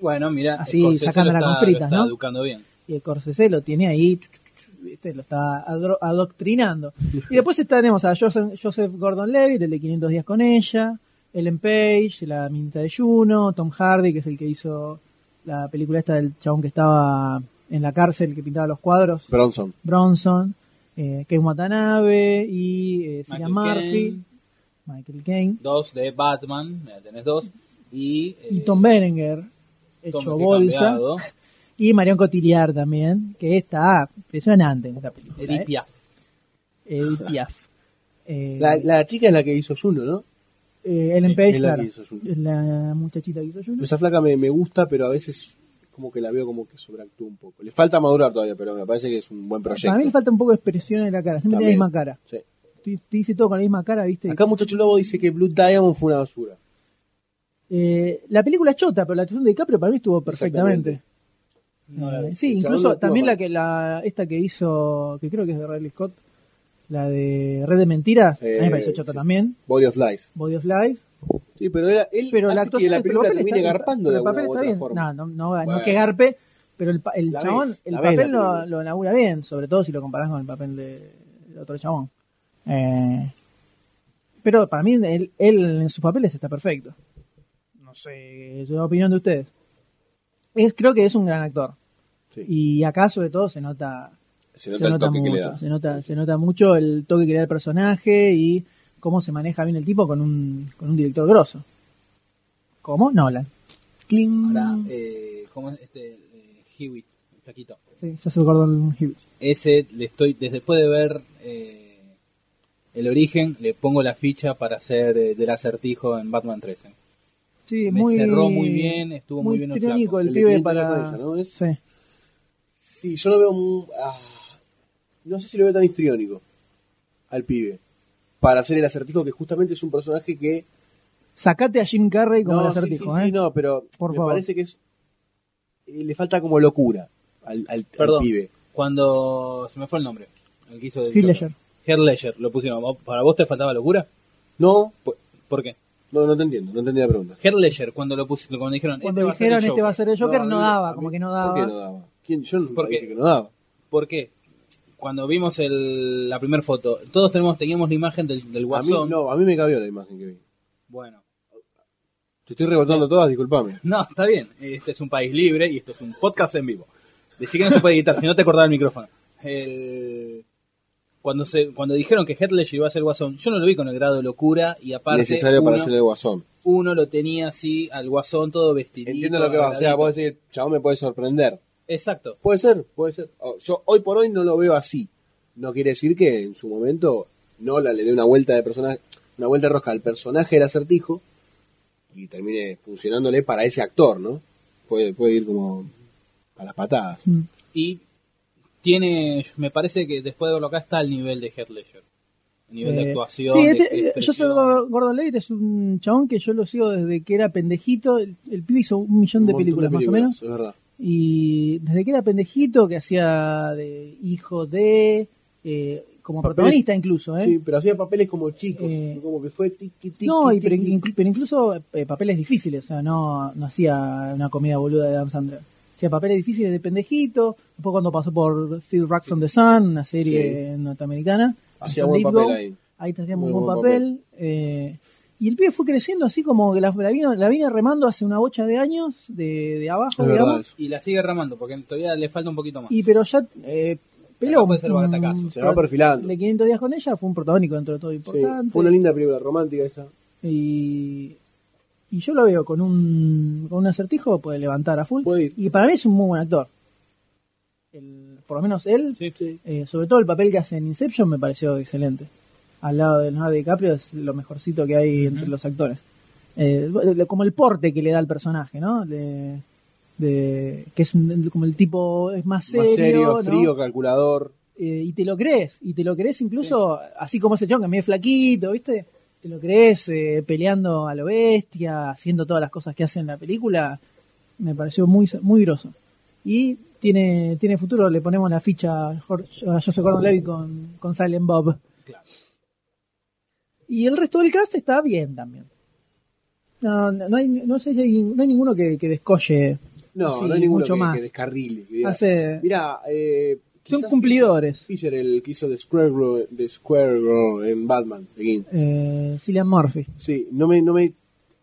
Speaker 4: Bueno, mira,
Speaker 2: Así, sacándola con fritas,
Speaker 4: está
Speaker 2: ¿no?
Speaker 4: educando bien.
Speaker 2: y el Corsese lo tiene ahí chu, chu, chu, chu, ¿viste? lo está adro- adoctrinando y después tenemos a Joseph, Gordon Levitt el de 500 días con ella Ellen Page la minita de Juno Tom Hardy que es el que hizo la película esta del chabón que estaba en la cárcel que pintaba los cuadros
Speaker 3: Bronson.
Speaker 2: Bronson, eh, Ken Watanabe y eh, Cillian
Speaker 4: Michael
Speaker 2: Murphy,
Speaker 4: Caine.
Speaker 2: Michael Caine
Speaker 4: Dos de Batman, mira, tenés dos. Y, eh,
Speaker 2: y Tom Berenger, hecho
Speaker 4: Tom, que
Speaker 2: bolsa,
Speaker 4: cambiado.
Speaker 2: y Marion Cotillard también, que está impresionante en esta película.
Speaker 4: Edith
Speaker 2: eh.
Speaker 4: Piaf.
Speaker 2: Edith Piaf. Eh,
Speaker 3: La, la chica es la que hizo Juno, ¿no?
Speaker 2: eh, Ellen
Speaker 3: sí,
Speaker 2: Page,
Speaker 3: es la
Speaker 2: claro,
Speaker 3: que hizo Juno.
Speaker 2: es la muchachita que hizo Juno.
Speaker 3: Esa flaca me, me gusta, pero a veces como que la veo como que sobreactúa un poco. Le falta madurar todavía, pero me parece que es un buen Pues proyecto.
Speaker 2: Para mí le falta un poco de expresión en la cara, siempre tiene la
Speaker 3: También.
Speaker 2: misma cara.
Speaker 3: Sí.
Speaker 2: Te, te dice todo con la misma cara, ¿viste?
Speaker 3: Acá Muchacho Lobo dice que Blue Diamond fue una basura.
Speaker 2: Eh, la película es chota, pero la actuación de DiCaprio para mí estuvo perfectamente.
Speaker 3: Exactamente.
Speaker 4: No la
Speaker 2: Eh,
Speaker 4: vi.
Speaker 2: sí,
Speaker 3: El chabón no
Speaker 2: incluso
Speaker 3: actúa
Speaker 2: también
Speaker 3: mal.
Speaker 2: la que la esta que hizo, que creo que es de Riley Scott, la de Red de Mentiras, a mí
Speaker 3: Eh,
Speaker 2: me pareció chota
Speaker 3: sí.
Speaker 2: también,
Speaker 3: Body of Lies.
Speaker 2: Body of Life,
Speaker 3: Sí, pero era, él
Speaker 2: pero la
Speaker 3: hace que
Speaker 2: actuación
Speaker 3: la
Speaker 2: del
Speaker 3: película
Speaker 2: papel
Speaker 3: termine
Speaker 2: está-
Speaker 3: garpando
Speaker 2: pero
Speaker 3: de
Speaker 2: el papel
Speaker 3: alguna u
Speaker 2: está
Speaker 3: otra
Speaker 2: bien.
Speaker 3: forma.
Speaker 2: No, no, no,
Speaker 3: Bueno.
Speaker 2: no que garpe, pero el, pa- el
Speaker 3: La
Speaker 2: chabón,
Speaker 3: ves,
Speaker 2: el
Speaker 3: la ves la
Speaker 2: papel lo,
Speaker 3: película.
Speaker 2: lo labura bien, sobre todo si lo comparás con el papel de, del otro chabón. Eh, pero para mí él, él en sus papeles está perfecto. No sé, es la opinión de ustedes. Es, creo que es un gran actor.
Speaker 3: Sí.
Speaker 2: Y acá sobre todo se nota
Speaker 3: Se nota el toque
Speaker 2: mucho,
Speaker 3: que le da.
Speaker 2: Se nota, se nota mucho el toque que le da el personaje y cómo se maneja bien el tipo con un, con un director grosso. ¿Cómo? Nolan. Cling.
Speaker 4: Ahora, eh, ¿cómo es este? eh, Hewitt, el flaquito.
Speaker 2: Sí, Joseph Gordon Hewitt.
Speaker 4: Ese, le estoy, desde después de ver eh, El Origen, le pongo la ficha para hacer eh, del acertijo en Batman eh. 13.
Speaker 2: Sí,
Speaker 4: Me
Speaker 2: muy,
Speaker 4: cerró muy bien, estuvo muy
Speaker 2: muy
Speaker 4: bien el
Speaker 2: triónico
Speaker 4: flaco.
Speaker 2: el,
Speaker 3: El de
Speaker 2: pibe
Speaker 3: 500
Speaker 2: para.
Speaker 3: días con ella, ¿no? Es-
Speaker 2: Sí.
Speaker 3: Sí, yo lo veo. mu- ah, no sé si lo veo tan histriónico al pibe. Para hacer el acertijo, que justamente es un personaje que.
Speaker 2: Sacate a Jim Carrey como
Speaker 3: no,
Speaker 2: el
Speaker 3: sí,
Speaker 2: acertijo,
Speaker 3: sí, sí,
Speaker 2: ¿eh?
Speaker 3: no, pero
Speaker 2: Por
Speaker 3: me
Speaker 2: favor.
Speaker 3: parece que es. eh, Le falta como locura. al, al- al
Speaker 4: Perdón.
Speaker 3: pibe.
Speaker 4: Cuando se me fue el nombre. El que hizo de
Speaker 3: Heath
Speaker 4: Joker.
Speaker 3: Ledger.
Speaker 4: Heath Ledger, lo pusieron. ¿Para vos te faltaba locura?
Speaker 3: No.
Speaker 4: ¿Por, por qué?
Speaker 3: No, no te entiendo, no entendí la pregunta.
Speaker 4: Heath Ledger, cuando lo pusieron, cuando dijeron,
Speaker 2: Cuando
Speaker 4: este
Speaker 2: dijeron este va
Speaker 4: va
Speaker 2: a ser el Joker, no, daba, como que no daba.
Speaker 3: ¿Por qué no daba? ¿Quién? Yo nunca
Speaker 4: Porque-
Speaker 3: dije que no daba.
Speaker 4: ¿Por qué? Cuando vimos el- la primera foto, todos tenemos, teníamos la imagen del, del
Speaker 3: A mí,
Speaker 4: guasón.
Speaker 3: no, a mí me cabió la imagen que vi.
Speaker 4: Bueno.
Speaker 3: Te estoy rebotando todas, disculpame.
Speaker 4: No, está bien. Este es un país libre y esto es un podcast en vivo. Decí que no se puede editar, si no te acordaba el micrófono. El- Cuando, se, cuando dijeron que Heath Ledger iba a ser Guasón, yo no lo vi con el grado de locura y aparte
Speaker 3: Necesario para
Speaker 4: uno,
Speaker 3: hacer el guasón.
Speaker 4: uno lo tenía así al Guasón todo vestidito.
Speaker 3: Entiendo lo que va, o sea,
Speaker 4: arregladito.
Speaker 3: vos decís, chabón me puede sorprender.
Speaker 4: Exacto.
Speaker 3: Puede ser, puede ser. O- Yo hoy por hoy no lo veo así. No quiere decir que en su momento no la- le dé una vuelta de personaje, una vuelta de rosca al personaje del acertijo y termine funcionándole para ese actor, ¿no? Puede, puede ir como a las patadas.
Speaker 2: Mm.
Speaker 4: Y tiene, me parece que después de verlo acá está el nivel de Heath Ledger. El nivel de
Speaker 2: Eh,
Speaker 4: actuación.
Speaker 2: sí,
Speaker 4: de
Speaker 2: este- yo
Speaker 4: expresión.
Speaker 2: soy Gordon Gordon Levitt, es un chabón que yo lo sigo desde que era pendejito. El, el pibe hizo un millón de
Speaker 3: Un montón
Speaker 2: películas, más o menos.
Speaker 3: Es verdad.
Speaker 2: Y desde que era pendejito, que hacía de hijo de. eh, como
Speaker 3: Papeles-
Speaker 2: protagonista, incluso. ¿eh?
Speaker 3: Sí, pero hacía papeles como chicos, como que fue tic, tic, tic,
Speaker 2: No,
Speaker 3: tic,
Speaker 2: y, pero,
Speaker 3: tic, tic.
Speaker 2: inclu- pero incluso eh, papeles difíciles, o sea, no, no hacía una comida boluda de Adam Sandler. Hacía papeles difíciles de pendejito, después cuando pasó por Still Rock from the Sun, una serie norteamericana.
Speaker 3: Hacía
Speaker 2: con
Speaker 3: buen
Speaker 2: Lithgow,
Speaker 3: papel ahí.
Speaker 2: Ahí te hacía
Speaker 3: Muy
Speaker 2: muy buen
Speaker 3: buen
Speaker 2: papel. eh, y el pibe fue creciendo así como que la, la vino, la vine remando hace una bocha de años, de, de abajo,
Speaker 4: Es verdad
Speaker 2: digamos.
Speaker 4: eso. Y la sigue ramando porque todavía le falta un poquito más.
Speaker 2: Y pero ya eh, peló.
Speaker 4: Acá puede ser batacazo.
Speaker 2: un-
Speaker 4: Se va perfilando.
Speaker 2: De 500 días con ella, fue un protagónico dentro de todo
Speaker 3: Sí,
Speaker 2: importante.
Speaker 3: Fue una linda película romántica esa.
Speaker 2: Y, y yo lo veo con un, con un acertijo, puede levantar a full. Y para mí es un muy buen actor. El- por lo menos él, eh, sobre todo el papel que hace en Inception, me pareció excelente. Al lado de Leonardo DiCaprio es lo mejorcito que hay entre los actores. Eh, como el porte que le da al personaje, ¿no? De, de- que es un- como el tipo es más serio,
Speaker 3: Más serio,
Speaker 2: ¿no?
Speaker 3: frío, calculador.
Speaker 2: eh, y te lo crees, y te lo crees incluso, así como ese chon que me es flaquito, ¿viste? Te lo crees eh, peleando a lo bestia, haciendo todas las cosas que hace en la película, me pareció muy muy groso. Y tiene tiene futuro, le ponemos la ficha a Jor- a Joseph Gordon-Levitt con, con Silent Bob. Y el resto del cast está bien también. No, no, no hay, no sé si hay- no hay ninguno que, que descolle.
Speaker 3: No,
Speaker 2: así
Speaker 3: no hay ninguno
Speaker 2: mucho
Speaker 3: que,
Speaker 2: más.
Speaker 3: que descarrile. que diga,
Speaker 2: Hace-
Speaker 3: Mirá, eh,
Speaker 2: Son
Speaker 3: quizás
Speaker 2: cumplidores.
Speaker 3: Fisher, el que hizo de Square Girl, de Square Girl en Batman, Begin.
Speaker 2: Eh, Cillian Murphy.
Speaker 3: Sí, no me, no me,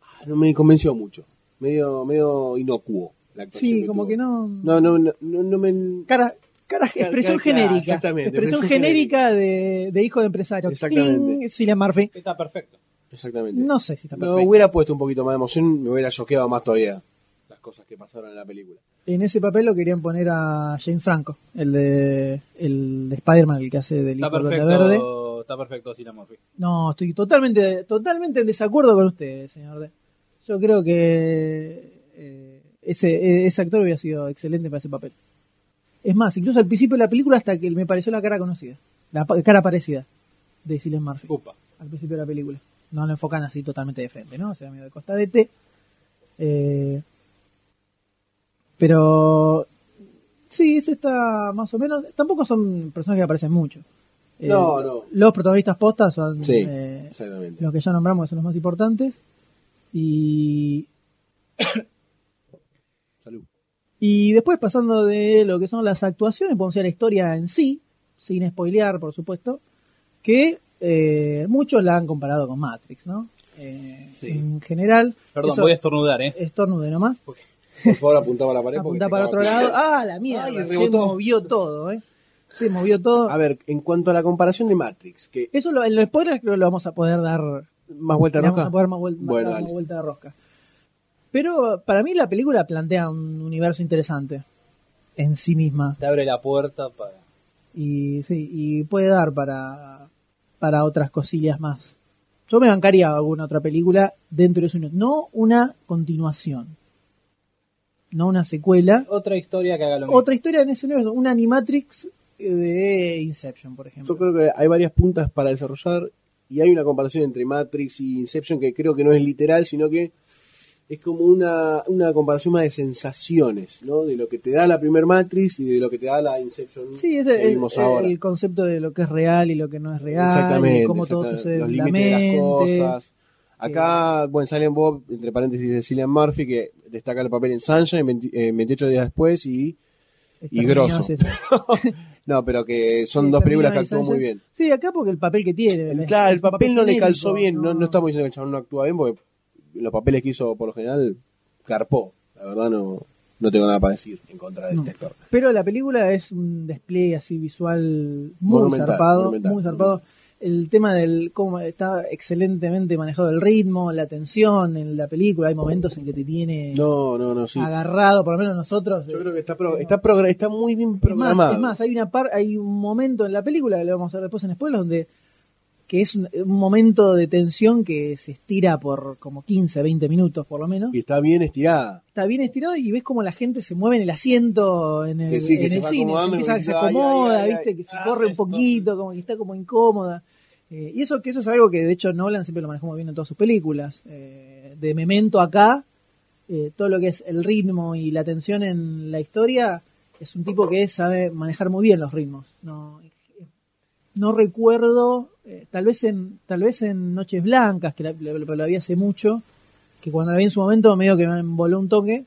Speaker 3: ah, no me convenció mucho. Medio, medio inocuo la actuación.
Speaker 2: Sí, como que no.
Speaker 3: No, no, no, no, no me.
Speaker 2: Cara, cara, expresión
Speaker 3: cara,
Speaker 2: genérica.
Speaker 3: exactamente,
Speaker 2: Expresión
Speaker 3: expresión
Speaker 2: genérica de, de hijo de empresario.
Speaker 3: Exactamente.
Speaker 2: Ting, Cillian Murphy.
Speaker 4: Está perfecto.
Speaker 3: Exactamente.
Speaker 2: No sé si está
Speaker 3: No,
Speaker 2: perfecto.
Speaker 3: hubiera puesto un poquito más de emoción, me hubiera choqueado más todavía las cosas que pasaron en la película.
Speaker 2: En ese papel lo querían poner a James Franco, el de, el de Spider-Man, el que hace del
Speaker 4: Está
Speaker 2: hijo de verde.
Speaker 4: perfecto, está perfecto así la Murphy.
Speaker 2: No, estoy totalmente, totalmente en desacuerdo con usted, señor D. Yo creo que eh, ese, eh, ese actor hubiera sido excelente para ese papel. Es más, incluso al principio de la película hasta que me pareció la cara conocida, la pa- cara parecida de Cillian Murphy. Al principio de la película. No lo enfocan así totalmente de frente, ¿no? O sea, medio de costadete. Eh, pero sí, ese está más o menos. Tampoco son personas que aparecen mucho. Eh,
Speaker 3: No, no.
Speaker 2: Los protagonistas postas son
Speaker 3: Sí,
Speaker 2: eh,
Speaker 3: exactamente.
Speaker 2: los que ya nombramos, que son los más importantes. Y
Speaker 3: Salud.
Speaker 2: Y después, pasando de lo que son las actuaciones, podemos ir a la historia en sí, sin spoilear, por supuesto, que eh, muchos la han comparado con Matrix, ¿no? Eh, En general.
Speaker 4: Perdón,
Speaker 2: eso-
Speaker 4: voy a estornudar, ¿eh?
Speaker 2: Estornude nomás.
Speaker 3: Por favor, apuntaba a la pared. porque
Speaker 2: Apunta
Speaker 3: te
Speaker 2: para
Speaker 3: acaba-
Speaker 2: otro lado. ¡Ah, la mierda!
Speaker 3: Ay,
Speaker 2: se
Speaker 3: rebotó.
Speaker 2: movió todo, ¿eh? Se movió todo.
Speaker 3: A ver, en cuanto a la comparación de Matrix, que
Speaker 2: Eso lo, en los spoilers creo que lo vamos a poder dar.
Speaker 3: ¿Más vuelta de
Speaker 2: le
Speaker 3: rosca?
Speaker 2: Vamos a poder más vuel- más-
Speaker 3: Bueno,
Speaker 2: dar más
Speaker 3: dale.
Speaker 2: vuelta de rosca. Pero para mí la película plantea un universo interesante en sí misma.
Speaker 4: Te abre la puerta para.
Speaker 2: y sí, y puede dar para para otras cosillas más. Yo me bancaría alguna otra película dentro de eso, no una continuación, no una secuela,
Speaker 4: Otra historia que haga lo mismo.
Speaker 2: otra historia en ese universo, una animatrix eh, de Inception, por ejemplo.
Speaker 3: yo creo que hay varias puntas para desarrollar y hay una comparación entre Matrix y Inception que creo que no es literal, sino que es como una, una comparación más de sensaciones, ¿no? De lo que te da la primer Matrix y de lo que te da la Inception
Speaker 2: Sí, es
Speaker 3: que
Speaker 2: el,
Speaker 3: vimos
Speaker 2: el-
Speaker 3: ahora.
Speaker 2: el concepto de lo que es real y lo que no es real,
Speaker 3: exactamente.
Speaker 2: y cómo todo
Speaker 3: exactamente.
Speaker 2: sucede
Speaker 3: Los
Speaker 2: en la
Speaker 3: límites de
Speaker 2: mente. eh,
Speaker 3: las cosas. Acá, bueno, Silent Bob, entre paréntesis, de Cillian Murphy, que destaca el papel en Sunshine 20 eh, 28 días después y, y
Speaker 2: Exterminio
Speaker 3: Grosso.
Speaker 2: es eso.
Speaker 3: no, pero que son dos películas que actuó muy bien.
Speaker 2: Sí, acá porque el papel que tiene.
Speaker 3: Claro, el papel no le
Speaker 2: genérico,
Speaker 3: calzó bien. No, no estamos diciendo que el chabón no actúa bien, porque los papeles que hizo por lo general carpó. La verdad no, no tengo nada para decir en contra de este actor.
Speaker 2: Pero la película es un despliegue así visual muy
Speaker 3: Monumental,
Speaker 2: zarpado,
Speaker 3: monumental,
Speaker 2: muy zarpado. El tema del cómo está excelentemente manejado el ritmo, la tensión en la película, hay momentos en que te tiene
Speaker 3: No, no, no, sí.
Speaker 2: agarrado, por lo menos nosotros.
Speaker 3: Yo creo que está, pro- está, progra- está muy bien
Speaker 2: Es más,
Speaker 3: programado.
Speaker 2: es más, hay una par, hay un momento en la película, que lo vamos a ver después en spoilers, donde que es un, un momento de tensión que se estira por como 15, 20 minutos por lo menos.
Speaker 3: Y está bien estirada.
Speaker 2: Está bien estirado y ves como la gente se mueve en el asiento, en el,
Speaker 3: Que sí, que
Speaker 2: en
Speaker 3: se
Speaker 2: el
Speaker 3: va
Speaker 2: cine, se
Speaker 3: acomodando,
Speaker 2: empieza-
Speaker 3: que
Speaker 2: se
Speaker 3: dice, "Ay,
Speaker 2: acomoda,
Speaker 3: ay, ay,
Speaker 2: viste,
Speaker 3: ay". Ah,
Speaker 2: que se corre un poquito, como que está como incómoda. Eh, y eso que eso es algo que de hecho Nolan siempre lo manejó muy bien en todas sus películas. Eh, de Memento acá, eh, todo lo que es el ritmo y la tensión en la historia, es un tipo que sabe manejar muy bien los ritmos. No, eh, no recuerdo, eh, tal vez en tal vez en Noches Blancas, que la, la- la- la vi hace mucho, que cuando la vi en su momento medio que me voló un toque,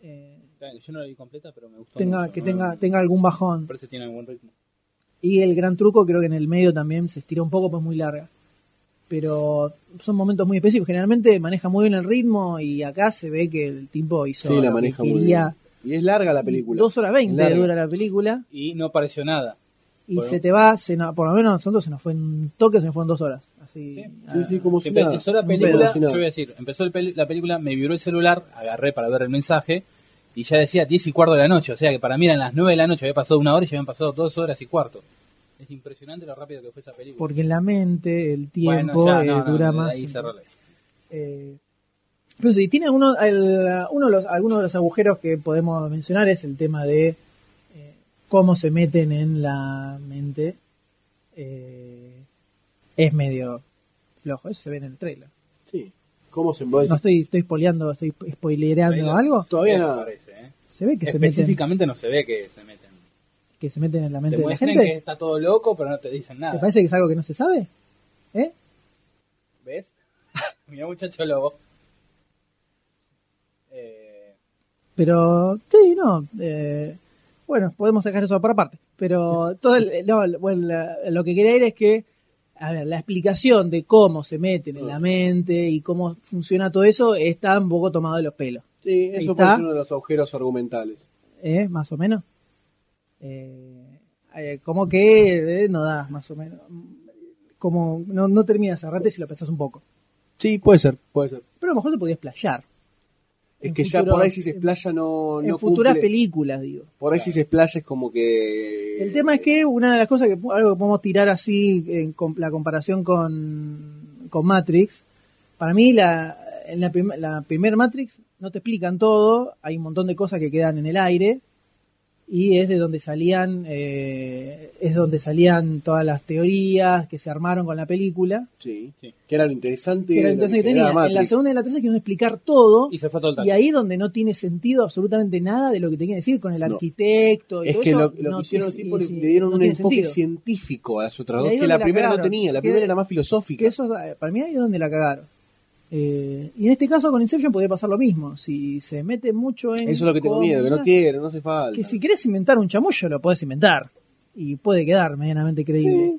Speaker 2: eh,
Speaker 4: Yo no la vi completa, pero me gustó.
Speaker 2: tenga,
Speaker 4: mucho,
Speaker 2: que
Speaker 4: ¿no?
Speaker 2: tenga, tenga algún bajón.
Speaker 4: Parece que tiene buen ritmo.
Speaker 2: Y el gran truco creo que en el medio también se estira un poco, pues muy larga. Pero son momentos muy específicos. Generalmente maneja muy bien el ritmo y acá se ve que el tipo hizo
Speaker 3: Sí,
Speaker 2: lo
Speaker 3: la
Speaker 2: que
Speaker 3: maneja muy
Speaker 2: quería.
Speaker 3: bien. Y es larga la película.
Speaker 2: Dos horas veinte
Speaker 3: Larga.
Speaker 2: dura la película.
Speaker 4: Y no apareció nada.
Speaker 2: y
Speaker 4: Bueno.
Speaker 2: se te va, se no- por lo menos nosotros se nos fue en toque, se nos fue en dos horas. Así, ah,
Speaker 3: Sí, sí, como si
Speaker 4: Empe-
Speaker 3: nada.
Speaker 4: Empezó la
Speaker 3: Como
Speaker 4: película,
Speaker 3: si
Speaker 4: yo
Speaker 3: nada.
Speaker 4: voy a decir, empezó el peli- la película, me vibró el celular, agarré para ver el mensaje y ya decía 10 y cuarto de la noche, o sea que para mí eran las 9 de la noche, había pasado una hora y ya habían pasado dos horas y cuarto. Es impresionante lo rápido que fue esa película.
Speaker 2: porque en la mente el
Speaker 4: Bueno,
Speaker 2: tiempo
Speaker 4: ya,
Speaker 2: eh,
Speaker 4: no, no,
Speaker 2: dura
Speaker 4: de
Speaker 2: más.
Speaker 4: ahí cerrarla.
Speaker 2: Eh, pero sí, tiene uno, el- uno de los, algunos de los agujeros que podemos mencionar es el tema de eh, cómo se meten en la mente. Eh, es medio flojo, eso se ve en el trailer.
Speaker 3: Sí. ¿Cómo se
Speaker 2: No estoy, estoy spoileando, estoy spoilereando
Speaker 4: Trailer.
Speaker 2: algo.
Speaker 3: Todavía
Speaker 4: Me
Speaker 3: no.
Speaker 4: parece, ¿eh?
Speaker 2: Se ve que se meten,
Speaker 4: Específicamente no se ve que se meten.
Speaker 2: que se meten en la
Speaker 4: Te
Speaker 2: mente de la
Speaker 4: muestran
Speaker 2: gente.
Speaker 4: que está todo loco, pero no te dicen
Speaker 2: ¿Te
Speaker 4: nada.
Speaker 2: parece que es algo que no se sabe? ¿Eh?
Speaker 4: ¿Ves? Mira muchacho lobo. Eh,
Speaker 2: Pero, sí, no. eh, bueno, podemos sacar eso por aparte. Pero todo el- no, el- bueno, la- lo que quería ir es que, a ver, la explicación de cómo se meten en la mente y cómo funciona todo eso está un poco tomado de los pelos.
Speaker 3: Sí,
Speaker 2: Ahí
Speaker 3: eso
Speaker 2: está.
Speaker 3: puede ser uno de los agujeros argumentales.
Speaker 2: ¿eh? Más o menos. Eh, eh, como que eh, no da, más o menos. Como no, no termina cerrarte si lo pensás un poco.
Speaker 3: Sí, puede ser, puede ser.
Speaker 2: Pero a lo mejor se podría explayar.
Speaker 3: Es
Speaker 2: En
Speaker 3: que ya
Speaker 2: futuro-
Speaker 3: por ahí si se explaya no,
Speaker 2: en
Speaker 3: no
Speaker 2: futuras
Speaker 3: cumple.
Speaker 2: películas, digo.
Speaker 3: Por ahí si se explaya es como que...
Speaker 2: El tema es que una de las cosas que algo que podemos tirar así en com- la comparación con, con Matrix, para mí la en la, prim- la primer Matrix no te explican todo, hay un montón de cosas que quedan en el aire y es de donde salían eh, es donde salían todas las teorías que se armaron con la película.
Speaker 3: Sí, que era lo interesante.
Speaker 2: que era
Speaker 3: lo
Speaker 2: entonces que
Speaker 3: generaba
Speaker 2: tenía. En la
Speaker 3: Matrix.
Speaker 2: segunda y en la tercera quieren explicar todo
Speaker 4: y se fue todo el
Speaker 2: y
Speaker 4: tanto.
Speaker 2: ahí donde no tiene sentido absolutamente nada de lo que te quieren decir con el
Speaker 3: No.
Speaker 2: arquitecto y
Speaker 3: Es
Speaker 2: todo
Speaker 3: que
Speaker 2: eso,
Speaker 3: lo, lo
Speaker 2: no
Speaker 3: que hicieron los
Speaker 2: tiene-
Speaker 3: tipos
Speaker 2: y
Speaker 3: le,
Speaker 2: sí,
Speaker 3: le dieron
Speaker 2: no
Speaker 3: un
Speaker 2: tiene
Speaker 3: enfoque
Speaker 2: sentido.
Speaker 3: científico a las otras
Speaker 2: Y
Speaker 3: dos,
Speaker 2: ahí
Speaker 3: que
Speaker 2: donde
Speaker 3: la
Speaker 2: la
Speaker 3: primera no
Speaker 2: cagaron,
Speaker 3: tenía, la
Speaker 2: que-
Speaker 3: primera era más
Speaker 2: Que
Speaker 3: filosófica.
Speaker 2: eso, eh, para mí ahí es donde la cagaron. Eh, y en este caso con Inception podría pasar lo mismo. Si se mete mucho en...
Speaker 3: Eso es lo que tengo
Speaker 2: cómo
Speaker 3: miedo, que no
Speaker 2: funciona,
Speaker 3: quiero, no hace falta.
Speaker 2: que si querés inventar un chamullo, lo podés inventar. Y puede quedar medianamente creíble.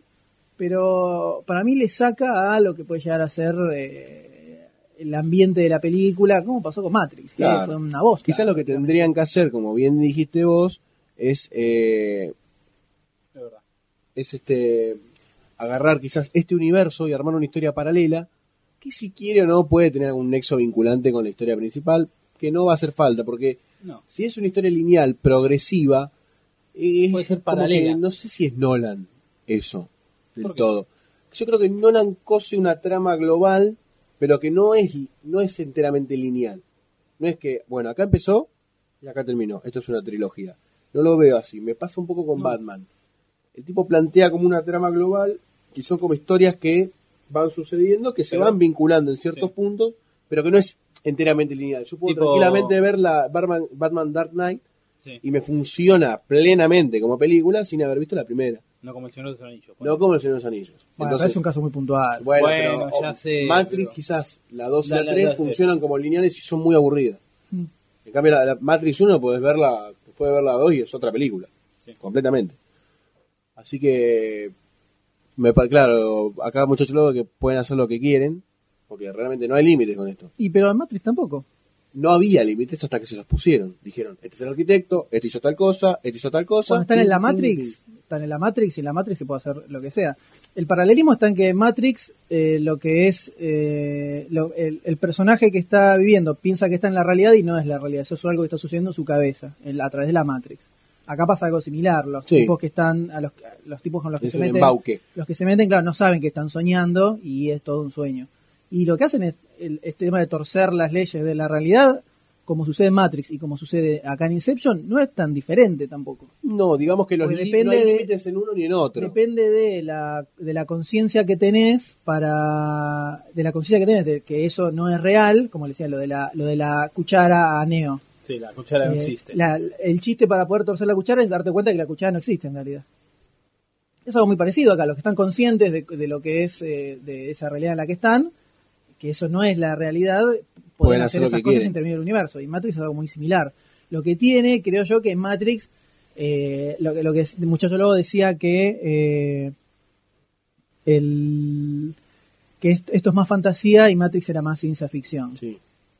Speaker 2: Pero para mí le saca a lo que puede llegar a ser eh, el ambiente de la película, como pasó con Matrix, que
Speaker 3: Claro.
Speaker 2: fue una voz.
Speaker 3: Quizás lo que tendrían que hacer, como bien dijiste vos, es eh, es este agarrar quizás este universo y armar una historia paralela que si quiere o no puede tener algún nexo vinculante con la historia principal, que no va a hacer falta porque
Speaker 4: No.
Speaker 3: si es una historia lineal progresiva eh,
Speaker 4: Puede ser
Speaker 3: como
Speaker 4: paralela.
Speaker 3: que no sé si es Nolan eso del
Speaker 4: ¿Por qué?
Speaker 3: todo. Yo creo que Nolan cose una trama global, pero que no es no es enteramente lineal. No es que, bueno, acá empezó y acá terminó. Esto es una trilogía. No lo veo así. Me pasa un poco con Batman. El tipo plantea como una trama global, que son como historias que van sucediendo, que se
Speaker 4: Pero-
Speaker 3: van vinculando en ciertos puntos, pero que no es enteramente lineal. Yo puedo
Speaker 4: Tipo-
Speaker 3: tranquilamente ver la Batman, Batman Dark Knight y me funciona plenamente como película sin haber visto la primera.
Speaker 4: No como el Señor de los Anillos.
Speaker 3: No como el Señor de los Anillos.
Speaker 2: Bueno, pero es un caso muy puntual.
Speaker 3: Bueno,
Speaker 4: Bueno,
Speaker 3: pero,
Speaker 4: ya
Speaker 3: o-
Speaker 4: sé,
Speaker 3: Matrix
Speaker 4: pero-
Speaker 3: quizás la 2 y
Speaker 4: La-
Speaker 3: la,
Speaker 4: la-
Speaker 3: 3
Speaker 4: la-
Speaker 3: funcionan como lineales y son muy aburridas.
Speaker 2: Mm.
Speaker 3: En cambio, la, la Matrix 1 puedes verla, después de verla 2 y es otra película. Completamente. Así que, me pa- claro, acá muchachos luego que pueden hacer lo que quieren, porque realmente no hay límites con esto.
Speaker 2: Y pero en Matrix tampoco.
Speaker 3: No había límites hasta que se los pusieron. Dijeron, este es el arquitecto, este hizo tal cosa, este hizo tal cosa.
Speaker 2: Cuando están en la
Speaker 3: Pim, pim,
Speaker 2: Matrix, están en la Matrix y en la Matrix se puede hacer lo que sea. El paralelismo está en que en Matrix eh, lo que es eh, lo- el, el personaje que está viviendo piensa que está en la realidad y no es la realidad. Eso es algo que está sucediendo en su cabeza en la- a través de la Matrix. Acá pasa algo similar. Los
Speaker 3: Sí.
Speaker 2: tipos que están, a los, a los tipos con los que
Speaker 3: Es
Speaker 2: se
Speaker 3: un
Speaker 2: meten,
Speaker 3: embauque.
Speaker 2: los que se meten, claro, no saben que están soñando y es todo un sueño. Y lo que hacen es el, este tema de torcer las leyes de la realidad, como sucede en Matrix y como sucede acá en Inception, no es tan diferente tampoco.
Speaker 3: No, digamos que los
Speaker 2: Porque
Speaker 3: li-
Speaker 2: Mm. Pues depende
Speaker 3: no hay
Speaker 2: de-
Speaker 3: límites en uno ni en otro.
Speaker 2: Depende de la, de la conciencia que tenés para de la conciencia que tenés de que eso no es real, como le decía lo de la lo de la cuchara a Neo.
Speaker 4: Sí, la cuchara no
Speaker 2: Eh,
Speaker 4: existe.
Speaker 2: la- el chiste para poder torcer la cuchara es darte cuenta que la cuchara no existe en realidad. Es algo muy parecido acá, los que están conscientes de, de lo que es eh, de esa realidad en la que están, que eso no es la realidad, pueden,
Speaker 3: Pueden
Speaker 2: hacer,
Speaker 3: hacer lo
Speaker 2: esas
Speaker 3: que
Speaker 2: cosas
Speaker 3: quieren.
Speaker 2: en términos del universo. Y Matrix es algo muy similar. Lo que tiene, creo yo, que Matrix, eh, lo, que- lo que es- el muchacho luego decía que eh, el que est- esto es más fantasía y Matrix era más ciencia ficción.
Speaker 3: Sí.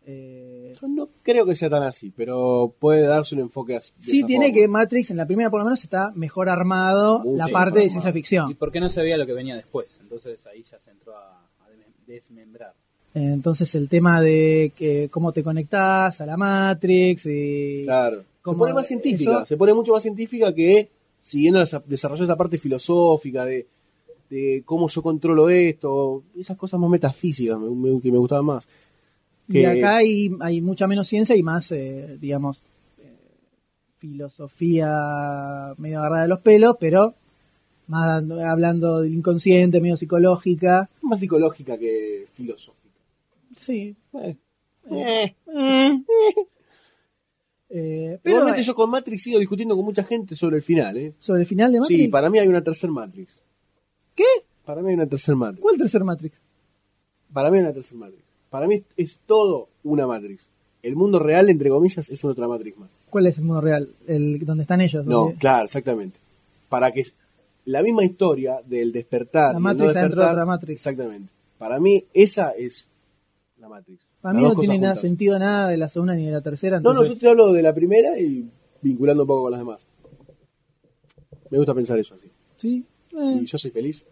Speaker 2: Eh,
Speaker 3: Yo no creo que sea tan así, pero puede darse un enfoque así. de
Speaker 2: Sí
Speaker 3: esa
Speaker 2: tiene
Speaker 3: forma. Uh,
Speaker 2: que Matrix en la primera por lo menos está mejor armado
Speaker 3: Mucho
Speaker 2: la
Speaker 3: mejor
Speaker 2: parte de
Speaker 3: armado.
Speaker 2: ciencia ficción.
Speaker 4: ¿Y por qué no se veía lo que venía después? Entonces ahí ya se entró a, a desmem- desmembrar.
Speaker 2: Entonces el tema de que cómo te conectás a la Matrix y
Speaker 3: Claro. Se
Speaker 2: cómo-
Speaker 3: pone más científica,
Speaker 2: eso-
Speaker 3: se pone mucho más científica que siguiendo el desarrollo de esa parte filosófica de, de cómo yo controlo esto, esas cosas más metafísicas me- me- que me gustaban más.
Speaker 2: Y
Speaker 3: que-
Speaker 2: acá hay, hay mucha menos ciencia y más, eh, digamos, eh, filosofía medio agarrada de los pelos, pero más dando- hablando del inconsciente, medio psicológica.
Speaker 3: Más psicológica que filosófica.
Speaker 2: Sí.
Speaker 3: Eh.
Speaker 2: Eh. Eh, pero
Speaker 3: Igualmente
Speaker 2: eh,
Speaker 3: yo con Matrix sigo discutiendo con mucha gente sobre el final, ¿eh?
Speaker 2: sobre el final de Matrix.
Speaker 3: Sí, para mí hay una tercer Matrix.
Speaker 2: ¿Qué?
Speaker 3: Para mí hay una tercer Matrix.
Speaker 2: ¿Cuál tercer Matrix?
Speaker 3: Para mí es una tercera Matrix. Para mí es todo una Matrix. El mundo real, entre comillas, es una otra Matrix más.
Speaker 2: ¿Cuál es el mundo real? El donde están ellos.
Speaker 3: No,
Speaker 2: donde-
Speaker 3: claro, exactamente. Para que s- la misma historia del despertar.
Speaker 2: La
Speaker 3: y el
Speaker 2: Matrix
Speaker 3: no
Speaker 2: adentro de
Speaker 3: despertar,
Speaker 2: otra Matrix.
Speaker 3: Exactamente. Para mí esa es la Matrix.
Speaker 2: Para
Speaker 3: Las
Speaker 2: mí
Speaker 3: dos
Speaker 2: no
Speaker 3: cosas
Speaker 2: tiene nada
Speaker 3: juntas.
Speaker 2: sentido nada de la segunda ni de la tercera.
Speaker 3: No, no,
Speaker 2: entonces-
Speaker 3: yo te hablo de la primera y vinculando un poco con las demás. Me gusta pensar eso así.
Speaker 2: Sí, eh,
Speaker 3: Si yo soy feliz.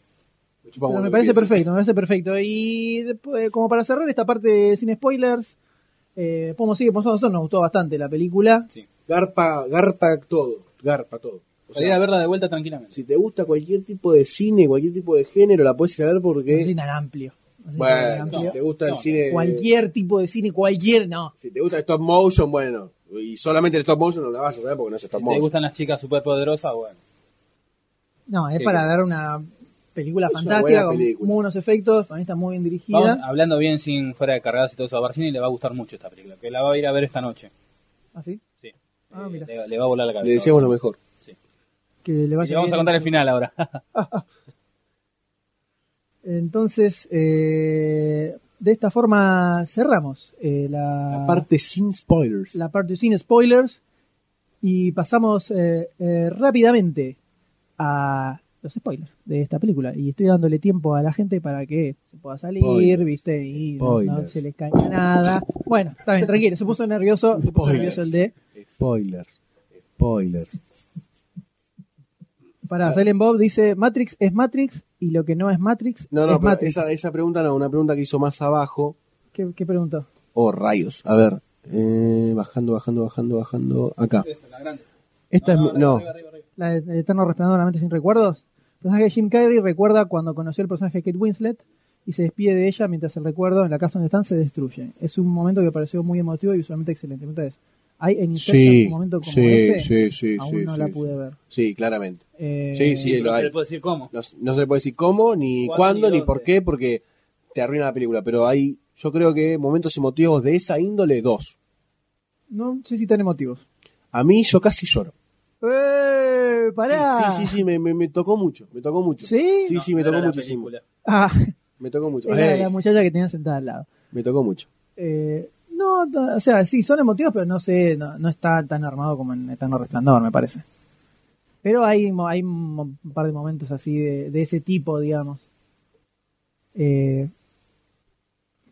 Speaker 3: Me,
Speaker 2: pero
Speaker 3: chupa huevo
Speaker 2: me
Speaker 3: lo
Speaker 2: parece
Speaker 3: que pienses.
Speaker 2: perfecto, me parece perfecto. Y después, eh, como para cerrar esta parte sin spoilers, eh, Pomo sigue pensando, a nosotros nos gustó bastante la película.
Speaker 3: Garpa, garpa todo. Garpa todo. O
Speaker 4: Para ir a verla de vuelta tranquilamente.
Speaker 3: Si te gusta cualquier tipo de cine, cualquier tipo de género, la puedes ir a ver porque.
Speaker 2: Un cine tan amplio. un cine tan
Speaker 3: bueno,
Speaker 2: amplio.
Speaker 3: si te gusta el
Speaker 2: No,
Speaker 3: cine.
Speaker 2: Cualquier tipo de cine, cualquier, no.
Speaker 3: Si te gusta el stop motion, bueno. Y solamente el stop motion no la vas a saber porque no es stop
Speaker 4: Si te
Speaker 3: motion.
Speaker 4: gustan las chicas superpoderosas, bueno.
Speaker 2: No, es
Speaker 4: Sí,
Speaker 2: para
Speaker 4: claro.
Speaker 2: dar una película
Speaker 3: Es una
Speaker 2: fantástica
Speaker 3: buena
Speaker 2: con
Speaker 3: película.
Speaker 2: muy buenos efectos. Para mí está muy bien dirigida.
Speaker 4: Vamos, hablando bien sin fuera de cargadas y todo eso, a Barcini le va a gustar mucho esta película, que la va a ir a ver esta noche.
Speaker 2: ¿Así?
Speaker 4: Sí.
Speaker 2: Ah,
Speaker 4: Eh,
Speaker 2: mira.
Speaker 4: le, le va a volar la cabeza.
Speaker 3: Le deseamos lo mejor.
Speaker 2: Que le
Speaker 4: Y
Speaker 2: vaya
Speaker 4: le vamos a
Speaker 2: bien.
Speaker 4: contar el final ahora.
Speaker 2: Entonces, eh, de esta forma cerramos eh, la,
Speaker 3: La parte sin spoilers.
Speaker 2: la parte sin spoilers y pasamos eh, eh, rápidamente a los spoilers de esta película. Y estoy dándole tiempo a la gente para que se pueda salir,
Speaker 3: Spoilers.
Speaker 2: ¿viste? Y no- no,
Speaker 3: Spoilers.
Speaker 2: se les caiga nada. Bueno, está bien, tranquilo, se puso nervioso, se puso nervioso el de...
Speaker 3: Spoilers. Spoilers.
Speaker 2: Para Silent Bob dice, Matrix es Matrix y lo que no es Matrix
Speaker 3: No, no,
Speaker 2: es
Speaker 3: pero
Speaker 2: Matrix.
Speaker 3: esa, esa pregunta no, una pregunta que hizo más abajo.
Speaker 2: ¿Qué, qué preguntó?
Speaker 3: Oh, rayos. A ver. eh, bajando, bajando, bajando, bajando. Acá. Esta es. mi- no.
Speaker 2: La de El Eterno Resplandor de una mente sin recuerdos. El personaje de Jim Carrey recuerda cuando conoció al personaje de Kate Winslet y se despide de ella mientras el recuerdo en la casa donde están se destruye. Es un momento que me pareció muy emotivo y visualmente excelente. Entonces, hay en Inception
Speaker 3: Sí,
Speaker 2: un momento como
Speaker 3: sí,
Speaker 2: ese,
Speaker 3: sí, sí,
Speaker 2: aún
Speaker 3: sí,
Speaker 2: no
Speaker 3: sí,
Speaker 2: la
Speaker 3: sí.
Speaker 2: pude ver.
Speaker 3: Sí, claramente.
Speaker 2: Eh,
Speaker 3: sí, sí,
Speaker 4: no
Speaker 3: lo
Speaker 4: se
Speaker 3: hay.
Speaker 4: le puede decir cómo.
Speaker 3: No, no se le puede decir cómo, ni
Speaker 4: ¿Cuándo,
Speaker 3: cuándo,
Speaker 4: ni
Speaker 3: ni,
Speaker 4: dónde?
Speaker 3: por qué, porque te arruina la película. Pero hay Yo creo que momentos emotivos de esa índole, dos.
Speaker 2: No sé si tan emotivos.
Speaker 3: A mí yo casi lloro.
Speaker 2: ¡Eh! ¡Pará!
Speaker 3: Sí, sí, sí, sí, me, me, me tocó mucho, me tocó mucho.
Speaker 2: ¿Sí?
Speaker 3: Sí, sí, me
Speaker 4: No,
Speaker 3: tocó
Speaker 4: era la
Speaker 3: muchísimo.
Speaker 4: película.
Speaker 2: Ah,
Speaker 3: Me tocó mucho.
Speaker 2: era
Speaker 3: Ey,
Speaker 2: la muchacha que tenía sentada al lado.
Speaker 3: me tocó mucho.
Speaker 2: Eh, no, t- o sea, sí, son emotivos, pero no sé, no, no está tan armado como en Eterno Resplandor, me parece. Pero hay, mo- hay mo- un par de momentos así de, de ese tipo, digamos. Eh,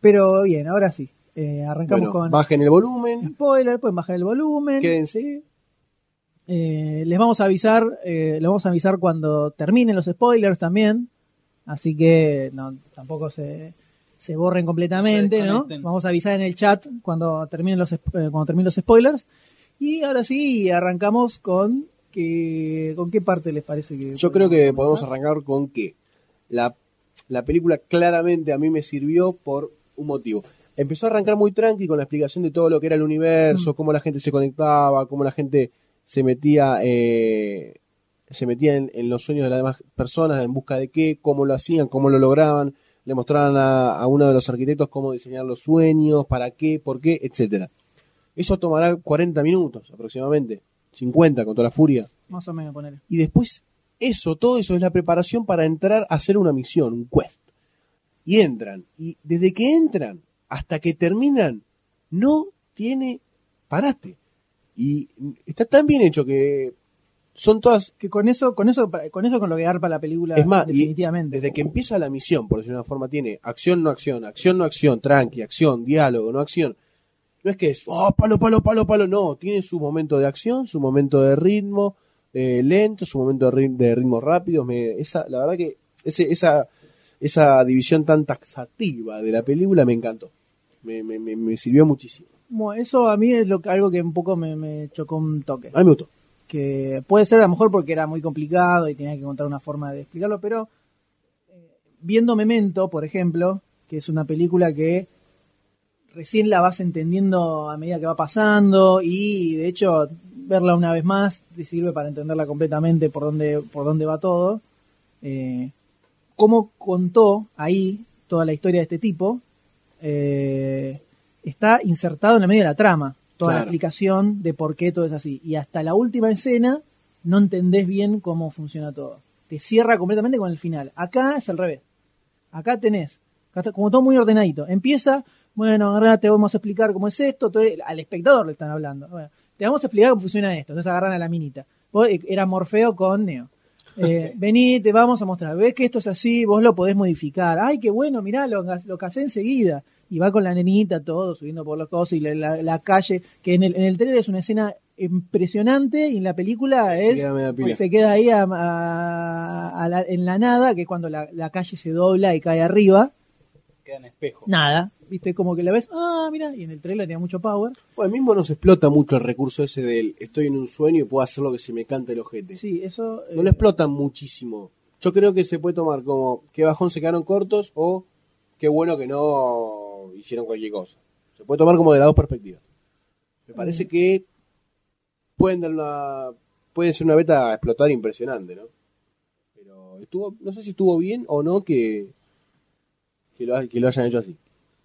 Speaker 2: pero bien, ahora sí. Eh, arrancamos
Speaker 3: Bueno,
Speaker 2: con
Speaker 3: bajen el volumen,
Speaker 2: spoiler, pueden bajar el volumen.
Speaker 3: quédense.
Speaker 2: Eh, les vamos a avisar, eh, les vamos a avisar cuando terminen los spoilers también. Así que no, tampoco se, se borren completamente,
Speaker 4: Se
Speaker 2: ¿no?
Speaker 4: desconecten.
Speaker 2: Vamos a avisar en el chat cuando terminen los, sp- eh, cuando terminen los spoilers. Y ahora sí, arrancamos con que, con qué parte les parece que.
Speaker 3: Yo creo que podemos
Speaker 2: comenzar?
Speaker 3: arrancar con que la, la película claramente a mí me sirvió por un motivo. Empezó a arrancar muy tranqui con la explicación de todo lo que era el universo, cómo la gente se conectaba, cómo la gente se metía, eh, se metía en, en los sueños de las demás personas, en busca de qué, cómo lo hacían, cómo lo lograban, le mostraban a, a uno de los arquitectos cómo diseñar los sueños, para qué, por qué, etcétera. Eso tomará 40 minutos aproximadamente, 50 con toda la furia.
Speaker 2: Más o menos poner.
Speaker 3: Y después, eso, todo eso es la preparación para entrar a hacer una misión, un quest. Y entran. Y desde que entran hasta que terminan, no tiene parate. Y está tan bien hecho que son todas.
Speaker 2: Que con eso, con eso, con eso con lo que arpa la película
Speaker 3: Es más, y
Speaker 2: definitivamente.
Speaker 3: desde que empieza la misión, por decirlo de una forma, tiene acción, no acción, acción, no acción, tranqui, acción, diálogo, no acción. No es que es, oh, palo, palo, palo, palo, no. Tiene su momento de acción, su momento de ritmo eh, lento, su momento de, rit- de ritmo rápido. Me, esa, la verdad que ese, esa, esa división tan taxativa de la película me encantó. Me, me, me, me sirvió muchísimo.
Speaker 2: Bueno, eso a mí es lo que- algo que un poco me, me chocó un toque.
Speaker 3: A mí me gustó.
Speaker 2: que puede ser a lo mejor porque era muy complicado y tenía que encontrar una forma de explicarlo, pero eh, viendo Memento, por ejemplo, que es una película que recién la vas entendiendo a medida que va pasando y de hecho verla una vez más te sirve para entenderla completamente por dónde, por dónde va todo. Eh, cómo contó ahí toda la historia de este tipo eh, está insertado en el medio de la trama, toda la
Speaker 3: Claro.
Speaker 2: explicación de por qué todo es así. Y hasta la última escena no entendés bien cómo funciona todo. Te cierra completamente con el final. Acá es al revés. Acá tenés, acá está como todo muy ordenadito. Empieza, bueno, ahora te vamos a explicar cómo es esto. todo- al espectador le están hablando. Bueno, te vamos a explicar cómo funciona esto. Entonces agarran a la minita. Vos, eh, Era Morfeo con Neo. Eh, vení, te vamos a mostrar. Ves que esto es así, vos lo podés modificar. Ay, qué bueno, mirá, lo, lo casé enseguida. Y va con la nenita, todo, subiendo por los cosas y la, la- la calle. Que en el, en el trailer es una escena impresionante y en la película es.
Speaker 3: queda media pila.
Speaker 2: se queda ahí a- a- a la- en la nada, que es cuando la, la calle se dobla y cae arriba.
Speaker 4: Queda en espejo.
Speaker 2: Nada. Viste, como que la ves, ah, mira, y en el trailer tenía mucho power.
Speaker 3: Bueno, mismo nos explota mucho el recurso ese del estoy en un sueño y puedo hacer lo que se me cante el ojete.
Speaker 2: Sí, eso. eh,
Speaker 3: No lo explotan muchísimo. Yo creo que se puede tomar como que bajón se quedaron cortos o qué bueno que no hicieron cualquier cosa. Se puede tomar como de las dos perspectivas. Me
Speaker 2: Mm.
Speaker 3: parece que pueden dar una, puede ser una beta a explotar impresionante, ¿no? Pero estuvo, no sé si estuvo bien o no que, que, lo, ha- que lo hayan hecho así.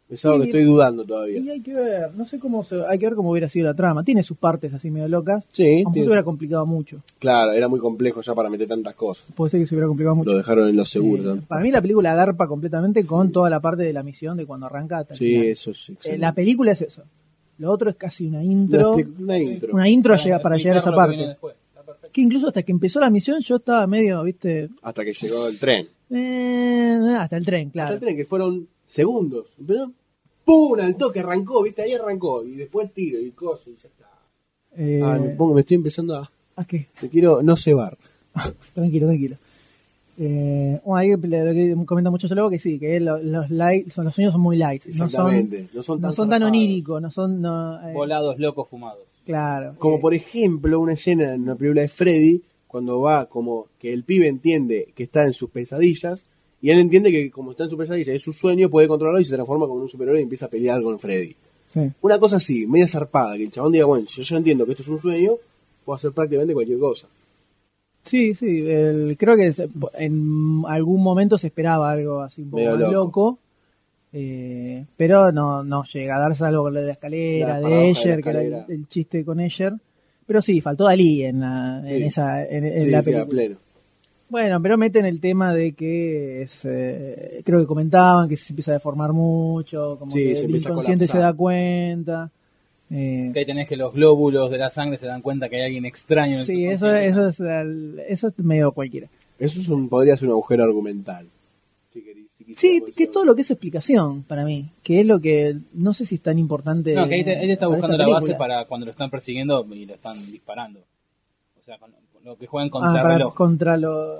Speaker 3: Es algo
Speaker 2: Sí.
Speaker 3: que estoy dudando todavía.
Speaker 2: Y hay que ver, no sé cómo se- hay que ver cómo hubiera sido la trama. Tiene sus partes así medio locas.
Speaker 3: Sí,
Speaker 2: Aunque se
Speaker 3: tiene-
Speaker 2: hubiera complicado mucho.
Speaker 3: claro, era muy complejo ya para meter tantas cosas.
Speaker 2: Puede ser que se hubiera complicado mucho.
Speaker 3: Lo dejaron en lo seguro.
Speaker 2: Eh, para mí la película agarpa completamente con toda la parte de la misión de cuando arranca hasta el
Speaker 3: sí,
Speaker 2: final.
Speaker 3: eso sí.
Speaker 2: Eh, la película es eso. Lo otro es casi una intro.
Speaker 3: Una expli- una intro.
Speaker 2: Una intro llega- para llegar a esa
Speaker 4: Explicar lo que viene
Speaker 2: parte.
Speaker 4: después.
Speaker 2: Que incluso hasta que empezó la misión yo estaba medio, viste,
Speaker 3: Hasta que llegó el tren.
Speaker 2: eh, hasta el tren, claro.
Speaker 3: Hasta el tren, que fueron segundos. Empezó, ¡pum! Al toque arrancó, ¿viste? Ahí arrancó. Y después tiro y cosas y ya está.
Speaker 2: Eh,
Speaker 3: Ah, me, pongo- me estoy empezando a.
Speaker 2: ¿a qué?
Speaker 3: Te quiero no cebar.
Speaker 2: Tranquilo, tranquilo. Eh, bueno, ahí le- lo que comenta mucho luego que sí, que lo- los light, son, los sueños son muy light. No son,
Speaker 3: Exactamente. No son tan,
Speaker 2: no son tan
Speaker 3: zarpados.
Speaker 2: oníricos, no son. no, eh,
Speaker 4: Volados, locos, fumados.
Speaker 2: claro.
Speaker 3: Como por ejemplo, una escena en una película de Freddy, cuando va como que el pibe entiende que está en sus pesadillas. Y él entiende que como está en su pesadilla, es su sueño, puede controlarlo y se transforma como en un superhéroe y empieza a pelear con Freddy.
Speaker 2: Sí.
Speaker 3: Una cosa así, media zarpada, que el chabón diga, bueno, si yo entiendo que esto es un sueño, puedo hacer prácticamente cualquier cosa.
Speaker 2: Sí, sí, el- creo que se- en algún momento se esperaba algo así un poco
Speaker 3: Medio
Speaker 2: más loco.
Speaker 3: loco.
Speaker 2: Eh, pero no, no llega a dar salvo con la de la escalera,
Speaker 3: La paradoja de
Speaker 2: de
Speaker 3: la
Speaker 2: Escher, que era el,
Speaker 3: escalera.
Speaker 2: el chiste con Escher. Pero sí, faltó Dalí en, la, en
Speaker 3: Sí.
Speaker 2: esa, en, en
Speaker 3: Sí,
Speaker 2: la
Speaker 3: sí, a
Speaker 2: película.
Speaker 3: pleno.
Speaker 2: Bueno, pero meten el tema de que es, eh, creo que comentaban que se empieza a deformar mucho, como
Speaker 4: Sí,
Speaker 2: que
Speaker 4: se
Speaker 2: el
Speaker 4: empieza a
Speaker 2: inconsciente se
Speaker 4: colapsar.
Speaker 2: da cuenta. Eh,
Speaker 4: Que ahí tenés que los glóbulos de la sangre se dan cuenta que hay alguien extraño. en el
Speaker 2: sí, eso, eso, es, al- eso es medio cualquiera.
Speaker 3: Eso es un, podría ser un agujero argumental.
Speaker 2: Sí, que es todo lo que es explicación para mí, que es lo que no sé si es tan importante.
Speaker 4: No, que ahí te- ahí te está
Speaker 2: para
Speaker 4: buscando
Speaker 2: esta
Speaker 4: la base
Speaker 2: película.
Speaker 4: para cuando lo están persiguiendo y lo están disparando. O sea, con- con lo que juegan
Speaker 2: Ah,
Speaker 4: contra el
Speaker 2: para-
Speaker 4: reloj.
Speaker 2: contra lo-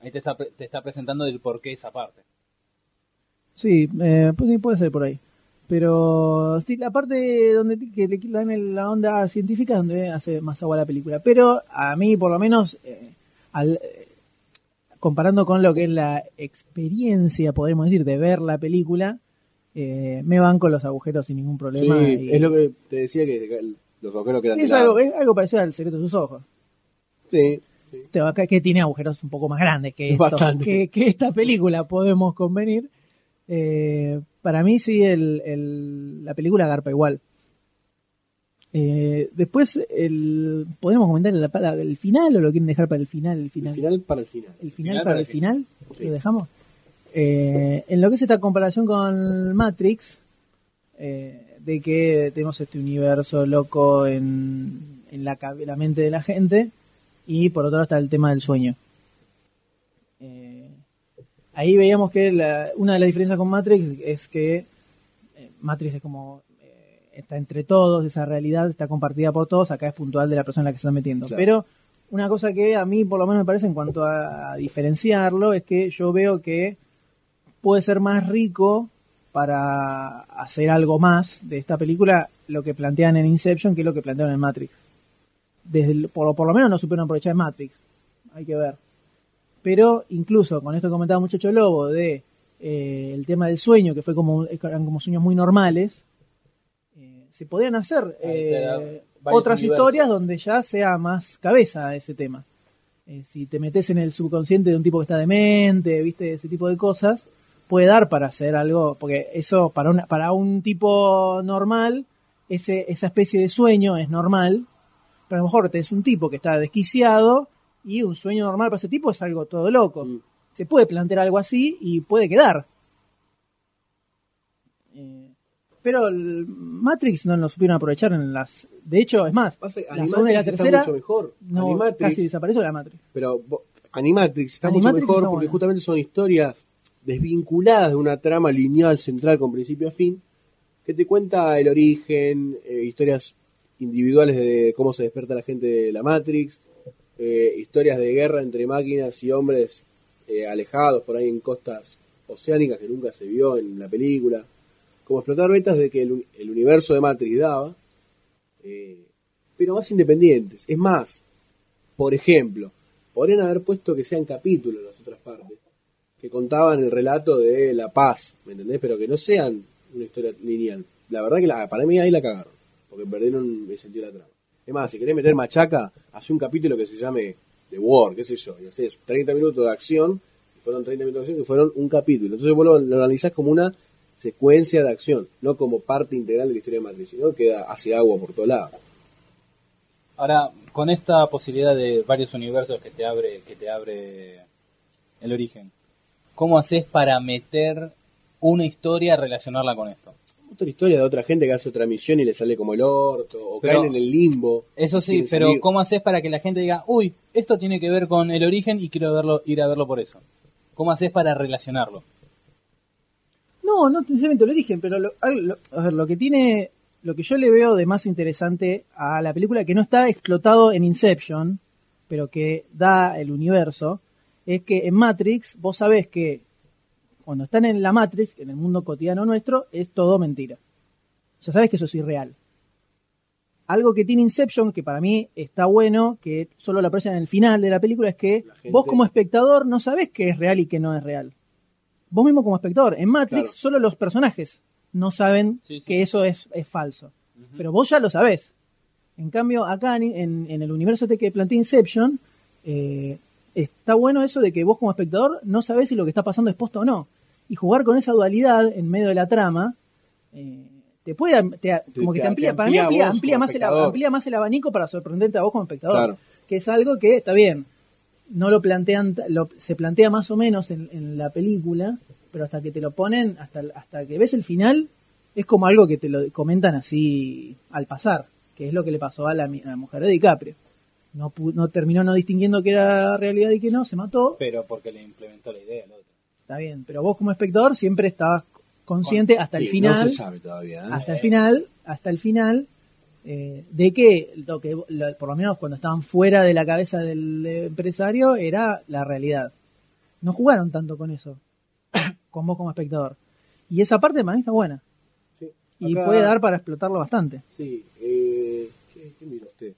Speaker 4: Ahí te está, pre- te está presentando el porqué esa parte.
Speaker 2: Sí, eh, pues sí, puede ser por ahí. Pero sí, la parte donde te- que le quitan el- la onda científica es donde hace más agua la película. Pero a mí, por lo menos, eh, al- eh, comparando con lo que es la experiencia, podríamos decir, de ver la película, eh, me van con los agujeros sin ningún
Speaker 3: Sí,
Speaker 2: problema. y-
Speaker 3: es lo que te decía que el- los agujeros que eran
Speaker 2: es
Speaker 3: de la-
Speaker 2: algo, es algo parecido al secreto de sus ojos.
Speaker 3: Sí,
Speaker 2: Te va- Que tiene agujeros un poco más grandes que, esto,
Speaker 3: Bastante.
Speaker 2: que, que esta película, podemos convenir. Eh, para mí, sí, el, el- la película garpa igual. Eh, después, el, podemos comentar la- la- el final o lo quieren dejar para el final. El final,
Speaker 3: el final para el final.
Speaker 2: el final para el final, lo dejamos. Eh, en lo que es esta comparación con Matrix, eh, de que tenemos este universo loco en, en la, cabe- la mente de la gente, y por otro lado está el tema del sueño. Eh, ahí veíamos que la- una de las diferencias con Matrix es que eh, Matrix es como eh, está entre todos, esa realidad está compartida por todos, acá es puntual de la persona en la que se está metiendo.
Speaker 10: Claro.
Speaker 2: Pero una cosa que a mí por lo menos me parece en cuanto a, a diferenciarlo es que yo veo que puede ser más rico para hacer algo más de esta película lo que plantean en Inception que lo que plantean en Matrix. Desde el- por, lo- por lo menos no supieron aprovechar en Matrix, hay que ver. Pero incluso con esto que comentaba muchacho Lobo de eh, el tema del sueño, que fue como eran como sueños muy normales, eh, se podían hacer eh,
Speaker 4: varios
Speaker 2: otras
Speaker 4: universos.
Speaker 2: historias donde ya sea más cabeza ese tema. Eh, si te metes en el subconsciente de un tipo que está demente, viste, ese tipo de cosas, puede dar para hacer algo, porque eso para, una, para un tipo normal, ese, esa especie de sueño es normal, pero a lo mejor tenés un tipo que está desquiciado y un sueño normal para ese tipo es algo todo loco. Se puede plantear algo así y puede quedar. Eh, Pero el Matrix no lo supieron aprovechar en las... De hecho, es más,
Speaker 3: Pasa que
Speaker 2: la segunda y la
Speaker 3: Animatrix está
Speaker 2: tercera
Speaker 3: mucho mejor.
Speaker 2: no,
Speaker 3: Animatrix-
Speaker 2: casi desapareció la Matrix.
Speaker 3: Pero bo- Animatrix está mucho
Speaker 2: Animatrix
Speaker 3: mejor
Speaker 2: está
Speaker 3: porque
Speaker 2: bueno.
Speaker 3: justamente son historias desvinculadas de una trama lineal central con principio a fin que te cuenta el origen, eh, historias individuales de cómo se despierta la gente de la Matrix, eh, historias de guerra entre máquinas y hombres eh, alejados por ahí en costas oceánicas que nunca se vio en la película, como explotar vetas de que el, un- el universo de Matrix daba, eh, pero más independientes. Es más, por ejemplo, podrían haber puesto que sean capítulos las otras partes, que contaban el relato de la paz, ¿me entendés? Pero que no sean una historia lineal. La verdad que la- para mí ahí la cagaron, porque perdieron el sentido de la trama. Es más, si querés meter machaca, hace un capítulo que se llame The War, qué sé yo, y haces 30 minutos de acción, y fueron 30 minutos de acción, que fueron un capítulo. Entonces vos lo, lo analizás como una secuencia de acción, no como parte integral de la historia de Matrix, sino que da- hace agua por todos lados.
Speaker 4: Ahora, con esta posibilidad de varios universos que te abre, que te abre el origen, ¿cómo haces para meter una historia relacionarla con esto?
Speaker 3: Otra historia de otra gente que hace otra misión y le sale como el orto, o
Speaker 4: Pero-
Speaker 3: caen en el limbo.
Speaker 4: Eso sí,
Speaker 3: Quieren
Speaker 4: pero
Speaker 3: salir.
Speaker 4: ¿cómo haces para que la gente diga, uy, esto tiene que ver con el origen y quiero verlo, ir a verlo por eso? ¿Cómo haces para relacionarlo?
Speaker 2: No, no necesariamente el origen, pero lo, a lo- a ver, lo que tiene, lo que yo le veo de más interesante a la película, que no está explotado en Inception, pero que da el universo, es que en Matrix vos sabés que cuando están en la Matrix, en el mundo cotidiano nuestro, es todo mentira. Ya sabés que eso es irreal. Algo que tiene Inception, que para mí está bueno, que solo la aprecian en el final de la película, es que vos como espectador no sabés qué es real y qué no es real vos mismo como espectador. En Matrix
Speaker 10: Claro.
Speaker 2: solo los personajes no saben que eso es, es falso. Pero vos ya lo sabés. En cambio, acá en, en- en el universo este que plantea Inception, eh, está bueno eso de que vos como espectador no sabés si lo que está pasando es posta o no. Y jugar con esa dualidad en medio de la trama eh, te puede am- te- como que
Speaker 3: te-
Speaker 2: te amplía,
Speaker 3: te
Speaker 2: para mí
Speaker 3: amplía
Speaker 2: amplía,
Speaker 3: a vos
Speaker 2: amplía
Speaker 3: como
Speaker 2: más el,
Speaker 3: espectador.
Speaker 2: amplía más el abanico para sorprenderte a vos como espectador.
Speaker 3: Claro.
Speaker 2: Que es algo que está bien, no lo plantean, t- lo- se plantea más o menos en, en la película, pero hasta que te lo ponen, hasta, hasta que ves el final, es como algo que te lo comentan así al pasar, que es lo que le pasó a la, mi- a la mujer de DiCaprio. No, pu- no terminó no distinguiendo que era realidad y que no, se mató,
Speaker 4: Pero porque le implementó la idea al otro.
Speaker 2: está bien, pero vos como espectador siempre estabas consciente hasta el
Speaker 3: Sí,
Speaker 2: final
Speaker 3: No se sabe todavía. ¿eh?
Speaker 2: hasta el final, hasta el final, eh, de que, lo que lo- por lo menos cuando estaban fuera de la cabeza del eh, empresario, era la realidad. No jugaron tanto con eso, con vos como espectador. Y esa parte para mí está buena. Y
Speaker 3: Acá-
Speaker 2: puede dar para explotarlo bastante.
Speaker 3: Sí, eh, ¿qué, qué mira usted?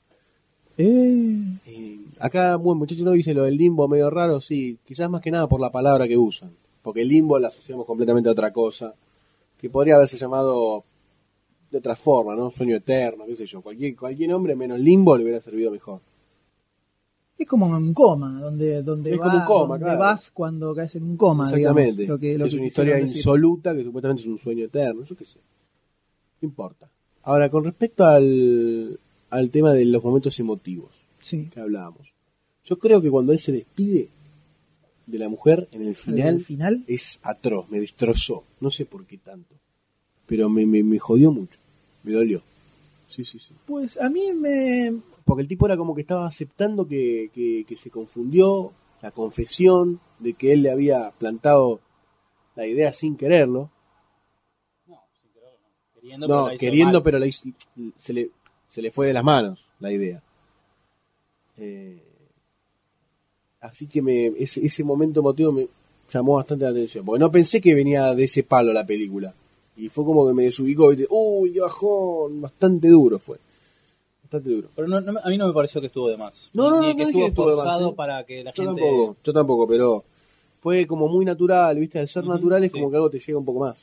Speaker 2: Eh,
Speaker 3: Acá, buen muchacho, no dice lo del limbo medio raro, sí, quizás más que nada por la palabra que usan, porque el limbo la asociamos completamente a otra cosa, que podría haberse llamado de otra forma, ¿no? Sueño eterno, qué sé yo, cualquier, cualquier hombre menos limbo le hubiera servido mejor.
Speaker 2: es como un coma, donde, donde,
Speaker 3: Es
Speaker 2: va-
Speaker 3: como un coma,
Speaker 2: donde
Speaker 3: claro.
Speaker 2: vas cuando caes en un coma.
Speaker 3: Exactamente,
Speaker 2: digamos, lo que- lo
Speaker 3: es
Speaker 2: que
Speaker 3: una
Speaker 2: quisieron
Speaker 3: historia
Speaker 2: decir.
Speaker 3: insoluta que supuestamente es un sueño eterno, yo qué sé, no importa. Ahora, con respecto al, al tema de los momentos emotivos
Speaker 2: Sí.
Speaker 3: que hablábamos, yo creo que cuando él se despide de la mujer en el final,
Speaker 2: El final
Speaker 3: es atroz, me destrozó. No sé por qué tanto. Pero me, me, me jodió mucho. Me dolió. Sí, sí, sí.
Speaker 2: Pues a mí me...
Speaker 3: Porque el tipo era como que estaba aceptando que, que, que se confundió, la confesión de que él le había plantado la idea sin quererlo.
Speaker 4: Queriendo, pero
Speaker 3: No,
Speaker 4: la hizo
Speaker 3: queriendo,
Speaker 4: mal.
Speaker 3: pero la hizo- se, le, se le fue de las manos la idea. Eh, así que me, ese, ese momento emotivo me llamó bastante la atención. Porque no pensé que venía de ese palo la película. Y fue como que me desubicó. ¿viste? Uy, qué bajón. Bastante duro fue. Bastante duro.
Speaker 4: Pero no- no me- a mí no me pareció que estuvo de más.
Speaker 3: No, no, no,
Speaker 4: Ni
Speaker 3: no
Speaker 4: que
Speaker 3: es
Speaker 4: estuvo
Speaker 3: que estuvo de más,
Speaker 4: forzado
Speaker 3: ¿eh?
Speaker 4: para que la
Speaker 3: Yo
Speaker 4: gente.
Speaker 3: tampoco, yo tampoco, pero fue como muy natural, ¿viste? Al ser natural es como que algo te llega un poco más.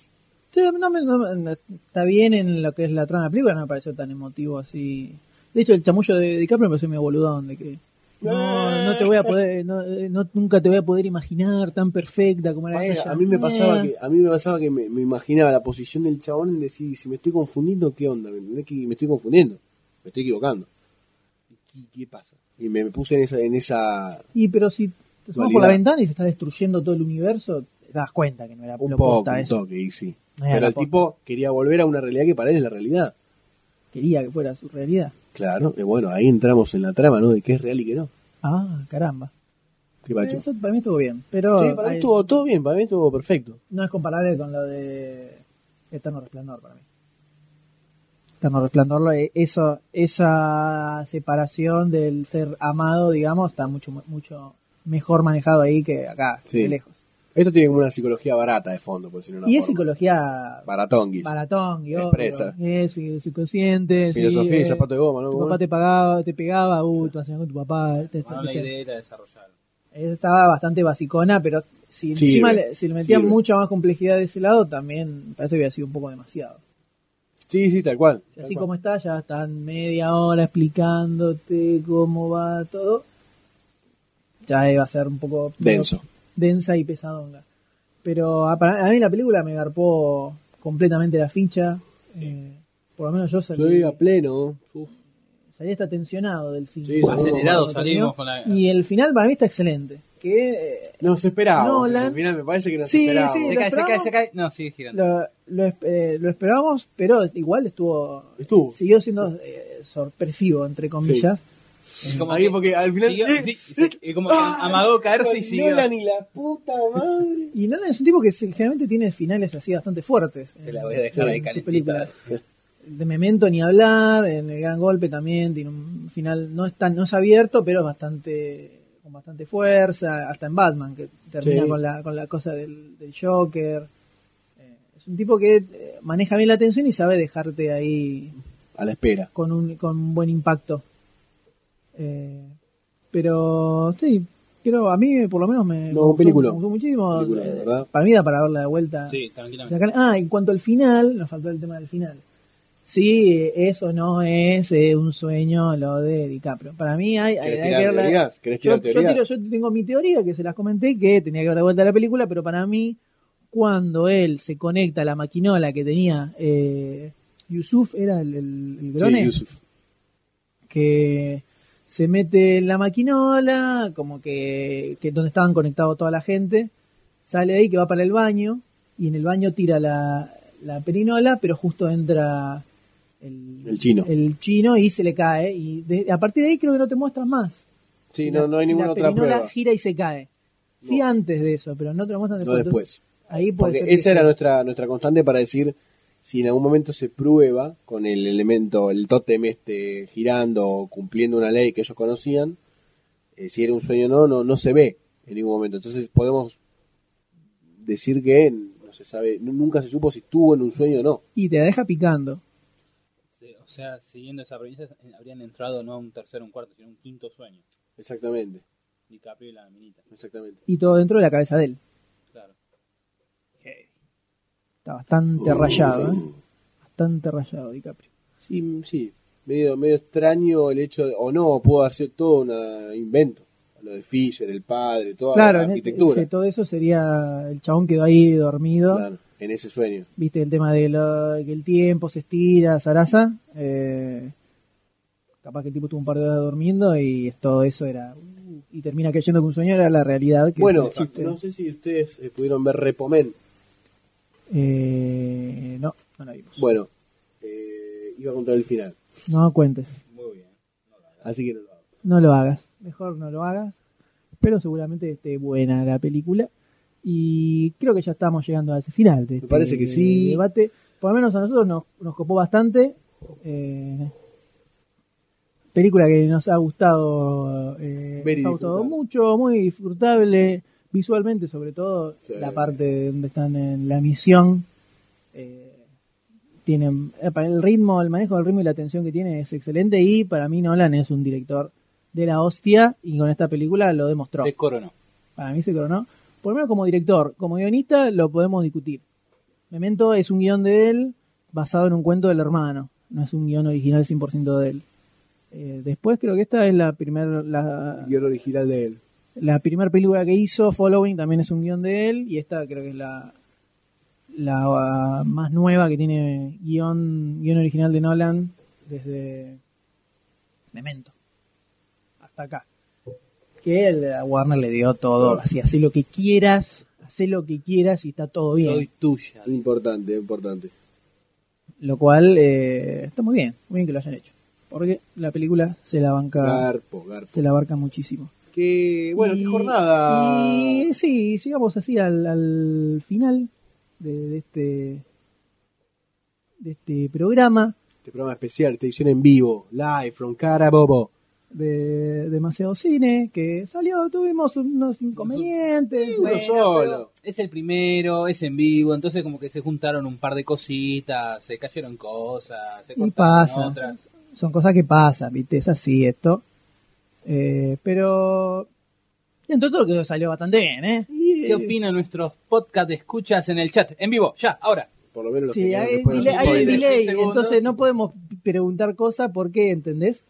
Speaker 2: Sí, no me- no me- no- está bien en lo que es la trama de la película, no me pareció tan emotivo así. De hecho, el chamullo de DiCaprio me pareció medio boludón, de que
Speaker 3: Eh.
Speaker 2: no, no te voy a poder, no, eh, no- nunca te voy a poder imaginar tan perfecta como era
Speaker 3: Pasa que
Speaker 2: ella.
Speaker 3: a mí me
Speaker 2: Eh.
Speaker 3: pasaba que a mí me pasaba que me, me imaginaba la posición del chabón en decir si me estoy confundiendo qué onda me, entendés que me estoy confundiendo me estoy equivocando ¿Y qué, qué pasa y me, me puse en esa en esa
Speaker 2: Y pero si te asomas por la
Speaker 3: Dualidad.
Speaker 2: ventana y se está destruyendo todo el universo, te das cuenta que no era
Speaker 3: un
Speaker 2: lo
Speaker 3: poco
Speaker 2: posta
Speaker 3: un
Speaker 2: eso.
Speaker 3: toque y sí
Speaker 2: No era
Speaker 3: pero
Speaker 2: la
Speaker 3: el tipo quería volver a una realidad que para él es la realidad
Speaker 2: Quería que fuera su realidad.
Speaker 3: claro y bueno ahí entramos en la trama no de qué es real y qué no
Speaker 2: Ah, caramba.
Speaker 3: qué pacho
Speaker 2: Eso para mí estuvo bien, pero
Speaker 3: Sí, para mí
Speaker 2: ahí-
Speaker 3: estuvo todo bien para mí estuvo perfecto
Speaker 2: no es comparable con lo de Eterno Resplandor para mí. Eterno Resplandor, lo- eh, eso, esa separación del ser amado, digamos, está mucho mucho mejor manejado ahí que acá,
Speaker 3: Sí.
Speaker 2: de lejos.
Speaker 3: esto tiene como una psicología barata de fondo por decirlo de una
Speaker 2: Y es
Speaker 3: forma.
Speaker 2: psicología
Speaker 3: baratonguis
Speaker 2: baratón, guión,
Speaker 3: Expresa.
Speaker 2: es eh, subconsciente, sí,
Speaker 3: filosofía y
Speaker 2: eh,
Speaker 3: zapato de goma no
Speaker 2: tu papá te pagaba, te pegaba, uh, tú hacías con tu papá, te-
Speaker 4: Bueno, la
Speaker 2: te-
Speaker 4: idea era desarrollar.
Speaker 2: Esa estaba bastante basicona, pero si
Speaker 3: Sirve,
Speaker 2: encima le, si le metían
Speaker 3: sirve.
Speaker 2: mucha más complejidad de ese lado, también me parece que hubiera sido un poco demasiado.
Speaker 3: sí sí tal cual
Speaker 2: Si así como está, ya están media hora explicándote cómo va todo. Ya iba a ser un poco
Speaker 3: denso
Speaker 2: densa y pesadonga. Pero a, para- a mí la película me garpó completamente la ficha. Eh, por lo menos yo salí,
Speaker 3: soy a pleno
Speaker 2: salí hasta tensionado del film.
Speaker 3: Sí, salimos
Speaker 4: Acelerado
Speaker 2: Cuando terminó.
Speaker 4: salimos con la.
Speaker 2: Y el final para mí está excelente. Que eh,
Speaker 3: Nos esperábamos.
Speaker 2: Nolan.
Speaker 3: Al final me parece que nos
Speaker 2: Sí,
Speaker 3: esperábamos.
Speaker 2: sí,
Speaker 4: Se
Speaker 2: lo
Speaker 4: cae, se cae,
Speaker 2: esperamos.
Speaker 4: se cae. No, sigue girando.
Speaker 2: lo, lo, es- eh, lo esperábamos, pero igual estuvo,
Speaker 3: Estuvo.
Speaker 2: siguió siendo eh, sorpresivo, entre comillas.
Speaker 4: Es como
Speaker 3: Ahí
Speaker 4: que
Speaker 3: porque al final.
Speaker 4: siguió-
Speaker 3: ¡Eh!
Speaker 4: sí, se- y como que amagó caerse y siguió.
Speaker 3: Nolan y la puta madre.
Speaker 2: Y Nolan es un tipo que se- generalmente tiene finales así bastante fuertes. en-
Speaker 4: Te la voy a dejar
Speaker 2: en
Speaker 4: ahí
Speaker 2: sus
Speaker 4: calentita.
Speaker 2: películas. De Memento ni hablar, en El Gran Golpe también tiene un final, no es, tan, no es abierto, pero es bastante con bastante fuerza, hasta en Batman, que termina
Speaker 3: Sí.
Speaker 2: con, la, con la cosa del, del Joker. Eh, es un tipo que eh, maneja bien la atención y sabe dejarte ahí
Speaker 3: A la espera.
Speaker 2: con un, con un buen impacto. Eh, pero sí, creo, a mí eh, por lo menos me,
Speaker 3: No, película.
Speaker 2: me gustó muchísimo.
Speaker 3: Película,
Speaker 2: Eh,
Speaker 3: ¿verdad?
Speaker 2: para mí da para verla de vuelta.
Speaker 4: Sí,
Speaker 2: O
Speaker 4: tranquilamente.
Speaker 2: sea, acá- ah, en cuanto al final, nos faltó el tema del final. Sí, eh, eso no es eh, un sueño lo de DiCaprio. Para mí hay, hay-
Speaker 3: ¿Querés
Speaker 2: hay
Speaker 3: tirar
Speaker 2: que verla-
Speaker 3: teorías? ¿Querés
Speaker 2: Yo,
Speaker 3: tirar
Speaker 2: yo
Speaker 3: teorías?
Speaker 2: tiro- yo tengo mi teoría que se las comenté que tenía que ver de vuelta la película, pero para mí cuando él se conecta a la maquinola que tenía eh, Yusuf, era el, el, el grone,
Speaker 3: Sí, Yusuf.
Speaker 2: que se mete en la maquinola, como que, que donde estaban conectados toda la gente, sale de ahí que va para el baño, y en el baño tira la, la perinola, pero justo entra
Speaker 3: El chino.
Speaker 2: el chino y se le cae. Y de- a partir de ahí creo que no te muestran más.
Speaker 3: Sí,
Speaker 2: Si
Speaker 3: no,
Speaker 2: la-
Speaker 3: no hay
Speaker 2: si
Speaker 3: ninguna
Speaker 2: la
Speaker 3: otra
Speaker 2: perinola
Speaker 3: prueba.
Speaker 2: gira y se cae. Sí, antes de eso, pero no te lo muestran
Speaker 3: No
Speaker 2: después.
Speaker 3: después.
Speaker 2: Ahí puede
Speaker 3: Porque
Speaker 2: ser que
Speaker 3: esa era
Speaker 2: sí.
Speaker 3: nuestra, nuestra constante para decir si en algún momento se prueba con el elemento, el tótem este girando o cumpliendo una ley que ellos conocían, eh, si era un sueño o no, no, no se ve en ningún momento. Entonces podemos decir que no se sabe, nu- nunca se supo si estuvo en un sueño o no.
Speaker 2: Y te la deja picando.
Speaker 4: Sí, O sea, siguiendo esa premisa, eh, habrían entrado no a un tercero, un cuarto, sino a un quinto sueño.
Speaker 3: Exactamente.
Speaker 4: DiCaprio y la minita.
Speaker 3: Exactamente.
Speaker 2: Y todo dentro de la cabeza de él.
Speaker 4: Claro.
Speaker 2: Está bastante rayado, ¿eh? Bastante rayado DiCaprio.
Speaker 3: Sí, mm, sí. Medio, medio extraño el hecho, de- o no, pudo haber sido todo un ah, invento. Lo de Fisher, el padre, toda
Speaker 2: claro,
Speaker 3: la
Speaker 2: en
Speaker 3: arquitectura
Speaker 2: ese- todo eso sería el chabón quedó ahí dormido.
Speaker 3: claro, en ese sueño.
Speaker 2: Viste el tema de lo- que el tiempo se estira, zaraza. Eh, capaz que el tipo tuvo un par de horas durmiendo y todo eso era. uh, Y termina creyendo que un sueño era la realidad. Que
Speaker 3: Bueno,
Speaker 2: eso existe.
Speaker 3: no sé si ustedes eh, pudieron ver Repomen.
Speaker 2: Eh, no, no la vimos.
Speaker 3: Bueno, eh, iba a contar el final,
Speaker 2: No cuentes,
Speaker 3: así que no lo hago.
Speaker 2: no lo hagas. Mejor no lo hagas. Pero seguramente esté buena la película. Y creo que ya estamos llegando a ese final. De este
Speaker 3: parece que sí.
Speaker 2: Debate. Por lo menos a nosotros nos, nos copó bastante. Eh, película que nos ha gustado, eh,
Speaker 3: Very
Speaker 2: nos ha gustado mucho, muy disfrutable visualmente, sobre todo
Speaker 3: Sí.
Speaker 2: la parte donde están en la misión. eh, tienen eh, para el ritmo, el manejo del ritmo y la atención que tiene es excelente y para mí Nolan es un director de la hostia y con esta película lo demostró.
Speaker 4: Se coronó.
Speaker 2: Para mí se coronó. Por lo menos como director, como guionista lo podemos discutir. Memento es un guión de él basado en un cuento del hermano. No es un guión original 100% de él. Eh, después creo que esta es la primera la,
Speaker 3: guión original de él.
Speaker 2: la primera película que hizo, Following, también es un guión de él. Y esta creo que es la, la ah, más nueva que tiene guión, guión original de Nolan desde Memento hasta acá. Que él, a Warner le dio todo. Así, hace lo que quieras, hace lo que quieras y está todo bien.
Speaker 4: Soy tuya.
Speaker 3: Importante, importante.
Speaker 2: Lo cual eh, está muy bien, muy bien que lo hayan hecho. Porque la película se la banca,
Speaker 3: Garpo, garpo.
Speaker 2: se la abarca muchísimo.
Speaker 3: Que, bueno, qué
Speaker 2: Y-
Speaker 3: jornada.
Speaker 2: Y sí, llegamos así al, al final de, de este de este programa
Speaker 3: Este programa especial, esta edición en vivo, live from Carabobo.
Speaker 2: de demasiado cine que salió, tuvimos unos inconvenientes,
Speaker 3: Uno
Speaker 2: bueno,
Speaker 3: solo.
Speaker 4: Es el primero, es en vivo, entonces como que se juntaron un par de cositas, se cayeron cosas, se
Speaker 2: y
Speaker 4: cortaron
Speaker 2: pasa.
Speaker 4: otras.
Speaker 2: Son cosas que pasan, ¿viste? Es así esto. Eh, pero dentro de todo que salió bastante bien, ¿eh?
Speaker 4: ¿Qué opinan nuestros podcast escuchas en el chat? En vivo, ya, ahora.
Speaker 3: Por lo menos los
Speaker 2: Sí,
Speaker 3: que
Speaker 2: hay,
Speaker 3: después de
Speaker 2: delay-
Speaker 3: los
Speaker 2: hay
Speaker 3: spoilers.
Speaker 2: delay,
Speaker 4: segundos.
Speaker 2: entonces no podemos preguntar cosas porque, ¿entendés?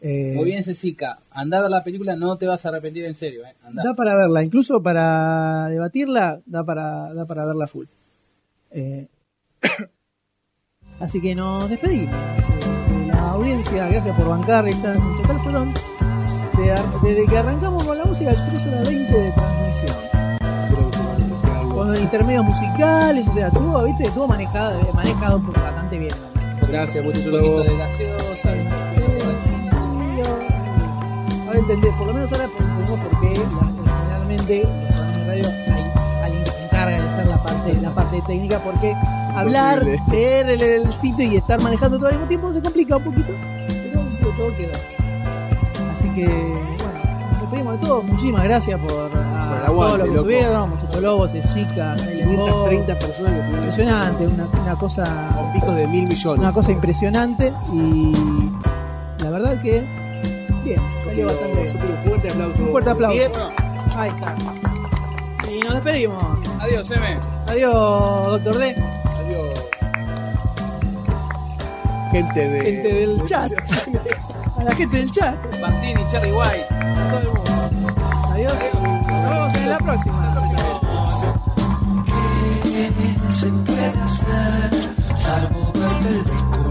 Speaker 2: Eh,
Speaker 4: Muy bien, Cecica, anda a ver la película, no te vas a arrepentir en serio, eh. Andá.
Speaker 2: Da para verla, incluso para debatirla, da para, da para verla full. Eh, así que nos despedimos de la audiencia. Gracias por bancar esta en total fueron de ar- desde que arrancamos con la música, 3 horas 20 de transmisión.
Speaker 3: Creo que se va a empezar algo.
Speaker 2: Con intermedios musicales, o sea, estuvo, ¿viste? estuvo manejado, eh, manejado por- bastante bien.
Speaker 3: Gracias, muchachos.
Speaker 4: Un poquito de gaseosa, un poquito de gallina.
Speaker 2: Ahora entendés, por lo menos ahora entendemos por qué la- generalmente en la radio hay alguien que se encarga de hacer la parte, la parte técnica, porque hablar,
Speaker 3: Horrible.
Speaker 2: leer el, el sitio y estar manejando todo al mismo tiempo se complica un poquito, pero digo, todo queda. Así que, bueno, nos despedimos de todos. Muchísimas gracias por, a
Speaker 3: Por el
Speaker 2: todos
Speaker 3: aguante,
Speaker 2: los que
Speaker 3: loco.
Speaker 2: estuvieron, Muchacho Lobo, Cecica, Silent Bob.
Speaker 3: 530 personas que tuvieron
Speaker 2: Impresionante, una, una cosa
Speaker 3: con picos de mil millones.
Speaker 2: una cosa impresionante y la verdad que bien, salió bastante bien.
Speaker 3: Un fuerte aplauso.
Speaker 2: Un fuerte aplauso.
Speaker 3: Bien.
Speaker 2: Ahí está. Y nos despedimos.
Speaker 4: Adiós, M.
Speaker 2: Adiós, doctor D,
Speaker 3: Adiós. Gente de.
Speaker 2: gente del chat. A la gente del chat,
Speaker 4: Bassini, Cherry White.
Speaker 2: a todo el mundo. Adiós. Nos vemos en la próxima.
Speaker 15: se puede hacer, salvo verme el